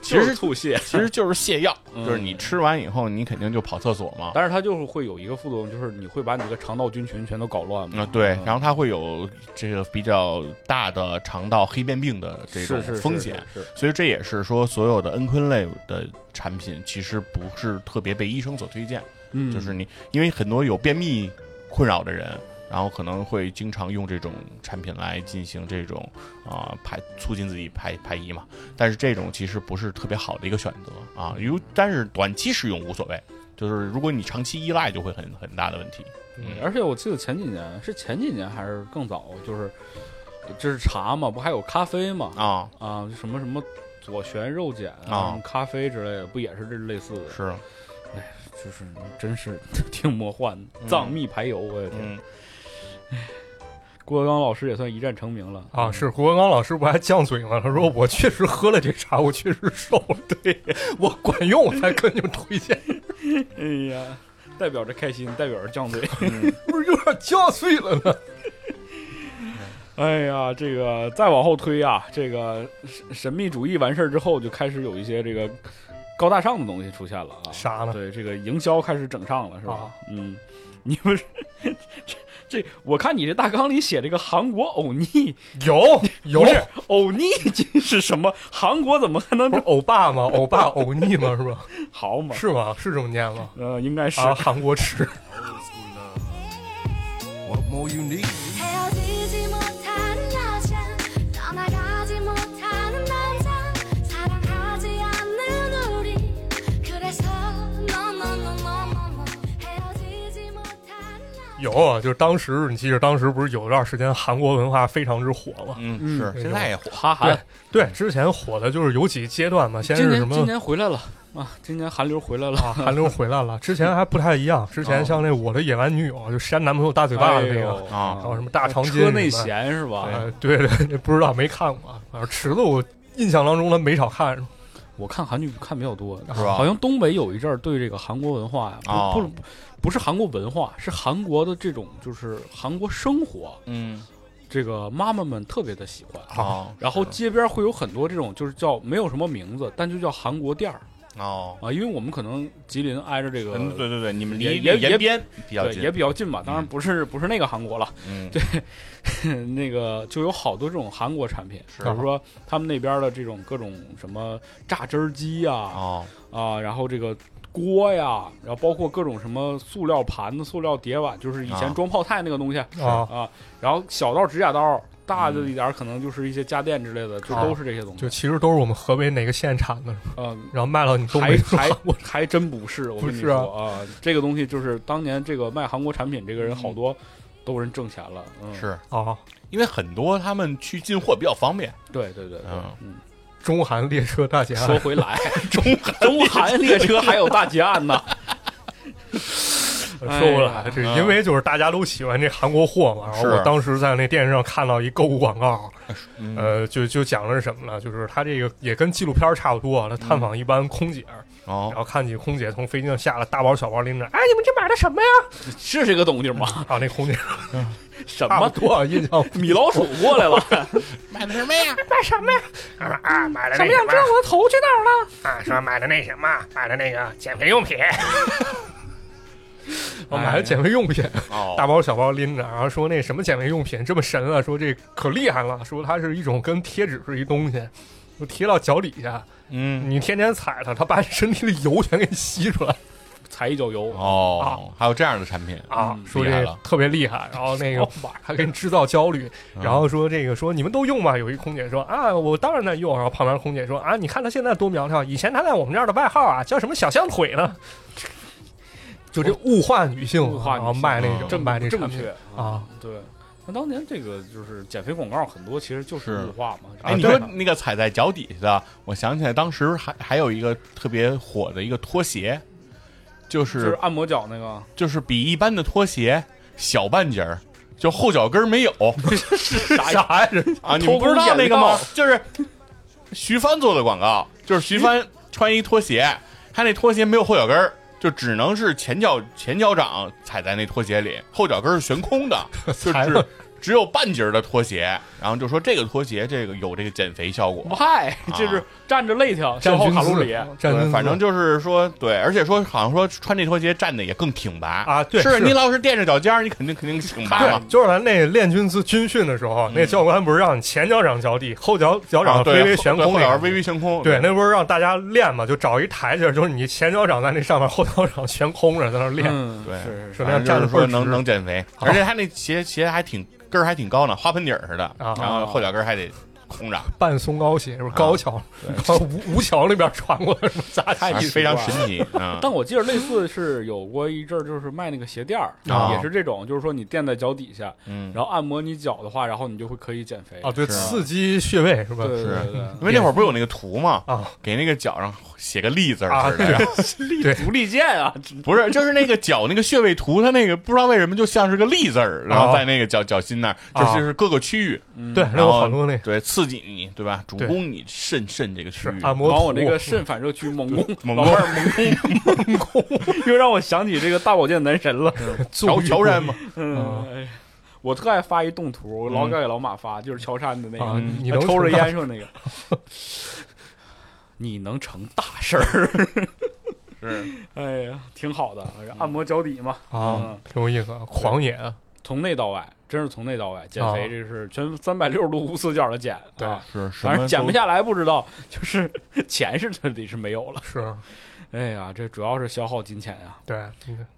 [SPEAKER 5] 其
[SPEAKER 3] 就是
[SPEAKER 5] 实
[SPEAKER 3] 吐泻，
[SPEAKER 5] 其实就是泻药，
[SPEAKER 3] 嗯
[SPEAKER 5] 就是你吃完以后你肯定就跑厕所嘛。
[SPEAKER 3] 但是它就是会有一个副作用，就是你会把你这个肠道菌群全都搞乱嘛。
[SPEAKER 5] 啊，对，然后它会有这个比较大的肠道黑变病的这种
[SPEAKER 3] 是是
[SPEAKER 5] 风险，，
[SPEAKER 3] 是是是
[SPEAKER 5] 所以这也是说，所有的蒽醌类的产品其实不是特别被医生所推荐，
[SPEAKER 3] 嗯，
[SPEAKER 5] 就是你因为很多有便秘困扰的人，然后可能会经常用这种产品来进行这种啊、排促进自己排排遗嘛。但是这种其实不是特别好的一个选择啊，如但是短期使用无所谓，就是如果你长期依赖就会很很大的问题。嗯
[SPEAKER 3] 而且我记得前几年是前几年还是更早，就是这是茶嘛，不还有咖啡嘛？
[SPEAKER 5] 啊，
[SPEAKER 3] 啊，什么什么左旋肉碱
[SPEAKER 5] 啊
[SPEAKER 3] 什么咖啡之类的，不也是这类似的？
[SPEAKER 5] 是，
[SPEAKER 3] 就是嗯真是 挺魔幻的，藏秘排油，我的天！
[SPEAKER 5] 嗯，
[SPEAKER 3] 郭德纲老师也算一战成名了
[SPEAKER 4] 啊，是郭德纲老师不还犟嘴吗？他说我确实喝了这茶，我确实瘦了，对我管用，我才跟你们推荐，
[SPEAKER 3] 哎呀，代表着开心，代表着犟嘴。
[SPEAKER 4] 不是有点犟碎了呢？
[SPEAKER 3] 哎呀，这个再往后推啊，这个神神秘主义完事儿之后，就开始有一些这个高大上的东西出现了啊。
[SPEAKER 4] 啥呢？
[SPEAKER 3] 对，这个营销开始整上了，是吧？
[SPEAKER 4] 啊
[SPEAKER 3] 嗯， 你们是这这，我看你这大纲里写这个韩国欧尼，
[SPEAKER 4] 有有
[SPEAKER 3] 不是欧尼这是什么？韩国怎么还能
[SPEAKER 4] 不
[SPEAKER 3] 这
[SPEAKER 4] 是欧巴吗？欧巴欧尼吗？是吧？
[SPEAKER 3] 好嘛？
[SPEAKER 4] 是吗？是这么念吗？
[SPEAKER 3] 呃，应该是、
[SPEAKER 4] 啊，韩国吃
[SPEAKER 1] What more you need?
[SPEAKER 2] 헤어지지 못하는 여자 떠나가지 못하는 남자 사랑하지 않는 우리 그래서 no no no no no no 헤어지지 못하는 여자
[SPEAKER 4] 有，啊就是当时你记着，当时不是有一段时间韩国文化非常之火吗？
[SPEAKER 5] 嗯，是，现在也火，
[SPEAKER 3] 哈
[SPEAKER 4] 对
[SPEAKER 3] 韩。
[SPEAKER 4] 对，之前火的就是有几阶段嘛，先
[SPEAKER 3] 今
[SPEAKER 4] 是什
[SPEAKER 3] 年
[SPEAKER 4] 么
[SPEAKER 3] 今年回来了啊，今年韩流回来了。
[SPEAKER 4] 啊，韩流回 来了。之前还不太一样，之前像那我的野蛮女友，就扇男朋友大嘴巴的
[SPEAKER 3] 哦
[SPEAKER 4] 那
[SPEAKER 3] 哎
[SPEAKER 4] 个
[SPEAKER 3] 呦，
[SPEAKER 5] 啊
[SPEAKER 4] 然后什么大长今
[SPEAKER 3] 车内
[SPEAKER 4] 什么的
[SPEAKER 3] 闲是吧？
[SPEAKER 4] 呃对对对，不知道没看过，啊反正池子我印象当中他没少看，
[SPEAKER 3] 我看韩剧看比较多，是
[SPEAKER 5] 吧
[SPEAKER 3] 好像东北有一阵儿对这个韩国文化呀，
[SPEAKER 5] 哦
[SPEAKER 3] 不不不是韩国文化，是韩国的这种就是韩国生活，
[SPEAKER 5] 嗯，
[SPEAKER 3] 这个妈妈们特别的喜欢。
[SPEAKER 5] 好，
[SPEAKER 3] 然后街边会有很多这种，就是叫没有什么名字，但就叫韩国店儿
[SPEAKER 5] 哦，
[SPEAKER 3] 啊，因为我们可能吉林挨着这个，
[SPEAKER 5] 嗯，对对对，你们
[SPEAKER 3] 也
[SPEAKER 5] 离
[SPEAKER 3] 也也
[SPEAKER 5] 延边比较
[SPEAKER 3] 对
[SPEAKER 5] 近，
[SPEAKER 3] 也比较近吧，当然不是不是那个韩国了，
[SPEAKER 5] 嗯，
[SPEAKER 3] 那个就有好多这种韩国产品，
[SPEAKER 5] 是
[SPEAKER 3] 比如说他们那边的这种各种什么榨汁儿机呀、啊，
[SPEAKER 5] 哦，
[SPEAKER 3] 然后这个锅呀，然后包括各种什么塑料盘子、塑料碟碗，就是以前
[SPEAKER 5] 啊
[SPEAKER 3] 装泡菜那个东西啊
[SPEAKER 4] 啊，
[SPEAKER 3] 然后小到指甲刀，大的一点儿可能就是一些家电之类的，就
[SPEAKER 4] 啊
[SPEAKER 3] 都是这些东西
[SPEAKER 4] 就。其实都是我们河北哪个县产的，
[SPEAKER 3] 嗯、
[SPEAKER 4] 然后卖到你东
[SPEAKER 3] 还
[SPEAKER 4] 北
[SPEAKER 3] 还 还真不是，我跟你
[SPEAKER 4] 不是
[SPEAKER 3] 说
[SPEAKER 4] 啊
[SPEAKER 3] 啊、这个东西就是当年这个卖韩国产品这个人好多都有人挣钱了，嗯，
[SPEAKER 5] 是
[SPEAKER 4] 啊，
[SPEAKER 5] 因为很多他们去进货比较方便，
[SPEAKER 3] 对对对对，
[SPEAKER 5] 嗯
[SPEAKER 3] 嗯
[SPEAKER 4] 中韩列车大啊劫
[SPEAKER 3] 说
[SPEAKER 4] 案。
[SPEAKER 3] 回来，中中韩列车还有大劫案呢。
[SPEAKER 4] 说回来，
[SPEAKER 3] 哎
[SPEAKER 4] 这因为就是大家都喜欢这韩国货嘛。然后
[SPEAKER 5] 是
[SPEAKER 4] 我当时在那电视上看到一购物广告，呃，就就讲的是什么呢？就是他这个也跟纪录片儿差不多，他探访一班空姐，然
[SPEAKER 5] 哦，
[SPEAKER 4] 后看见空姐从飞机上下来，大包小包拎着，哎，你们这买的什么呀？
[SPEAKER 3] 是这个东西吗？
[SPEAKER 4] 啊，那空姐
[SPEAKER 3] 什
[SPEAKER 4] 差不
[SPEAKER 3] 么
[SPEAKER 4] 多印象
[SPEAKER 3] 米老鼠过来了？
[SPEAKER 5] 买的什么呀？
[SPEAKER 4] 买什么呀？啊，买了那什么？
[SPEAKER 3] 我的头去哪儿了？
[SPEAKER 4] 啊，说买的那什么，买的那个减肥用 品。我哦买了减肥用品，
[SPEAKER 5] 哦
[SPEAKER 4] 大包小包拎着，然后说那什么减肥用品这么神啊，说这可厉害了，说它是一种跟贴纸是一东西，就贴到脚底下，
[SPEAKER 5] 嗯，
[SPEAKER 4] 你天天踩它，它把你身体里油全给吸出来
[SPEAKER 3] 踩一脚油，
[SPEAKER 5] 哦，还有这样的产品
[SPEAKER 4] 啊，说
[SPEAKER 5] 厉害
[SPEAKER 4] 这
[SPEAKER 5] 了
[SPEAKER 4] 特别厉害，然后那个还给你制造焦虑，然后说这个说你们都用吗？有一空姐说啊，我当然在用，然后旁边空姐说啊，你看她现在多苗条，以前她在我们这儿的外号啊叫什么小象腿呢？就这物化女性啊，
[SPEAKER 3] 物化女性
[SPEAKER 4] 然后卖那种
[SPEAKER 3] 正
[SPEAKER 4] 卖这
[SPEAKER 3] 正
[SPEAKER 4] 产品
[SPEAKER 3] 确。
[SPEAKER 4] 啊，
[SPEAKER 3] 对，那当年这个就是减肥广告很多，其实就是
[SPEAKER 5] 是
[SPEAKER 3] 物化嘛。
[SPEAKER 5] 哎，你说那个踩在脚底下的，我想起来当时还还有一个特别火的一个拖鞋，就
[SPEAKER 3] 就是
[SPEAKER 5] 是
[SPEAKER 3] 按摩脚那个，
[SPEAKER 5] 就是比一般的拖鞋小半截儿，就后脚跟儿没有
[SPEAKER 3] 是啥呀？
[SPEAKER 4] 啥呀？这
[SPEAKER 5] 啊！你们不知道那个吗？就是徐帆做的广告，就是徐帆穿一拖鞋，他那拖鞋没有后脚跟儿。就只能是前脚前脚掌踩在那拖鞋里，后脚跟儿是悬空的，就
[SPEAKER 4] 踩
[SPEAKER 5] 只
[SPEAKER 4] 了
[SPEAKER 5] 只有半截儿的拖鞋。然后就说这个拖鞋这个有这个减肥效果，
[SPEAKER 3] 嗨，这是站着累挺，消
[SPEAKER 4] 占
[SPEAKER 3] 耗
[SPEAKER 4] 军
[SPEAKER 3] 卡
[SPEAKER 4] 资
[SPEAKER 3] 路里。，
[SPEAKER 4] 占军
[SPEAKER 5] 对，
[SPEAKER 4] 资
[SPEAKER 5] 反正就是说，对，而且说好像说穿这拖鞋站的也更挺拔
[SPEAKER 4] 啊对
[SPEAKER 5] 是
[SPEAKER 4] 是
[SPEAKER 5] 你老是垫着脚尖儿，你肯定肯定挺拔
[SPEAKER 4] 对
[SPEAKER 5] 了，，
[SPEAKER 4] 就是咱那练军姿军训的时候，那教官不是让你前脚掌脚底，后脚脚掌
[SPEAKER 5] 啊
[SPEAKER 4] 微
[SPEAKER 5] 对
[SPEAKER 4] 微悬
[SPEAKER 5] 后
[SPEAKER 4] 空
[SPEAKER 5] 后
[SPEAKER 4] 那
[SPEAKER 5] 脚
[SPEAKER 4] 个，
[SPEAKER 5] 微微悬空，
[SPEAKER 4] 对，那不是让大家练嘛，就找一台阶儿，就是你前脚掌在那上面，后脚掌悬空着在那儿练。
[SPEAKER 3] 嗯，
[SPEAKER 5] 对
[SPEAKER 3] 是是
[SPEAKER 4] 是
[SPEAKER 5] 反正就是说能
[SPEAKER 4] 那样站着倍儿直
[SPEAKER 5] 能减肥，而且他那鞋鞋还挺跟儿还挺高呢，花盆底儿似的，
[SPEAKER 4] 啊
[SPEAKER 5] 然后后脚跟儿还得空着，
[SPEAKER 4] 半松糕鞋是不是高桥？
[SPEAKER 3] 啊
[SPEAKER 4] 高吴吴桥那边传过来什么杂
[SPEAKER 5] 反
[SPEAKER 4] 技
[SPEAKER 5] 正
[SPEAKER 4] 术
[SPEAKER 5] 非常
[SPEAKER 4] 啊
[SPEAKER 5] 神奇啊
[SPEAKER 3] 但我记得类似是有过一阵儿，就是卖那个鞋垫儿，
[SPEAKER 5] 啊
[SPEAKER 3] 也是这种，就是说你垫在脚底下，
[SPEAKER 5] 嗯。
[SPEAKER 3] 然后按摩你脚的话，然后你就会可以减肥。
[SPEAKER 4] 啊！对，
[SPEAKER 5] 是啊
[SPEAKER 4] 刺激穴位是吧
[SPEAKER 3] 对？对
[SPEAKER 5] 是
[SPEAKER 3] 对对
[SPEAKER 5] 因为那会儿不是有那个图嘛，
[SPEAKER 4] 啊
[SPEAKER 5] 给那个脚上写个立字
[SPEAKER 4] 啊
[SPEAKER 5] 儿似的，然后
[SPEAKER 3] 对，足力健啊，
[SPEAKER 5] 不是，就是那个脚那个穴位图，它那个不知道为什么就像是个立字儿，然后在那个脚脚心那儿，就是
[SPEAKER 4] 啊
[SPEAKER 5] 就是各个区域，
[SPEAKER 3] 嗯
[SPEAKER 4] 对，那
[SPEAKER 5] 然
[SPEAKER 4] 有
[SPEAKER 5] 后
[SPEAKER 4] 好多那
[SPEAKER 5] 对刺激你，对吧？主攻你肾肾这个区
[SPEAKER 4] 哎是啊
[SPEAKER 5] 域，
[SPEAKER 4] 按摩
[SPEAKER 3] 嗯往
[SPEAKER 4] 图。
[SPEAKER 3] 我这个肾反射区猛攻，
[SPEAKER 5] 猛
[SPEAKER 3] 老
[SPEAKER 5] 攻
[SPEAKER 3] 妹儿猛攻猛攻， 又让我想起这个大保健男神了。
[SPEAKER 5] 乔乔杉嘛，
[SPEAKER 3] 嗯，哎我特爱发一动图，我老给老马发，就是乔杉的那
[SPEAKER 4] 啊
[SPEAKER 3] 个，，
[SPEAKER 4] 你
[SPEAKER 3] 他
[SPEAKER 4] 能
[SPEAKER 3] 嗯抽着
[SPEAKER 4] 成
[SPEAKER 3] 烟说 那个，你能成大事 儿。
[SPEAKER 5] 是
[SPEAKER 3] 哎呀，挺好的，按摩脚底嘛，
[SPEAKER 4] 啊
[SPEAKER 3] 嗯，
[SPEAKER 4] 挺有意思啊，狂野啊
[SPEAKER 3] 从内到外，真是从内到外减
[SPEAKER 4] 啊
[SPEAKER 3] 肥，这是全三百六十度无死角的减。
[SPEAKER 4] 对
[SPEAKER 3] 啊
[SPEAKER 5] 是，
[SPEAKER 3] 反正减不下来不知道，就是 钱是这里是没有了。
[SPEAKER 4] 是，
[SPEAKER 3] 哎呀，这主要是消耗金钱呀、
[SPEAKER 4] 对，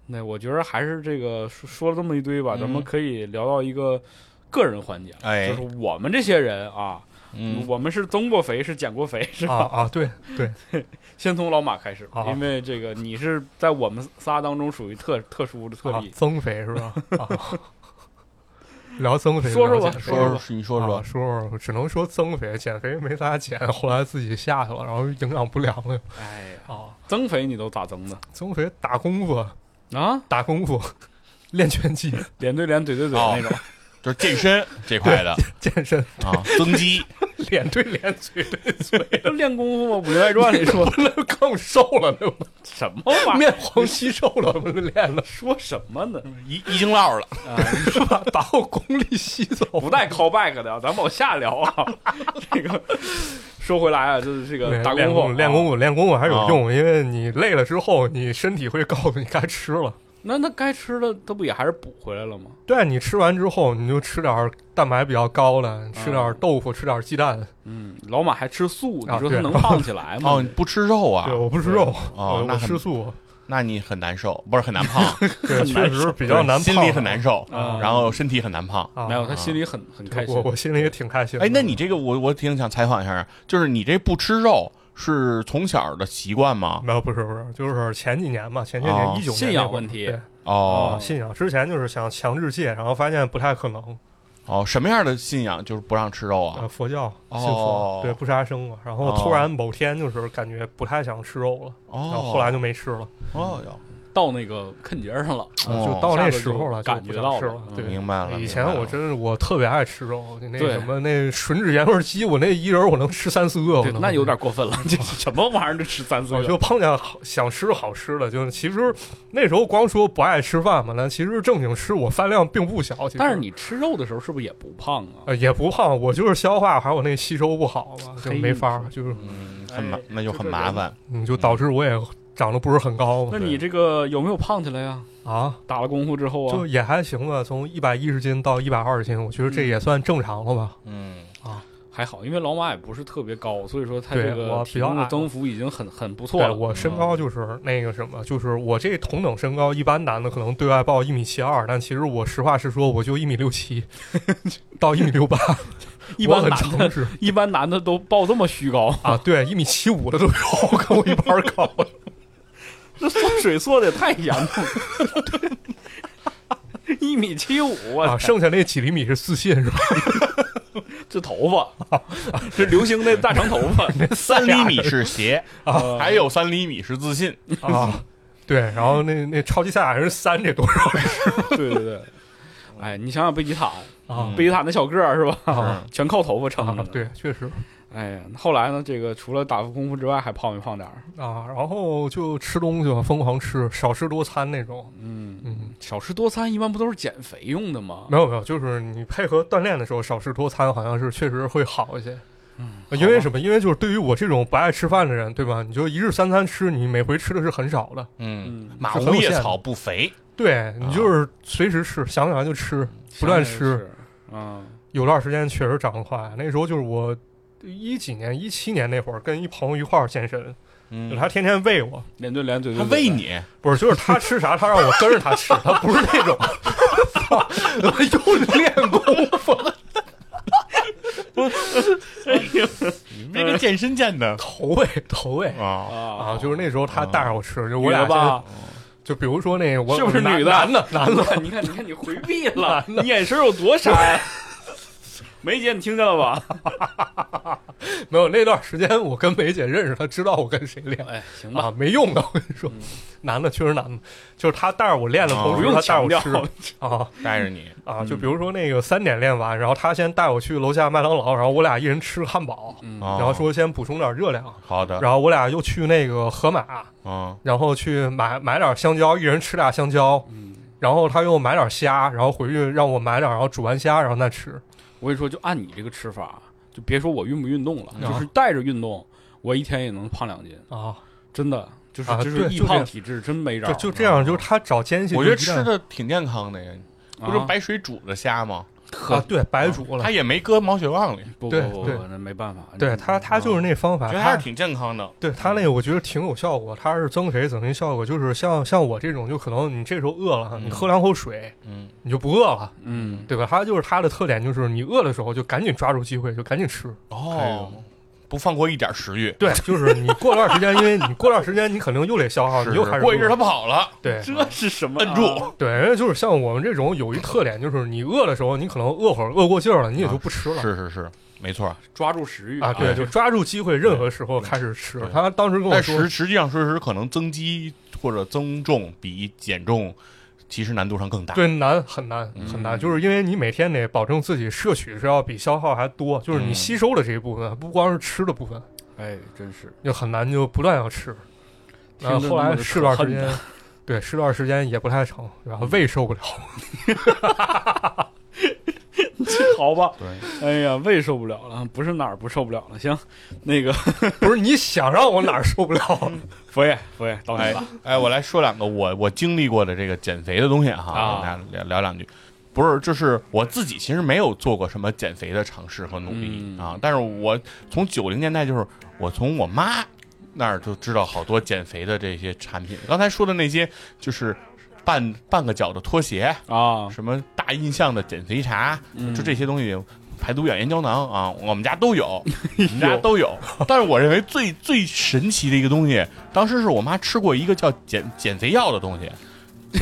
[SPEAKER 3] 那我觉得还是这个说说了这么一堆吧，
[SPEAKER 5] 嗯
[SPEAKER 3] 咱们可以聊到一个个人环节了，
[SPEAKER 5] 哎
[SPEAKER 3] 就是我们这些人啊，
[SPEAKER 5] 嗯，
[SPEAKER 3] 我们是增过肥，是减过肥， 是吧？
[SPEAKER 4] 啊啊，对对，
[SPEAKER 3] 先从老马开始吧，
[SPEAKER 4] 啊
[SPEAKER 3] 因为这个你是在我们仨当中属于特特殊的特
[SPEAKER 4] 啊
[SPEAKER 3] 例。
[SPEAKER 4] 增肥是吧？ 啊聊增肥，
[SPEAKER 3] 说说
[SPEAKER 4] 聊
[SPEAKER 3] 吧
[SPEAKER 4] 减肥
[SPEAKER 5] 说说说你说
[SPEAKER 4] 啊
[SPEAKER 5] 说，
[SPEAKER 4] 说说，只能说增肥，减肥没咋减，后来自己下去了，然后营养不良了
[SPEAKER 3] 哎呀，
[SPEAKER 4] 啊。
[SPEAKER 3] 增肥你都咋增的
[SPEAKER 4] 增肥打功夫，
[SPEAKER 3] 啊？
[SPEAKER 4] 打功夫，练拳击，
[SPEAKER 3] 脸对脸，怼对怼
[SPEAKER 5] 哦
[SPEAKER 3] 那种。
[SPEAKER 5] 就是健身这块的
[SPEAKER 4] 健身，
[SPEAKER 5] 啊，增肌，
[SPEAKER 4] 脸对脸，嘴对嘴，
[SPEAKER 3] 就练功夫吗？《武林外传》里说
[SPEAKER 4] 那更瘦了， 那不
[SPEAKER 3] 什么玩意儿？
[SPEAKER 4] 面黄肌瘦了，不是 练了，
[SPEAKER 3] 说什么呢？
[SPEAKER 5] 一一经落了，
[SPEAKER 3] 啊，
[SPEAKER 4] 把把我功力吸走，
[SPEAKER 3] 不带 callback 的，咱往下聊啊。这个说回来啊，就是这个
[SPEAKER 4] 对。
[SPEAKER 3] 打啊
[SPEAKER 4] 练
[SPEAKER 3] 功
[SPEAKER 4] 功
[SPEAKER 3] 夫，
[SPEAKER 4] 啊夫，练功
[SPEAKER 3] 夫。
[SPEAKER 4] 夫，练功夫还是有用，因为你累了之后，你身体会告诉你该吃了。
[SPEAKER 3] 那那该吃的，它不也还是补回来了吗？
[SPEAKER 4] 对啊你吃完之后，你就吃点儿蛋白比较高的，吃点儿豆腐，吃点儿鸡蛋。
[SPEAKER 3] 嗯，老马还吃素，你
[SPEAKER 4] 啊
[SPEAKER 3] 说他
[SPEAKER 4] 对
[SPEAKER 3] 能胖起来 吗？
[SPEAKER 5] 哦，你不吃肉啊
[SPEAKER 4] 对，，啊我不吃肉，
[SPEAKER 5] 哦
[SPEAKER 4] 我
[SPEAKER 5] 那
[SPEAKER 4] 我
[SPEAKER 5] 很
[SPEAKER 4] 吃素，
[SPEAKER 5] 那你很难受，不是很难胖，
[SPEAKER 4] 对，确实 比较难胖，
[SPEAKER 5] 心里很难受，
[SPEAKER 3] 啊
[SPEAKER 5] 然后身体很难胖。
[SPEAKER 4] 啊。
[SPEAKER 3] 没有，他心里很很开心
[SPEAKER 4] 我。我心里也挺开心的。
[SPEAKER 5] 哎，那你这个我我挺想采访一下，就是你这不吃肉是从小的习惯吗？
[SPEAKER 4] 没有，不是不是，就是前几年嘛，前些年
[SPEAKER 5] 哦
[SPEAKER 4] 一九年
[SPEAKER 3] 信
[SPEAKER 4] 那
[SPEAKER 3] 仰
[SPEAKER 4] 会儿
[SPEAKER 3] 问题
[SPEAKER 4] 对啊
[SPEAKER 5] 哦
[SPEAKER 4] 信仰之前就是想强制戒，然后发现不太可能，
[SPEAKER 5] 哦，什么样的信仰就是不让吃肉
[SPEAKER 4] 呃，
[SPEAKER 5] 啊？
[SPEAKER 4] 佛教信
[SPEAKER 5] 哦
[SPEAKER 4] 佛，对不杀生嘛。然后突然某天就是感觉不太想吃肉了，
[SPEAKER 5] 哦
[SPEAKER 4] 然后后来就没吃了，
[SPEAKER 5] 哦哟，
[SPEAKER 3] 到那个坎节上了，
[SPEAKER 5] 哦
[SPEAKER 4] 嗯就到那时候了，
[SPEAKER 3] 感
[SPEAKER 4] 就
[SPEAKER 3] 觉
[SPEAKER 4] 不
[SPEAKER 3] 到
[SPEAKER 4] 想吃
[SPEAKER 3] 了
[SPEAKER 4] 了。，
[SPEAKER 3] 嗯
[SPEAKER 4] 对，
[SPEAKER 5] 明白了。
[SPEAKER 4] 以前
[SPEAKER 5] 明白
[SPEAKER 4] 我
[SPEAKER 5] 了
[SPEAKER 4] 真是我特别爱吃肉，就那
[SPEAKER 3] 对
[SPEAKER 4] 什么那吮指盐味鸡，我那一人我能吃三四个，我
[SPEAKER 3] 对，
[SPEAKER 4] 能哦
[SPEAKER 3] 那有点过分了，这是什么玩意儿？这吃三四
[SPEAKER 4] 我
[SPEAKER 3] 个
[SPEAKER 4] 就碰见好想吃好吃的，就是其实那时候光说不爱吃饭嘛，但其实正经吃我饭量并不小。其实
[SPEAKER 3] 但是你吃肉的时候是不是也不胖啊？
[SPEAKER 4] 呃也不胖，我就是消化还有那吸收不好嘛，就
[SPEAKER 3] 嘿
[SPEAKER 4] 没法儿，就是
[SPEAKER 5] 嗯很麻
[SPEAKER 3] 哎，
[SPEAKER 5] 那就
[SPEAKER 3] 就
[SPEAKER 5] 很
[SPEAKER 3] 这
[SPEAKER 5] 麻
[SPEAKER 3] 人
[SPEAKER 5] 烦。
[SPEAKER 4] 嗯就导致我也长得不是很高嘛
[SPEAKER 3] 那你这个有没有胖起来呀？
[SPEAKER 4] 啊，
[SPEAKER 3] 打了功夫之后
[SPEAKER 4] 就
[SPEAKER 3] 啊，
[SPEAKER 4] 也还行吧，从一百一十斤到一百二十斤，我觉得
[SPEAKER 3] 嗯
[SPEAKER 4] 这也算正常了吧。
[SPEAKER 5] 嗯，
[SPEAKER 3] 还好，因为老马也不是特别高，所以说他
[SPEAKER 4] 对
[SPEAKER 3] 这个
[SPEAKER 4] 我
[SPEAKER 3] 体重
[SPEAKER 4] 比较
[SPEAKER 3] 的
[SPEAKER 4] 矮
[SPEAKER 3] 增幅已经很很不错
[SPEAKER 4] 对
[SPEAKER 3] 了。嗯
[SPEAKER 4] 我身高就是那个什么，就是我这同等身高，一般男的可能对外报一米七二，但其实我实话实说，我就一米六七 到一米六八，
[SPEAKER 3] 一般
[SPEAKER 4] 我很
[SPEAKER 3] 男的
[SPEAKER 4] 诚实。
[SPEAKER 3] 一般男的都报这么虚 高，
[SPEAKER 4] 啊，对，一米七五的都有， 跟我一般高。
[SPEAKER 3] 这缩水缩的也太严重了。 一米七五
[SPEAKER 4] 啊，剩下那几厘米是自信是吧？
[SPEAKER 3] 这头
[SPEAKER 4] 啊
[SPEAKER 3] 发，这流星那大长头 发，
[SPEAKER 5] 三厘米是鞋
[SPEAKER 3] 啊
[SPEAKER 5] 还有三厘米是自信。
[SPEAKER 4] 啊，对，然后那那超级赛亚人三这多少
[SPEAKER 3] 对对对。哎，你想想贝吉塔，
[SPEAKER 4] 啊
[SPEAKER 3] 贝吉塔那小个儿是吧？
[SPEAKER 4] 啊
[SPEAKER 3] 全靠头发撑着
[SPEAKER 4] 啊
[SPEAKER 3] 呢。，
[SPEAKER 4] 对，确实
[SPEAKER 3] 哎呀，后来呢？这个除了打功夫之外，还胖没胖点儿？
[SPEAKER 4] 啊，然后就吃东西嘛，疯狂吃，少吃多餐那种。
[SPEAKER 3] 嗯，
[SPEAKER 4] 嗯，
[SPEAKER 3] 少吃多餐一般不都是减肥用的吗？
[SPEAKER 4] 没有没有，就是你配合锻炼的时候少吃多餐，好像是确实会好一些。嗯，因为什么？因为就是对于我这种不爱吃饭的人，对吧？你就一日三餐吃，你每回吃的是很少的。
[SPEAKER 5] 嗯
[SPEAKER 3] 嗯，
[SPEAKER 5] 马
[SPEAKER 4] 是很
[SPEAKER 5] 无
[SPEAKER 4] 有
[SPEAKER 5] 夜
[SPEAKER 4] 限
[SPEAKER 5] 草
[SPEAKER 4] 的
[SPEAKER 5] 不肥。
[SPEAKER 4] 对你就是随时吃，想起来就吃，不断
[SPEAKER 3] 想
[SPEAKER 4] 吃。
[SPEAKER 3] 想也是。啊，
[SPEAKER 4] 有段时间确实长得快，那时候就是我一几年、一七年那会儿，跟一朋友一块儿健身，就
[SPEAKER 5] 嗯，
[SPEAKER 4] 他天天喂我，
[SPEAKER 3] 脸对脸，嘴对
[SPEAKER 5] 他
[SPEAKER 3] 嘴。
[SPEAKER 5] 喂你，
[SPEAKER 4] 不是，就是他吃啥，他让我跟着他吃，他不是那 种，我又练功夫，
[SPEAKER 5] 你那个健身健的
[SPEAKER 4] 投喂投喂
[SPEAKER 5] 啊，
[SPEAKER 3] 啊
[SPEAKER 4] 啊，，就是那时候他带着我吃，就我
[SPEAKER 3] 女的
[SPEAKER 4] 俩
[SPEAKER 3] 吧？
[SPEAKER 4] 就，就比如说那个我
[SPEAKER 3] 是不是
[SPEAKER 4] 男
[SPEAKER 3] 女的
[SPEAKER 4] 男的男的，
[SPEAKER 3] 你看，你看，你回避了，你眼神有多傻 呀？梅姐，你听见了吧？
[SPEAKER 4] 没有那段时间我跟梅姐认识，她知道我跟谁练。
[SPEAKER 3] 哎，行吧，
[SPEAKER 4] 啊，没用的，我跟你说，
[SPEAKER 3] 嗯
[SPEAKER 4] 男的确实男的，就是他带着我练的同
[SPEAKER 5] 啊
[SPEAKER 4] 时，
[SPEAKER 3] 哦不用
[SPEAKER 4] 他带
[SPEAKER 3] 强
[SPEAKER 4] 我
[SPEAKER 3] 调。嗯
[SPEAKER 4] 吃啊，
[SPEAKER 5] 带着你，
[SPEAKER 4] 啊，就比如说那个三点练完，然后他先带我去楼下麦当劳，然后我俩一人吃汉堡，
[SPEAKER 5] 然
[SPEAKER 4] 嗯然后说先补充点热量，
[SPEAKER 5] 啊好的，
[SPEAKER 4] 然后我俩又去那个盒马，
[SPEAKER 5] 嗯
[SPEAKER 4] 然后去买买点香蕉，一人吃俩香蕉，然后他又买点虾，然后回去让我买点，然后煮完虾然后再吃。
[SPEAKER 3] 我跟你说，就按你这个吃法，就别说我运不运动了，就是带着运动，我一天也能胖两斤，
[SPEAKER 4] 啊，
[SPEAKER 3] 真的，就是
[SPEAKER 4] 啊
[SPEAKER 3] 就是
[SPEAKER 4] 对
[SPEAKER 3] 易
[SPEAKER 4] 就这
[SPEAKER 3] 胖
[SPEAKER 4] 样
[SPEAKER 3] 体质，真没招
[SPEAKER 4] 就
[SPEAKER 3] 儿。
[SPEAKER 4] 就这样，就是他找间隙。
[SPEAKER 5] 我觉得
[SPEAKER 4] 就一啊旦
[SPEAKER 5] 吃的挺健康的呀，不是
[SPEAKER 3] 啊
[SPEAKER 5] 白水煮的虾吗？
[SPEAKER 3] 可
[SPEAKER 4] 啊，对，白煮了
[SPEAKER 5] 他。也没搁毛血旺里，
[SPEAKER 3] 不不
[SPEAKER 4] 对
[SPEAKER 3] 不不
[SPEAKER 4] 对，
[SPEAKER 3] 那没办法。嗯
[SPEAKER 4] 对他，他就是那方法，
[SPEAKER 5] 觉得还
[SPEAKER 4] 他
[SPEAKER 5] 是挺健康的。
[SPEAKER 4] 对他那个，我觉得挺有效果。他是增肥怎么一效果？就是像像我这种，就可能你这时候饿了，你喝两口水，
[SPEAKER 5] 嗯，
[SPEAKER 4] 你就不饿了。
[SPEAKER 3] 嗯，
[SPEAKER 4] 对吧？它就是它的特点，就是你饿的时候就赶紧抓住机会，就赶紧吃。
[SPEAKER 5] 哦，不放过一点食欲。
[SPEAKER 4] 对，就是你过段时间，因为你过段时间你肯定又得消耗，
[SPEAKER 5] 是
[SPEAKER 4] 哦你又开始啊
[SPEAKER 5] 过一阵
[SPEAKER 4] 饿
[SPEAKER 5] 儿他跑了，
[SPEAKER 4] 对
[SPEAKER 3] 这是什么？
[SPEAKER 5] 摁住，
[SPEAKER 4] 对，因为就是像我们这种有一特点，就是你饿的时候，你可能饿会儿饿过劲儿了，你也就不吃了。
[SPEAKER 5] 啊是是是，没错。
[SPEAKER 3] 抓住食欲
[SPEAKER 4] 啊，对，就抓住机会，任何时候开始吃。他当时跟我
[SPEAKER 5] 但
[SPEAKER 4] 说
[SPEAKER 5] 实，实际上，说是可能增肌或者增重比减重其实难度上更大。
[SPEAKER 4] 对，难很难很
[SPEAKER 5] 嗯
[SPEAKER 4] 难，就是因为你每天得保证自己摄取是要比消耗还多，就是你
[SPEAKER 5] 嗯
[SPEAKER 4] 吸收的这一部分，不光是吃的部分，
[SPEAKER 3] 哎，真是。
[SPEAKER 4] 就很难就不断要吃。然后后来试段时间，对，试段时间也不太成，然
[SPEAKER 5] 嗯
[SPEAKER 4] 后胃受不了，
[SPEAKER 3] 好吧，
[SPEAKER 5] 对，
[SPEAKER 3] 哎呀，胃受不了了，不是哪儿不受不了了。行，那个
[SPEAKER 4] 不是你想让我哪儿受不了？
[SPEAKER 3] 佛爷，佛爷到你
[SPEAKER 5] 哎
[SPEAKER 3] 了。
[SPEAKER 5] 哎，我来说两个我我经历过的这个减肥的东西哈，
[SPEAKER 3] 啊
[SPEAKER 5] 跟大家聊聊两句。不是，就是我自己其实没有做过什么减肥的尝试和努力、
[SPEAKER 3] 嗯
[SPEAKER 5] 啊，但是我从九零年代就是我从我妈那儿就知道好多减肥的这些产品。刚才说的那些就是半半个脚的拖鞋，
[SPEAKER 3] 啊，
[SPEAKER 5] 什么大印象的减肥茶，就这些东西，排毒养颜胶囊啊，我们家都 有，我们家都有。但是我认为最最神奇的一个东西，当时是我妈吃过一个叫减减肥药的东西，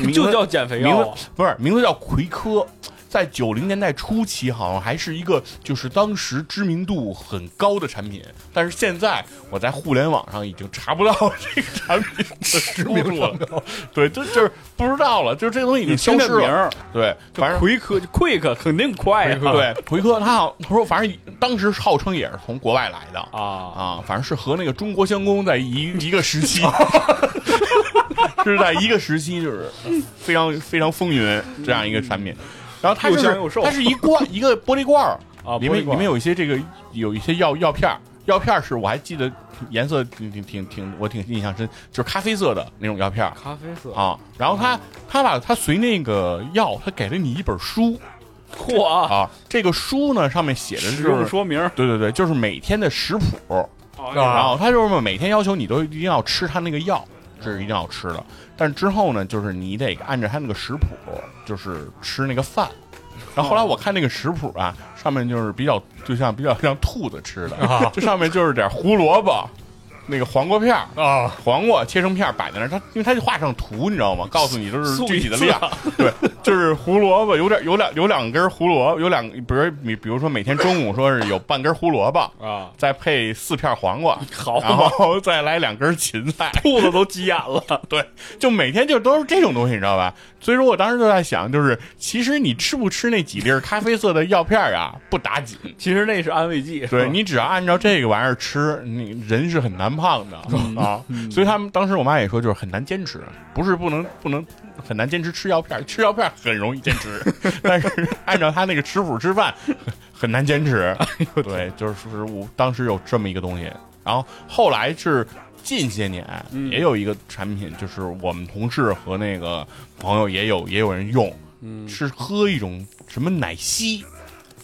[SPEAKER 5] 名字
[SPEAKER 3] 就叫减肥
[SPEAKER 5] 名
[SPEAKER 3] 药啊
[SPEAKER 5] 字不是名字叫葵科，在九零年代初期，好像还是一个就是当时知名度很高的产品，但是现在我在互联网上已经查不到 这个产品的知名度了，对，就就是不知道了，就是这东西已经
[SPEAKER 3] 你
[SPEAKER 5] 消
[SPEAKER 3] 听这
[SPEAKER 5] 失
[SPEAKER 3] 名
[SPEAKER 5] 了，
[SPEAKER 3] 儿，
[SPEAKER 5] 对，反正
[SPEAKER 3] 奎克 quick 肯定快呀、啊，
[SPEAKER 5] 对，奎克他好，他说反正当时号称也是从国外来的
[SPEAKER 3] 啊，
[SPEAKER 5] 啊，反正是和那个中国相公在一一个 时期，是在一个时期，就是非常非常风云这样一个产品。然后它
[SPEAKER 3] 又
[SPEAKER 5] 是
[SPEAKER 3] 香又瘦
[SPEAKER 5] 它是一罐一个玻璃罐儿
[SPEAKER 3] 啊
[SPEAKER 5] 里
[SPEAKER 3] 玻璃
[SPEAKER 5] 面
[SPEAKER 3] 罐
[SPEAKER 5] 里面有一些这个有一些药药片儿药片儿是我还记得颜色挺挺挺挺我挺印象深，就是咖啡色的那种药片儿
[SPEAKER 3] 咖啡色，
[SPEAKER 5] 啊。然后它它吧，它随那个药，它给了你一本书
[SPEAKER 3] 嚯啊，
[SPEAKER 5] 啊，这个书呢上面写的
[SPEAKER 3] 使
[SPEAKER 5] 就
[SPEAKER 3] 用
[SPEAKER 5] 是。
[SPEAKER 3] 说明儿
[SPEAKER 5] 对对对，就是每天的食谱，
[SPEAKER 4] 啊
[SPEAKER 5] 然后他就是每天要求你都一定要吃他那个药，这是一定要吃的。但是之后呢，就是你得按照他那个食谱，就是吃那个饭。然后后来我看那个食谱啊，上面就是比较就像比较像兔子吃的，这上面就是点胡萝卜，那个黄瓜片儿。
[SPEAKER 4] 啊，
[SPEAKER 5] 黄瓜切成片儿摆在那儿，它因为它就画上图，你知道吗？告诉你都是
[SPEAKER 3] 素
[SPEAKER 5] 具体的
[SPEAKER 3] 一次
[SPEAKER 5] 量，对，就是胡萝卜有点有两有两根胡萝卜，有两比如你比如说每天中午说是有半根胡萝卜，
[SPEAKER 3] 啊，
[SPEAKER 5] 再配四片黄瓜，
[SPEAKER 3] 好
[SPEAKER 5] 然
[SPEAKER 3] 嘛，
[SPEAKER 5] 后再来两根芹菜，
[SPEAKER 3] 兔子都急眼了，
[SPEAKER 5] 对，就每天就都是这种东西，你知道吧？所以说我当时就在想，就是其实你吃不吃那几粒儿咖啡色的药片儿啊，不打紧，
[SPEAKER 3] 其实那是安慰剂，
[SPEAKER 5] 对你只要按照这个玩意儿吃，你人是很难胖的、
[SPEAKER 3] 嗯
[SPEAKER 5] 啊。所以他们当时我妈也说，就是很难坚持，不是不能不能很难坚持吃药片儿，吃药片儿很容易坚持， 但是按照他那个吃谱吃饭很难坚持。
[SPEAKER 3] 哎
[SPEAKER 5] 对，就是说我当时有这么一个东西，然后后来是。近些年
[SPEAKER 3] 嗯
[SPEAKER 5] 也有一个产品，就是我们同事和那个朋友也有也有人用，
[SPEAKER 3] 嗯
[SPEAKER 5] 是喝一种什么奶昔，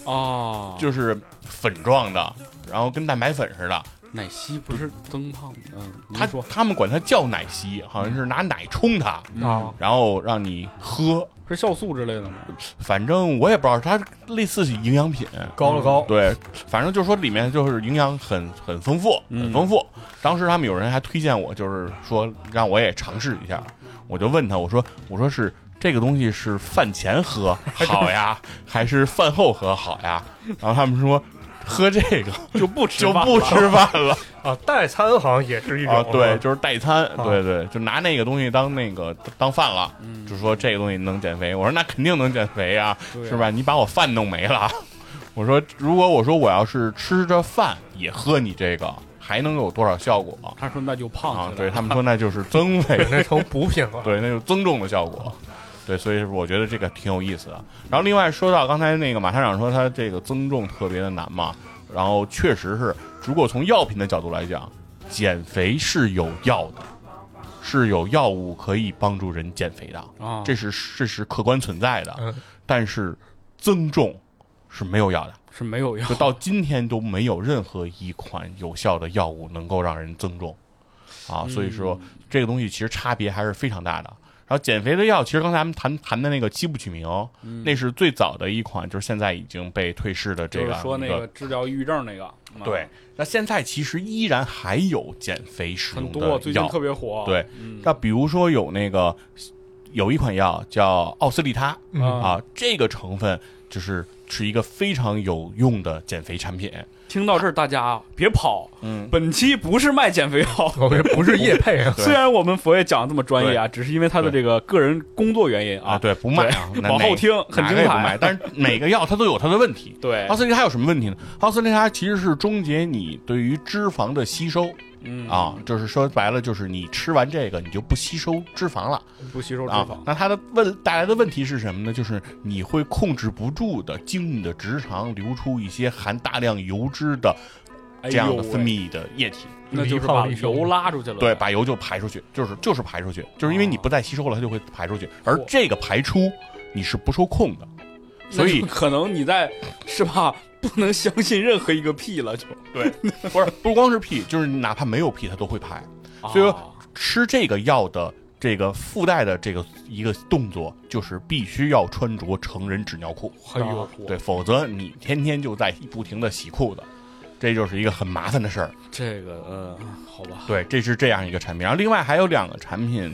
[SPEAKER 3] 啊，
[SPEAKER 5] 就是粉状的，然后跟蛋白粉似的。
[SPEAKER 3] 奶昔不是增胖的，嗯，
[SPEAKER 5] 他
[SPEAKER 3] 您说
[SPEAKER 5] 他们管它叫奶昔，好像是拿奶冲它，
[SPEAKER 4] 嗯
[SPEAKER 3] 啊，
[SPEAKER 5] 然后让你喝。
[SPEAKER 3] 是酵素之类的吗？
[SPEAKER 5] 反正我也不知道，它类似是营养品。
[SPEAKER 4] 高了高，
[SPEAKER 5] 嗯对，反正就说里面就是营养很很丰富，
[SPEAKER 3] 嗯
[SPEAKER 5] 很丰富。当时他们有人还推荐我，就是说让我也尝试一下。我就问他，我说我说是这个东西是饭前喝好 呀，还是饭后喝好呀？然后他们说喝这个
[SPEAKER 3] 就不吃
[SPEAKER 5] 就
[SPEAKER 3] 饭
[SPEAKER 5] 不
[SPEAKER 3] 了
[SPEAKER 5] 吃饭了。
[SPEAKER 4] 啊，代餐好像也是一种
[SPEAKER 5] 啊，对，
[SPEAKER 4] 啊
[SPEAKER 5] 就是代餐，对对，就拿那个东西当那个当饭了，就说这个东西能减肥。我说那肯定能减肥啊，
[SPEAKER 3] 嗯对啊
[SPEAKER 5] 是吧？你把我饭弄没了。 我说如果我说我要是吃着饭也喝你这个，还能有多少效果
[SPEAKER 3] 他说那就胖
[SPEAKER 5] 啊？
[SPEAKER 3] 起来
[SPEAKER 5] 对
[SPEAKER 3] 了
[SPEAKER 5] 他们说那就是增肥
[SPEAKER 4] 那成补品了。
[SPEAKER 5] 对，那就是增重的效果。对，所以我觉得这个挺有意思的。然后另外说到刚才那个马探长说他这个增重特别的难嘛，然后确实是，如果从药品的角度来讲，减肥是有药的，是有药物可以帮助人减肥的，
[SPEAKER 3] 啊，
[SPEAKER 5] 这是这是客观存在的
[SPEAKER 4] 嗯。
[SPEAKER 5] 但是增重是没有药的，
[SPEAKER 3] 是没有药
[SPEAKER 5] 就到今天都没有任何一款有效的药物能够让人增重，啊，所以说
[SPEAKER 3] 嗯
[SPEAKER 5] 这个东西其实差别还是非常大的。然后减肥的药，其实刚才咱们谈谈的那个西部曲明，
[SPEAKER 3] 嗯
[SPEAKER 5] 那是最早的一款，就是现在已经被退市的这
[SPEAKER 3] 就
[SPEAKER 5] 个
[SPEAKER 3] 是说那
[SPEAKER 5] 一
[SPEAKER 3] 个治疗抑郁症那个，嗯
[SPEAKER 5] 对，。那现在其实依然还有减肥使
[SPEAKER 3] 很
[SPEAKER 5] 用的
[SPEAKER 3] 多
[SPEAKER 5] 药，
[SPEAKER 3] 最近特别嗯火，
[SPEAKER 5] 对。那比如说有那个有一款药叫奥司利他，
[SPEAKER 4] 嗯
[SPEAKER 5] 啊，这个成分就是是一个非常有用的减肥产品。
[SPEAKER 3] 听到这儿大家啊别跑，
[SPEAKER 5] 嗯，
[SPEAKER 3] 本期不是卖减肥药。
[SPEAKER 4] 我们不是叶配啊，
[SPEAKER 5] 对
[SPEAKER 3] 虽然我们佛爷讲的这么专业啊，只是因为他的
[SPEAKER 5] 对
[SPEAKER 3] 这个个人工作原因
[SPEAKER 5] 啊，
[SPEAKER 3] 啊，
[SPEAKER 5] 对，不卖啊，
[SPEAKER 3] 对
[SPEAKER 5] 那
[SPEAKER 3] 往
[SPEAKER 5] 哪
[SPEAKER 3] 后听很
[SPEAKER 5] 哪
[SPEAKER 3] 精
[SPEAKER 5] 个也不
[SPEAKER 3] 彩哎
[SPEAKER 5] 卖 但是每个药它都有它的问题。
[SPEAKER 3] 对
[SPEAKER 5] 奥，司利他有什么问题呢？奥司利他其实是终结你对于脂肪的吸收
[SPEAKER 3] 嗯，
[SPEAKER 5] 啊，就是说白了，就是你吃完这个你就不吸收脂肪了
[SPEAKER 3] 不吸收脂
[SPEAKER 5] 啊
[SPEAKER 3] 肪。。
[SPEAKER 5] 那它的问带来的问题是什么呢？就是你会控制不住的经你的直肠流出一些含大量油脂的
[SPEAKER 3] 哎
[SPEAKER 5] 这样
[SPEAKER 3] 呦
[SPEAKER 5] 的分
[SPEAKER 3] 喂，
[SPEAKER 5] 泌的液体。
[SPEAKER 3] 那就是
[SPEAKER 4] 胖
[SPEAKER 3] 把
[SPEAKER 4] 一瘦
[SPEAKER 3] 油拉出去了，
[SPEAKER 5] 对，把油就排出去，就是就是排出去，就是因为你
[SPEAKER 3] 啊
[SPEAKER 5] 不再吸收了，它就会排出去。而
[SPEAKER 3] 嚯
[SPEAKER 5] 这个排出你是不受控的，
[SPEAKER 3] 那就
[SPEAKER 5] 所以
[SPEAKER 3] 可能你在是吧， 不能相信任何一个屁了，就
[SPEAKER 5] 对，不是不光是屁，就是哪怕没有屁，它都会排。所以说
[SPEAKER 3] 啊
[SPEAKER 5] 吃这个药的这个附带的这个一个动作，就是必须要穿着成人纸尿裤，
[SPEAKER 3] 哎呦，
[SPEAKER 5] 对，否则你天天就在不停的洗裤子，这就是一个很麻烦的事儿。
[SPEAKER 3] 这个嗯，好吧，
[SPEAKER 5] 对，这是这样一个产品。然后另外还有两个产品，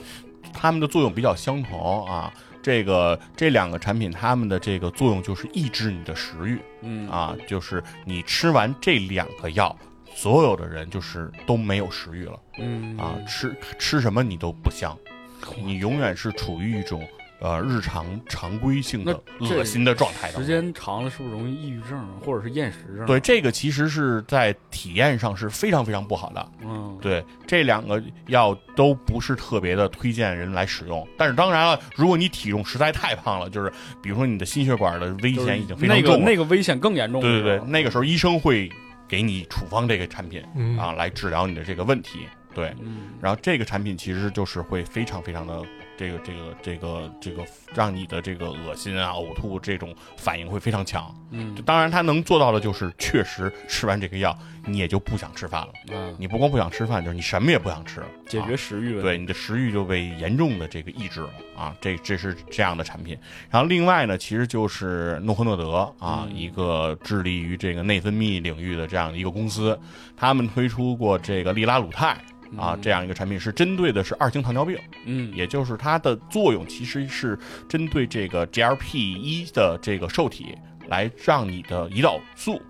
[SPEAKER 5] 它们的作用比较相同啊。这个这两个产品它们的这个作用就是抑制你的食欲，嗯啊，就是你吃完这两个药，所有的人就是都没有食欲了，嗯啊，吃吃什么你都不香，你永远是处于一种呃日常常规性的
[SPEAKER 3] 那这
[SPEAKER 5] 恶心的状态当
[SPEAKER 3] 时
[SPEAKER 5] 中。
[SPEAKER 3] 间长了是不是容易抑郁症啊或者是厌食症？
[SPEAKER 5] 对，这个其实是在体验上是非常非常不好的。
[SPEAKER 3] 嗯，
[SPEAKER 5] 对，这两个药都不是特别的推荐人来使用。但是当然了，如果你体重实在太胖了，就是比如说你的心血管的危
[SPEAKER 3] 就是
[SPEAKER 5] 险已经非常
[SPEAKER 3] 那
[SPEAKER 5] 重
[SPEAKER 3] 个
[SPEAKER 5] 了，
[SPEAKER 3] 那个危险更严重。
[SPEAKER 5] 对对
[SPEAKER 3] 是吧
[SPEAKER 5] 对，那个时候医生会给你处方这个产品、
[SPEAKER 4] 嗯
[SPEAKER 5] 啊，来治疗你的这个问题。对，
[SPEAKER 3] 嗯
[SPEAKER 5] 然后这个产品其实就是会非常非常的这个这个这个这个让你的这个恶心啊、呕吐这种反应会非常强。
[SPEAKER 3] 嗯
[SPEAKER 5] 就当然它能做到的就是确实吃完这个药，你也就不想吃饭了。
[SPEAKER 3] 嗯，
[SPEAKER 5] 你不光不想吃饭，就是你什么也不想吃了，
[SPEAKER 3] 解
[SPEAKER 5] 啊
[SPEAKER 3] 决食欲问题。
[SPEAKER 5] 对你的食欲就被严重的这个抑制了啊，这这是这样的产品。然后另外呢，其实就是诺和诺德啊，一个致力于这个内分泌领域的这样的一个公司，他们推出过这个利拉鲁肽啊这样一个产品，是针对的是二型糖尿病，
[SPEAKER 3] 嗯，
[SPEAKER 5] 也就是它的作用其实是针对这个 GLP 一的这个受体，来让你的胰岛素，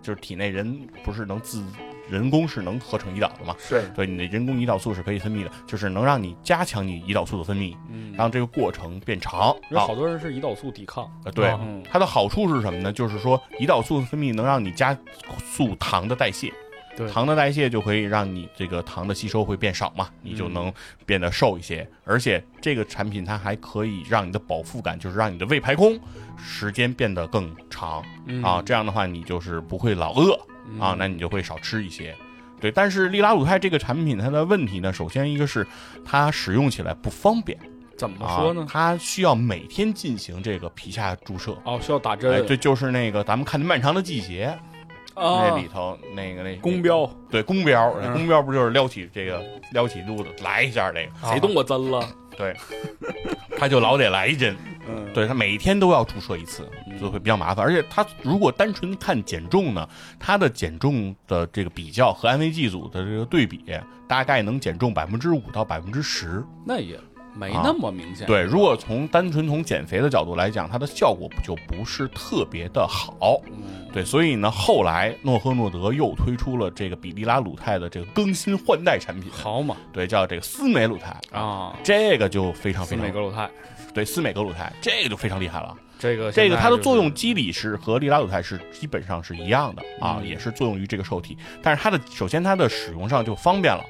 [SPEAKER 5] 就是体内人不是能自人工是能合成胰岛的嘛？
[SPEAKER 3] 是
[SPEAKER 5] 对，你的人工胰岛素是可以分泌的，就是能让你加强你胰岛素的分泌，让这个过程变长。
[SPEAKER 3] 有
[SPEAKER 5] 啊
[SPEAKER 3] 嗯好多人是胰岛素抵抗。
[SPEAKER 5] 呃对
[SPEAKER 3] 嗯，
[SPEAKER 5] 它的好处是什么呢？就是说胰岛素分泌能让你加速糖的代谢
[SPEAKER 3] 对。
[SPEAKER 5] 糖的代谢就可以让你这个糖的吸收会变少嘛，
[SPEAKER 3] 嗯
[SPEAKER 5] 你就能变得瘦一些。而且这个产品它还可以让你的饱腹感，就是让你的胃排空时间变得更长
[SPEAKER 3] 嗯
[SPEAKER 5] 啊。这样的话，你就是不会老饿啊，那你就会少吃一些。对，但是利拉鲁肽这个产品它的问题呢，首先一个是它使用起来不方便
[SPEAKER 3] 怎么
[SPEAKER 5] 啊
[SPEAKER 3] 说呢，？
[SPEAKER 5] 它需要每天进行这个皮下注射。
[SPEAKER 3] 哦，需要打针。
[SPEAKER 5] 哎，这就是那个咱们看的《漫长的季节》那
[SPEAKER 3] 啊
[SPEAKER 5] 里，啊头那个那
[SPEAKER 3] 宫标，
[SPEAKER 5] 对宫标，
[SPEAKER 3] 嗯
[SPEAKER 5] 宫标不就是撩起这个撩起肚子来一下这个，
[SPEAKER 4] 啊
[SPEAKER 3] 谁动我针了？
[SPEAKER 5] 对，他就老得来一针，
[SPEAKER 3] 嗯，
[SPEAKER 5] 对他每天都要注射一次，就会比较麻烦。而且他如果单纯看减重呢，他的减重的这个比较和安慰剂组的这个对比，大概能减重百分之五到百分之十。
[SPEAKER 3] 那也没那么明显。
[SPEAKER 5] 啊对，如果从单纯从减肥的角度来讲，它的效果就不是特别的好。
[SPEAKER 3] 嗯
[SPEAKER 5] 对，所以呢，后来诺和诺德又推出了这个比利拉鲁肽的这个更新换代产品，
[SPEAKER 3] 好嘛
[SPEAKER 5] 对，叫这个斯美鲁肽。
[SPEAKER 3] 啊，
[SPEAKER 5] 这个就非常非
[SPEAKER 3] 四
[SPEAKER 5] 常
[SPEAKER 3] 美格鲁肽，
[SPEAKER 5] 对斯美格鲁肽，这个就非常厉害了。
[SPEAKER 3] 这个
[SPEAKER 5] 这个
[SPEAKER 3] 现在
[SPEAKER 5] 它的
[SPEAKER 3] 就是
[SPEAKER 5] 作用机理是和利拉鲁肽是基本上是一样的啊，
[SPEAKER 3] 嗯
[SPEAKER 5] 也是作用于这个受体，但是它的首先它的使用上就方便了。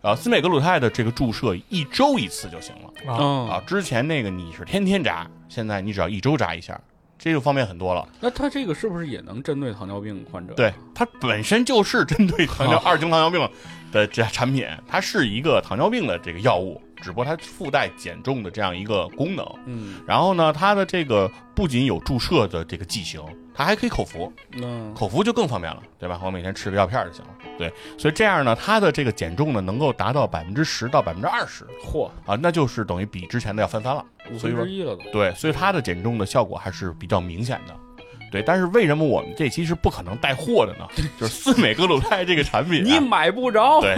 [SPEAKER 5] 呃，斯美格鲁肽的这个注射一周一次就行
[SPEAKER 4] 啊，
[SPEAKER 5] 了。啊
[SPEAKER 3] 嗯，，
[SPEAKER 5] 之前那个你是天天扎，现在你只要一周扎一下，这就方便很多了。
[SPEAKER 3] 那它这个是不是也能针对糖尿病患者？，
[SPEAKER 5] 对，它本身就是针对糖尿二型糖尿病的这产品，它是一个糖尿病的这个药物，只不过它附带减重的这样一个功能。
[SPEAKER 3] 嗯
[SPEAKER 5] 然后呢，它的这个不仅有注射的这个剂型，它还可以口服，
[SPEAKER 3] 嗯
[SPEAKER 5] 口服就更方便了，对吧？我每天吃个药片儿就行了。对，所以这样呢，它的这个减重呢，能够达到百分之十到百分之二十
[SPEAKER 3] 嚯，
[SPEAKER 5] 啊，那就是等于比之前的要翻番了。
[SPEAKER 3] 五
[SPEAKER 5] 所以
[SPEAKER 3] 分
[SPEAKER 5] 说
[SPEAKER 3] 之一了都。
[SPEAKER 5] 对，所以它的减重的效果还是比较明显的。对，但是为什么我们这期是不可能带货的呢？就是斯美格鲁肽这个产品、
[SPEAKER 3] 你
[SPEAKER 5] 啊，
[SPEAKER 3] 买不着，
[SPEAKER 5] 对，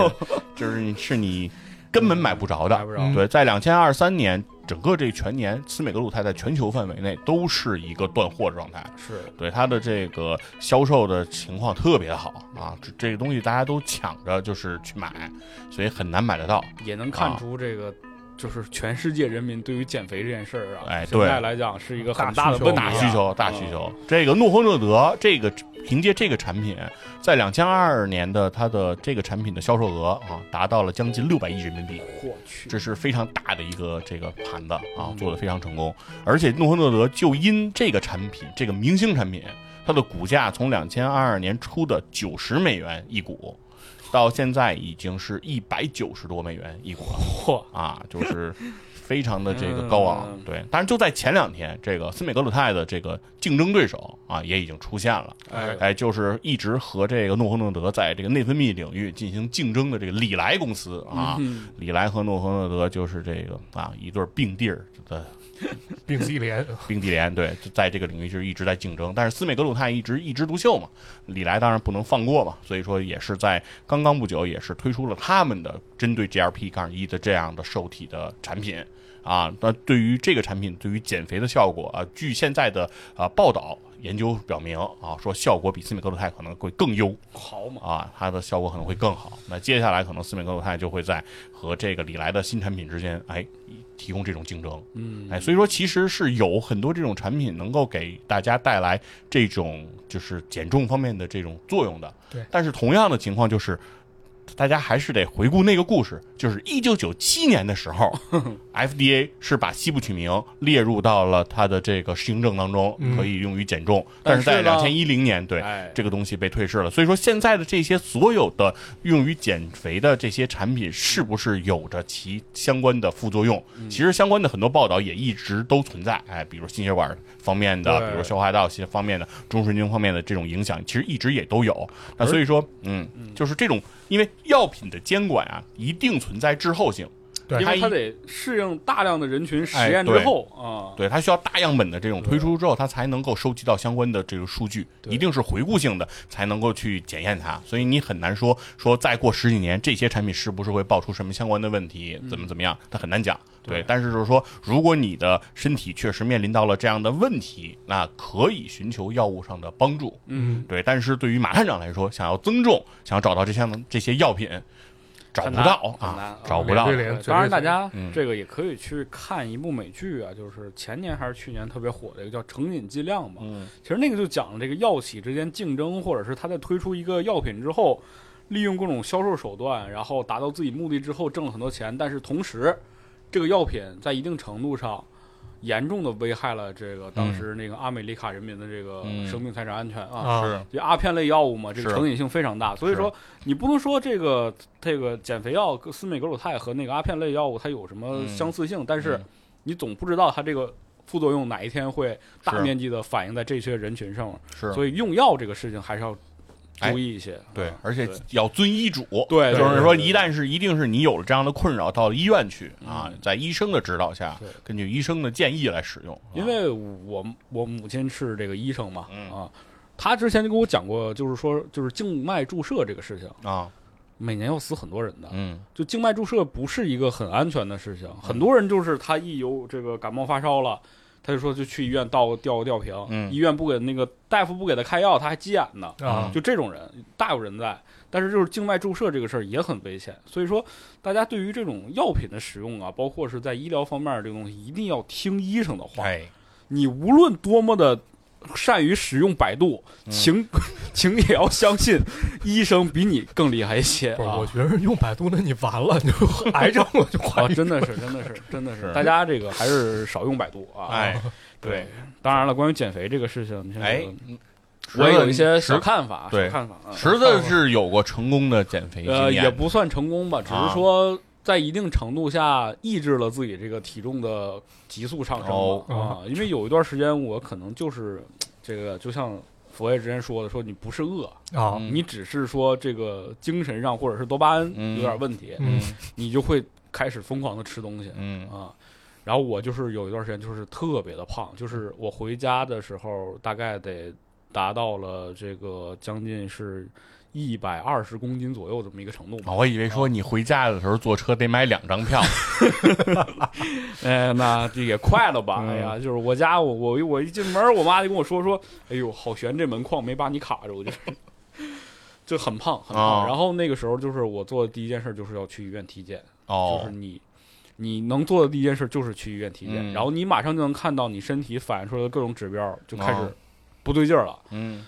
[SPEAKER 5] 就是你是你根本买不着的
[SPEAKER 3] 买。不着。
[SPEAKER 4] 嗯
[SPEAKER 5] 对，在两千二三年整个这全年，斯美格鲁肽在全球范围内都是一个断货状态。
[SPEAKER 3] 是，
[SPEAKER 5] 对它的这个销售的情况特别好啊，这这个东西大家都抢着就是去买，所以很难买得到。
[SPEAKER 3] 也能
[SPEAKER 5] 啊
[SPEAKER 3] 看出这个。就是全世界人民对于减肥这件事儿啊，
[SPEAKER 5] 哎
[SPEAKER 3] 现
[SPEAKER 5] 对
[SPEAKER 3] 在来讲是一个很
[SPEAKER 4] 大
[SPEAKER 3] 的
[SPEAKER 4] 需求
[SPEAKER 3] 问题啊、
[SPEAKER 5] 大需求，大
[SPEAKER 3] 嗯
[SPEAKER 5] 需求。这个诺和诺德这个凭借这个产品，在两千二二年的它的这个产品的销售额啊，达到了将近六百亿人民币，
[SPEAKER 3] 嗯我去，
[SPEAKER 5] 这是非常大的一个这个盘子啊，做的非常成功。而且诺和诺德就因这个产品，这个明星产品，它的股价从两千二二年初的九十美元一股。到现在已经是一百九十多美元一股了，
[SPEAKER 3] 嚯，嗯
[SPEAKER 5] 啊，就是非常的这个高昂。对，但是就在前两天，这个斯美格鲁肽的这个竞争对手啊，也已经出现了。
[SPEAKER 3] 哎，
[SPEAKER 5] 哎，就是一直和这个诺和诺德在这个内分泌领域进行竞争的这个礼来公司啊，
[SPEAKER 3] 嗯
[SPEAKER 5] 礼来和诺和诺德就是这个啊一对儿并蒂儿的
[SPEAKER 4] 并蒂莲，
[SPEAKER 5] 冰地莲，对，就在这个领域就是一直在竞争，但是斯美格鲁肽一直一枝独秀嘛，李来当然不能放过嘛，所以说也是在刚刚不久也是推出了他们的针对 GLP 杠一的这样的受体的产品啊。那对于这个产品，对于减肥的效果啊，据现在的啊报道研究表明啊，说效果比司美格鲁肽可能会更优。
[SPEAKER 3] 好嘛，
[SPEAKER 5] 啊，它的效果可能会更好。那接下来可能斯美格鲁肽就会在和这个李来的新产品之间，哎，提供这种竞争。嗯，哎，所以说其实是有很多这种产品能够给大家带来这种就是减重方面的这种作用的。
[SPEAKER 4] 对
[SPEAKER 5] 但是同样的情况就是。大家还是得回顾那个故事，就是一九九七年的时 候，FDA 是把西部曲明列入到了它的这个适应症当中，可以用于减重。嗯但是在
[SPEAKER 3] 但
[SPEAKER 5] 两
[SPEAKER 3] 是呢
[SPEAKER 5] 千一零年，对、
[SPEAKER 3] 哎
[SPEAKER 5] 这个东西被退市了。所以说，现在的这些所有的用于减肥的这些产品，是不是有着其相关的副作用？
[SPEAKER 3] 嗯
[SPEAKER 5] 其实相关的很多报道也一直都存在，哎，比如心血管方面的，
[SPEAKER 3] 对
[SPEAKER 5] 比如消化道些方面的、中神经方面的这种影响，其实一直也都有。那所以说，嗯，就是这种，因为药品的监管啊，一定存在滞后性。
[SPEAKER 4] 对
[SPEAKER 3] 因为它
[SPEAKER 5] 它
[SPEAKER 3] 得适应大量的人群实
[SPEAKER 5] 哎
[SPEAKER 3] 验之
[SPEAKER 5] 对
[SPEAKER 3] 后啊，
[SPEAKER 5] 对，它需要大样本的这种推出之后，它才能够收集到相关的这个数据，一定是回顾性的才能够去检验它。所以你很难说说再过十几年这些产品是不是会爆出什么相关的问题，怎么怎么样，它很难讲。对，但是就是说，如果你的身体确实面临到了这样的问题，那可以寻求药物上的帮助。嗯，对。但是对于马探长来说，想要增重，想要找到这项这些药品，找
[SPEAKER 3] 很
[SPEAKER 5] 不
[SPEAKER 3] 难
[SPEAKER 5] 到
[SPEAKER 3] 很难
[SPEAKER 5] 啊
[SPEAKER 3] 啊，
[SPEAKER 5] 找不
[SPEAKER 4] 脸
[SPEAKER 5] 到
[SPEAKER 4] 对。脸，嘴
[SPEAKER 3] 当然，
[SPEAKER 4] 对
[SPEAKER 3] 大
[SPEAKER 4] 嘴
[SPEAKER 3] 家
[SPEAKER 5] 嗯
[SPEAKER 3] 这个也可以去看一部美剧啊，就是前年还是去年特别火的一个叫《成瘾剂量》嘛。
[SPEAKER 5] 嗯，
[SPEAKER 3] 其实那个就讲了这个药企之间竞争，或者是他在推出一个药品之后，利用各种销售手段，然后达到自己目的之后挣了很多钱，但是同时，这个药品在一定程度上严重的危害了这个当时那个阿美利卡人民的这个
[SPEAKER 5] 嗯
[SPEAKER 3] 生命财产安全啊。
[SPEAKER 4] 啊，
[SPEAKER 5] 是
[SPEAKER 3] 就阿片类药物嘛，这个
[SPEAKER 5] 是
[SPEAKER 3] 成瘾性非常大，所以
[SPEAKER 5] 是
[SPEAKER 3] 说你不能说这个这个减肥药司美格鲁肽和那个阿片类药物它有什么
[SPEAKER 5] 嗯
[SPEAKER 3] 相似性，但是
[SPEAKER 5] 嗯
[SPEAKER 3] 你总不知道它这个副作用哪一天会大
[SPEAKER 5] 是
[SPEAKER 3] 面积的反映在这些人群上，
[SPEAKER 5] 是。哎
[SPEAKER 3] 所以用药这个事情还是要注医一些。
[SPEAKER 5] 对
[SPEAKER 3] 啊，
[SPEAKER 5] 而且
[SPEAKER 3] 对
[SPEAKER 5] 要遵医嘱。
[SPEAKER 3] 对对
[SPEAKER 5] 就是
[SPEAKER 3] 对
[SPEAKER 5] 说，
[SPEAKER 3] 对嗯
[SPEAKER 5] 一旦是一定是你有了这样的困扰，到了医院去啊，在医生的指导下
[SPEAKER 3] 对，
[SPEAKER 5] 根据医生的建议来使用。啊
[SPEAKER 3] 因为我我母亲是这个医生嘛，
[SPEAKER 5] 嗯
[SPEAKER 3] 啊，她之前就跟我讲过，就是说就是静脉注射这个事情，
[SPEAKER 5] 啊，
[SPEAKER 3] 每年要死很多人的，
[SPEAKER 5] 嗯，
[SPEAKER 3] 就静脉注射不是一个很安全的事情，很多人就是他一有这个感冒发烧了，他就说就去医院倒个吊个吊瓶，
[SPEAKER 5] 嗯
[SPEAKER 3] 医院不给那个大夫不给他开药，他还急眼呢，
[SPEAKER 4] 啊
[SPEAKER 3] 就这种人大有人在。但是就是静脉注射这个事儿也很危险，所以说大家对于这种药品的使用啊，包括是在医疗方面儿这个东西，一定要听医生的话。
[SPEAKER 5] 哎，
[SPEAKER 3] 你无论多么的善于使用百度，请 请也要相信医生比你更厉害一些
[SPEAKER 4] 不是，
[SPEAKER 3] 啊
[SPEAKER 4] 我。觉得用百度那你完了，你就癌症了，就怀
[SPEAKER 3] 啊，
[SPEAKER 4] 疑。
[SPEAKER 3] 真的是，真的是，真的是，
[SPEAKER 5] 是
[SPEAKER 3] 大家这个还是少用百度啊。
[SPEAKER 5] 哎，
[SPEAKER 3] 对，当然了，关于减肥这个事情，
[SPEAKER 5] 哎，
[SPEAKER 3] 我也有一些
[SPEAKER 5] 池
[SPEAKER 3] 小看法，
[SPEAKER 5] 对
[SPEAKER 3] 小看法啊。
[SPEAKER 5] 池子是有过成功的减肥经
[SPEAKER 3] 呃，也
[SPEAKER 5] 验，嗯
[SPEAKER 3] 不算成功吧，只是说在一定程度下抑制了自己这个体重的急速上升
[SPEAKER 5] 哦
[SPEAKER 3] 吧啊。因为有一段时间，我可能就是这个，就像佛爷之前说的，说你不是饿，
[SPEAKER 4] 啊，
[SPEAKER 5] 嗯
[SPEAKER 3] 你只是说这个精神上或者是多巴胺有点问题，
[SPEAKER 4] 嗯，
[SPEAKER 3] 你就会开始疯狂的吃东西。
[SPEAKER 5] 嗯
[SPEAKER 3] 啊。然后我就是有一段时间就是特别的胖，就是我回家的时候大概得达到了这个将近是一百二十公斤左右这么一个程度
[SPEAKER 5] 啊
[SPEAKER 3] 吧。
[SPEAKER 5] 我以为说你回家的时候坐车得买两 张票，
[SPEAKER 3] 哎，那这也快了吧？哎呀，就是我家我我一我一进门，我妈就跟我说说，哎呦，好悬，这门框没把你卡着，我就是。就很胖，很胖。
[SPEAKER 5] 哦
[SPEAKER 3] 然后那个时候，就是我做的第一件事就是要去医院体检，就
[SPEAKER 5] 哦
[SPEAKER 3] 是，你你能做的第一件事就是去医院体检，
[SPEAKER 5] 嗯
[SPEAKER 3] 然后你马上就能看到你身体反映出来的各种指标就开始
[SPEAKER 5] 哦
[SPEAKER 3] 不对劲儿了。
[SPEAKER 5] 嗯，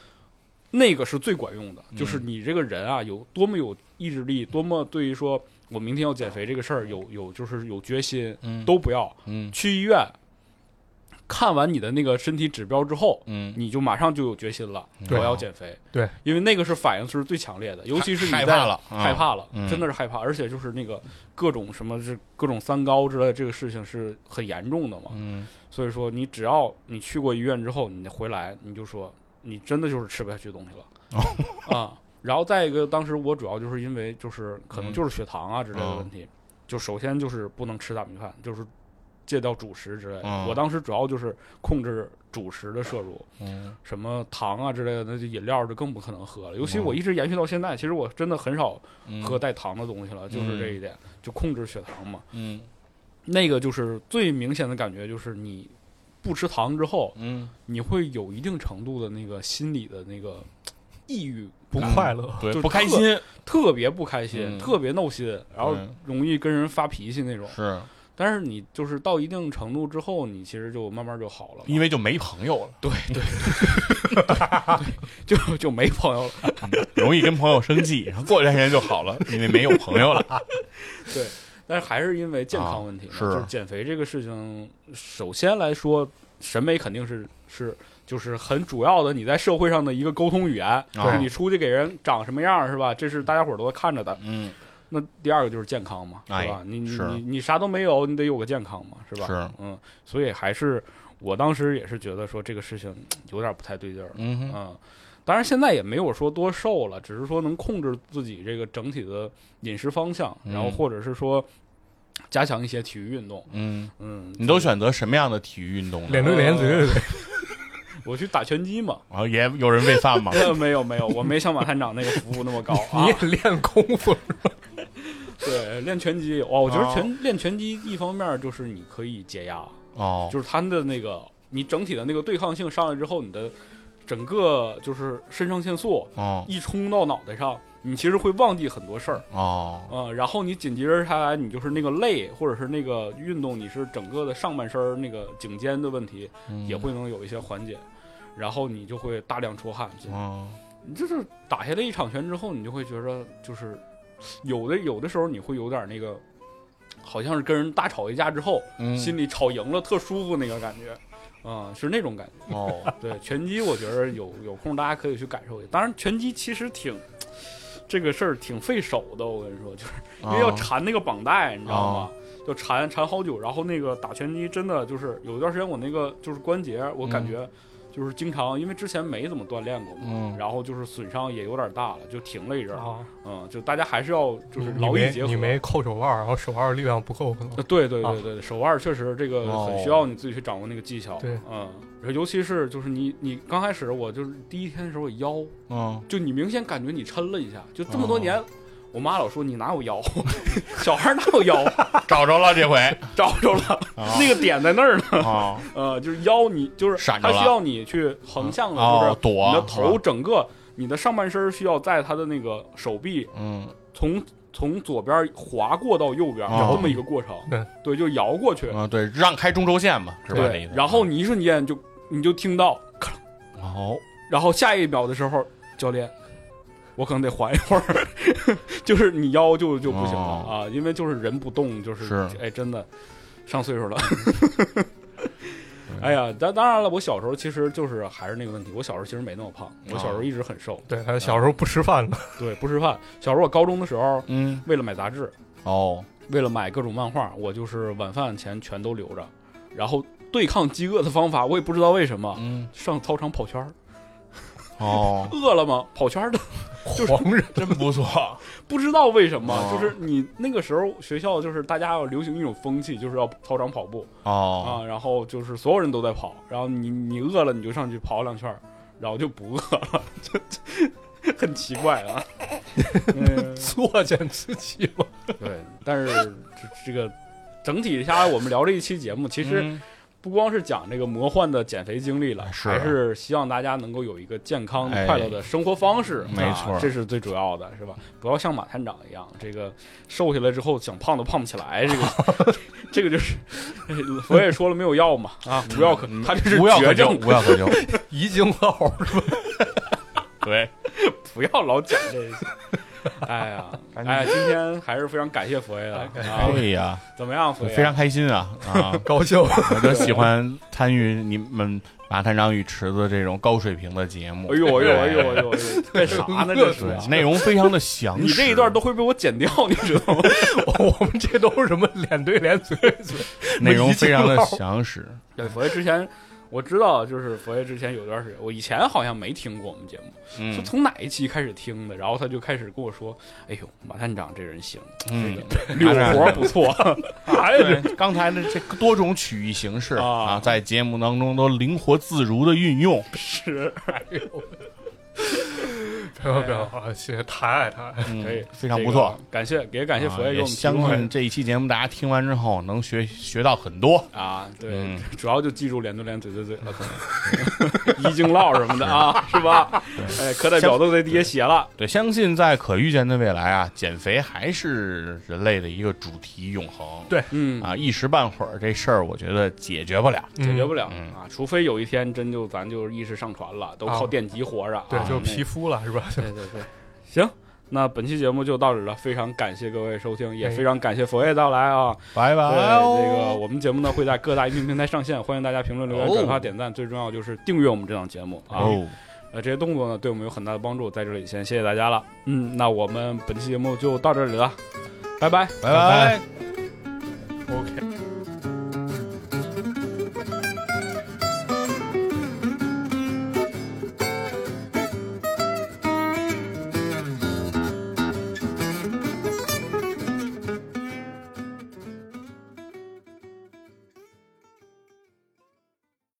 [SPEAKER 3] 那个是最管用的，就是你这个人啊，有多么有意志力，多么对于说我明天要减肥这个事儿有有就是有决心，
[SPEAKER 5] 嗯
[SPEAKER 3] 都不要
[SPEAKER 5] 嗯
[SPEAKER 3] 去医院。看完你的那个身体指标之后，
[SPEAKER 5] 嗯，
[SPEAKER 3] 你就马上就有决心了，我
[SPEAKER 4] 对
[SPEAKER 3] 要减肥。
[SPEAKER 4] 对，
[SPEAKER 3] 因为那个是反应是最强烈的，尤其是你
[SPEAKER 5] 害
[SPEAKER 3] 在
[SPEAKER 5] 怕了嗯
[SPEAKER 3] 害怕了，
[SPEAKER 5] 嗯
[SPEAKER 3] 真的是害怕，而且就是那个各种什么是各种三高之类的，这个事情是很严重的嘛。
[SPEAKER 5] 嗯
[SPEAKER 3] 所以说，你只要你去过医院之后，你回来你就说你真的就是吃不下去东西
[SPEAKER 5] 哦
[SPEAKER 3] 了啊。然后再一个，当时我主要就是因为就是可
[SPEAKER 5] 嗯
[SPEAKER 3] 能就是血糖啊之类的问
[SPEAKER 5] 哦
[SPEAKER 3] 题，就首先就是不能吃大米饭，就是戒掉主食之类的。
[SPEAKER 5] 嗯
[SPEAKER 3] 我当时主要就是控制主食的摄入，
[SPEAKER 5] 嗯
[SPEAKER 3] 什么糖啊之类的，那就饮料就更不可能喝了。尤其
[SPEAKER 5] 哦
[SPEAKER 3] 我一直延续到现在，其实我真的很少
[SPEAKER 5] 嗯
[SPEAKER 3] 喝带糖的东西了，就是这一点，就控制血糖嘛。
[SPEAKER 5] 嗯
[SPEAKER 3] 那个就是最明显的感觉，就是你不吃糖之后，
[SPEAKER 5] 嗯，
[SPEAKER 3] 你会有一定程度的那个心理的那个抑郁，
[SPEAKER 4] 不快乐。
[SPEAKER 5] 对
[SPEAKER 3] 就，
[SPEAKER 5] 不开
[SPEAKER 3] 特
[SPEAKER 5] 心
[SPEAKER 3] 特别不开心，
[SPEAKER 5] 嗯
[SPEAKER 3] 特别闹心，然后
[SPEAKER 5] 嗯
[SPEAKER 3] 容易跟人发脾气那种。
[SPEAKER 5] 是
[SPEAKER 3] 但是你就是到一定程度之后，你其实就慢慢就好了嘛，
[SPEAKER 5] 因为就没朋友了，
[SPEAKER 3] 对对对，就就没朋友了。
[SPEAKER 5] 容易跟朋友生气，然后过段时间就好了，因为没有朋友了。
[SPEAKER 3] 对， 但是还是因为健康问题嘛、
[SPEAKER 5] 啊是
[SPEAKER 3] 就是减肥这个事情，首先来说，审美肯定是是就是很主要的，你在社会上的一个沟通语言，
[SPEAKER 5] 啊
[SPEAKER 3] 就是你出去给人长什么样儿是吧？这是大家伙儿都看着的。
[SPEAKER 5] 嗯，
[SPEAKER 3] 那第二个就是健康嘛，是吧
[SPEAKER 5] 哎？
[SPEAKER 3] 你你
[SPEAKER 5] 是
[SPEAKER 3] 你你啥都没有，你得有个健康嘛，是吧？
[SPEAKER 5] 是
[SPEAKER 3] 嗯，所以还是我当时也是觉得说这个事情有点不太对劲儿，
[SPEAKER 5] 嗯哼
[SPEAKER 3] 嗯，当然现在也没有说多瘦了，只是说能控制自己这个整体的饮食方向，然后
[SPEAKER 5] 嗯
[SPEAKER 3] 或者是说加强一些体育运动。
[SPEAKER 5] 嗯，
[SPEAKER 3] 嗯，
[SPEAKER 5] 你都选择什么样的体育运动呢？
[SPEAKER 4] 脸对脸，嘴对嘴，
[SPEAKER 3] 我去打拳击嘛？
[SPEAKER 5] 然后也有人喂饭吗？
[SPEAKER 3] 呃， 没有没有，我没像马探长那个服务那么 高啊
[SPEAKER 4] 你。也练功夫，
[SPEAKER 3] 对，练拳击哇，我觉得
[SPEAKER 5] 哦
[SPEAKER 3] 拳练拳击一方面就是你可以解压，
[SPEAKER 5] 哦，
[SPEAKER 3] 就是它的那个你整体的那个对抗性上来之后，你的整个就是肾上腺素
[SPEAKER 5] 哦
[SPEAKER 3] 一冲到脑袋上，你其实会忘记很多事儿。
[SPEAKER 5] 哦，
[SPEAKER 3] 啊、然后你紧接着下来，你就是那个累，或者是那个运动，你是整个的上半身儿那个颈肩的问题
[SPEAKER 5] 嗯
[SPEAKER 3] 也会能有一些缓解，然后你就会大量出汗。
[SPEAKER 5] 哦，
[SPEAKER 3] 你就是打下来一场拳之后，你就会觉着就是有的有的时候你会有点那个，好像是跟人大吵一架之后，
[SPEAKER 5] 嗯
[SPEAKER 3] 心里吵赢了特舒服那个感觉，啊、是那种感觉。
[SPEAKER 5] 哦，
[SPEAKER 3] 对拳击，我觉得有有空大家可以去感受一下。当然，拳击其实挺这个事儿挺费手的，我跟你说，就是因为要
[SPEAKER 5] 哦
[SPEAKER 3] 缠那个绑带，你知道
[SPEAKER 4] 哦
[SPEAKER 3] 吗？就缠缠好久，然后那个打拳击真的就是有一段时间我那个就是关节，我
[SPEAKER 4] 嗯
[SPEAKER 3] 感觉就是经常因为之前没怎么锻炼过嘛，
[SPEAKER 5] 嗯
[SPEAKER 3] 然后就是损伤也有点大了，就停了一阵儿。
[SPEAKER 4] 啊，
[SPEAKER 3] 嗯，就大家还是要就是
[SPEAKER 4] 你
[SPEAKER 3] 劳逸
[SPEAKER 4] 没
[SPEAKER 3] 结合。
[SPEAKER 4] 你没扣手腕儿，然后手腕儿力量不够，可能
[SPEAKER 3] 呃，对对
[SPEAKER 4] 啊哦
[SPEAKER 3] 对对，手腕儿确实这个很需要你自己去掌握那个技巧。
[SPEAKER 4] 对
[SPEAKER 3] 嗯，然后尤其是就是你你刚开始我就是第一天的时候我腰
[SPEAKER 5] 嗯，
[SPEAKER 3] 就你明显感觉你抻了一下，就这么
[SPEAKER 5] 哦
[SPEAKER 3] 多年，我妈老说你哪有腰， 小孩儿哪有腰，
[SPEAKER 5] 找着了这回
[SPEAKER 3] 找着了，
[SPEAKER 5] 啊
[SPEAKER 3] 那个点在那儿呢。
[SPEAKER 5] 啊，
[SPEAKER 3] 呃，就是腰你就是
[SPEAKER 5] 闪着
[SPEAKER 3] 它
[SPEAKER 5] 了
[SPEAKER 3] 需要你去横向的，
[SPEAKER 5] 哦
[SPEAKER 3] 就是
[SPEAKER 5] 躲
[SPEAKER 3] 你的
[SPEAKER 5] 是
[SPEAKER 3] 头
[SPEAKER 5] 吧
[SPEAKER 3] 整个你的上半身需要在它的那个手臂
[SPEAKER 5] 嗯
[SPEAKER 3] 从。从左边滑过到右边，
[SPEAKER 5] 哦
[SPEAKER 3] 有这么一个过程，
[SPEAKER 4] 对
[SPEAKER 3] 对，就摇过去，
[SPEAKER 5] 啊，对，让开中轴线嘛，是吧？这意
[SPEAKER 3] 对
[SPEAKER 5] 思，
[SPEAKER 3] 然后你一瞬间就你就听到，咔啷
[SPEAKER 5] 哦，
[SPEAKER 3] 然后下一秒的时候，教练，我可能得缓一会儿， 就是你腰就就不行了、
[SPEAKER 5] 哦
[SPEAKER 3] 啊，因为就是人不动，就是
[SPEAKER 5] 是
[SPEAKER 3] 哎，真的上岁 数了。哎呀，当当然了，我小时候其实就是还是那个问题，我小时候其实没那么胖，
[SPEAKER 5] 哦
[SPEAKER 3] 我小时候一直很瘦，
[SPEAKER 4] 对，还小时候不吃饭呢，
[SPEAKER 3] 对，不吃饭。小时候我高中的时候，
[SPEAKER 5] 嗯，
[SPEAKER 3] 为了买杂志，
[SPEAKER 5] 哦，
[SPEAKER 3] 为了买各种漫画，我就是晚饭前全都留着，然后对抗饥饿的方法，我也不知道为什么，
[SPEAKER 5] 嗯，
[SPEAKER 3] 上操场跑圈儿，
[SPEAKER 5] 哦，
[SPEAKER 3] 饿了吗？跑圈儿的，
[SPEAKER 4] 狂人
[SPEAKER 5] 真不错，
[SPEAKER 3] 不知道为什么，
[SPEAKER 5] 哦
[SPEAKER 3] 就是你那个时候学校就是大家要流行一种风气，就是要操场跑步、
[SPEAKER 5] 哦，
[SPEAKER 3] 啊，然后就是所有人都在跑，然后你你饿了你就上去跑两圈儿，然后就不饿了， 就就很奇怪 啊。嗯，
[SPEAKER 4] 作践自己嘛。
[SPEAKER 3] 对，但是这这个整体下来，我们聊这一期节目，其
[SPEAKER 5] 其
[SPEAKER 3] 实、不光是讲这个魔幻的减肥经历了，
[SPEAKER 5] 哎是
[SPEAKER 3] 还是希望大家能够有一个健康、
[SPEAKER 5] 哎
[SPEAKER 3] 快乐的生活方式，
[SPEAKER 5] 没
[SPEAKER 3] 啊
[SPEAKER 5] 错
[SPEAKER 3] 这是最主要的，是吧？不要像马探长一样，这个瘦下来之后想胖都胖不起来，这个 这个就是我也说了没有药嘛，啊，无药可，他这是
[SPEAKER 5] 无药嗯可
[SPEAKER 3] 绝
[SPEAKER 5] 救，
[SPEAKER 3] 症，
[SPEAKER 5] 无药可救，
[SPEAKER 4] 遗精到
[SPEAKER 5] 对，
[SPEAKER 3] 不要老讲这些。哎 呀，哎，今天还是非常感谢佛爷的啊
[SPEAKER 5] 哎！呀，
[SPEAKER 3] 怎么样，佛爷？
[SPEAKER 5] 非常开心啊啊！
[SPEAKER 4] 高兴，
[SPEAKER 5] 我就喜欢参与你们马探长与池子这种高水平的节目。
[SPEAKER 3] 哎呦哎呦哎呦 哎呦哎呦，干啥呢？这是啊
[SPEAKER 5] 对， 内容非常的详实。
[SPEAKER 3] 你这一段都会被我剪掉，你知道吗？
[SPEAKER 4] 我们这都是什么脸对脸嘴对嘴，
[SPEAKER 5] 内容非常的
[SPEAKER 3] 啊
[SPEAKER 5] 详实。
[SPEAKER 3] 对，佛爷之前我知道，就是佛爷之前有段时间，我以前好像没听过我们节目，是
[SPEAKER 5] 嗯
[SPEAKER 3] 从哪一期开始听的？然后他就开始跟我说：“哎呦，马探长这人行，
[SPEAKER 5] 嗯，
[SPEAKER 3] 溜活不错。
[SPEAKER 5] 哎呀，刚才的这个多种曲艺形式
[SPEAKER 3] 啊
[SPEAKER 5] 啊，在节目当中都灵活自如的运用。
[SPEAKER 3] 是，
[SPEAKER 4] 非常非常好，啊谢谢抬爱抬爱。
[SPEAKER 5] 嗯
[SPEAKER 3] 可以，
[SPEAKER 5] 非常
[SPEAKER 3] 哎这
[SPEAKER 5] 不
[SPEAKER 3] 个
[SPEAKER 5] 错。
[SPEAKER 3] 感谢也感谢佛
[SPEAKER 5] 啊
[SPEAKER 3] 爷给
[SPEAKER 5] 也
[SPEAKER 3] 我们提
[SPEAKER 5] 相
[SPEAKER 3] 供
[SPEAKER 5] 信这一期节目大家听完之后能学学到很多。
[SPEAKER 3] 啊，对
[SPEAKER 5] 嗯，
[SPEAKER 3] 主要就记住脸对脸、嘴对嘴了，可能 一经烙什么的啊，是吧？哎，课代表都在底下写了，
[SPEAKER 5] 对，相信在可预见的未来啊，减肥还是人类的一个主题永恒。
[SPEAKER 4] 对
[SPEAKER 3] 嗯，
[SPEAKER 5] 啊，一时半会儿这事儿我觉得解决不了。
[SPEAKER 3] 解决不了
[SPEAKER 5] 嗯
[SPEAKER 3] 啊，除非有一天真就咱就意识上传了，都靠
[SPEAKER 4] 啊
[SPEAKER 3] 电极活着啊，
[SPEAKER 5] 嗯
[SPEAKER 4] 对，就
[SPEAKER 3] 那
[SPEAKER 4] 皮肤了是吧？
[SPEAKER 3] 对对对，行，那本期节目就到这儿了，非常感谢各位收听，
[SPEAKER 5] 哎
[SPEAKER 3] 也非常感谢佛爷到来啊。
[SPEAKER 5] 拜拜
[SPEAKER 3] 对，
[SPEAKER 5] 哦。
[SPEAKER 3] 这个我们节目呢会在各大音频平台上线，欢迎大家评论、留言、
[SPEAKER 5] 哦
[SPEAKER 3] 转发、点赞，最重要就是订阅我们这档节目啊。
[SPEAKER 5] 哦，
[SPEAKER 3] 呃，这些动作呢对我们有很大的帮助，在这里先谢谢大家了。嗯，那我们本期节目就到这里了，拜拜。
[SPEAKER 5] 拜拜。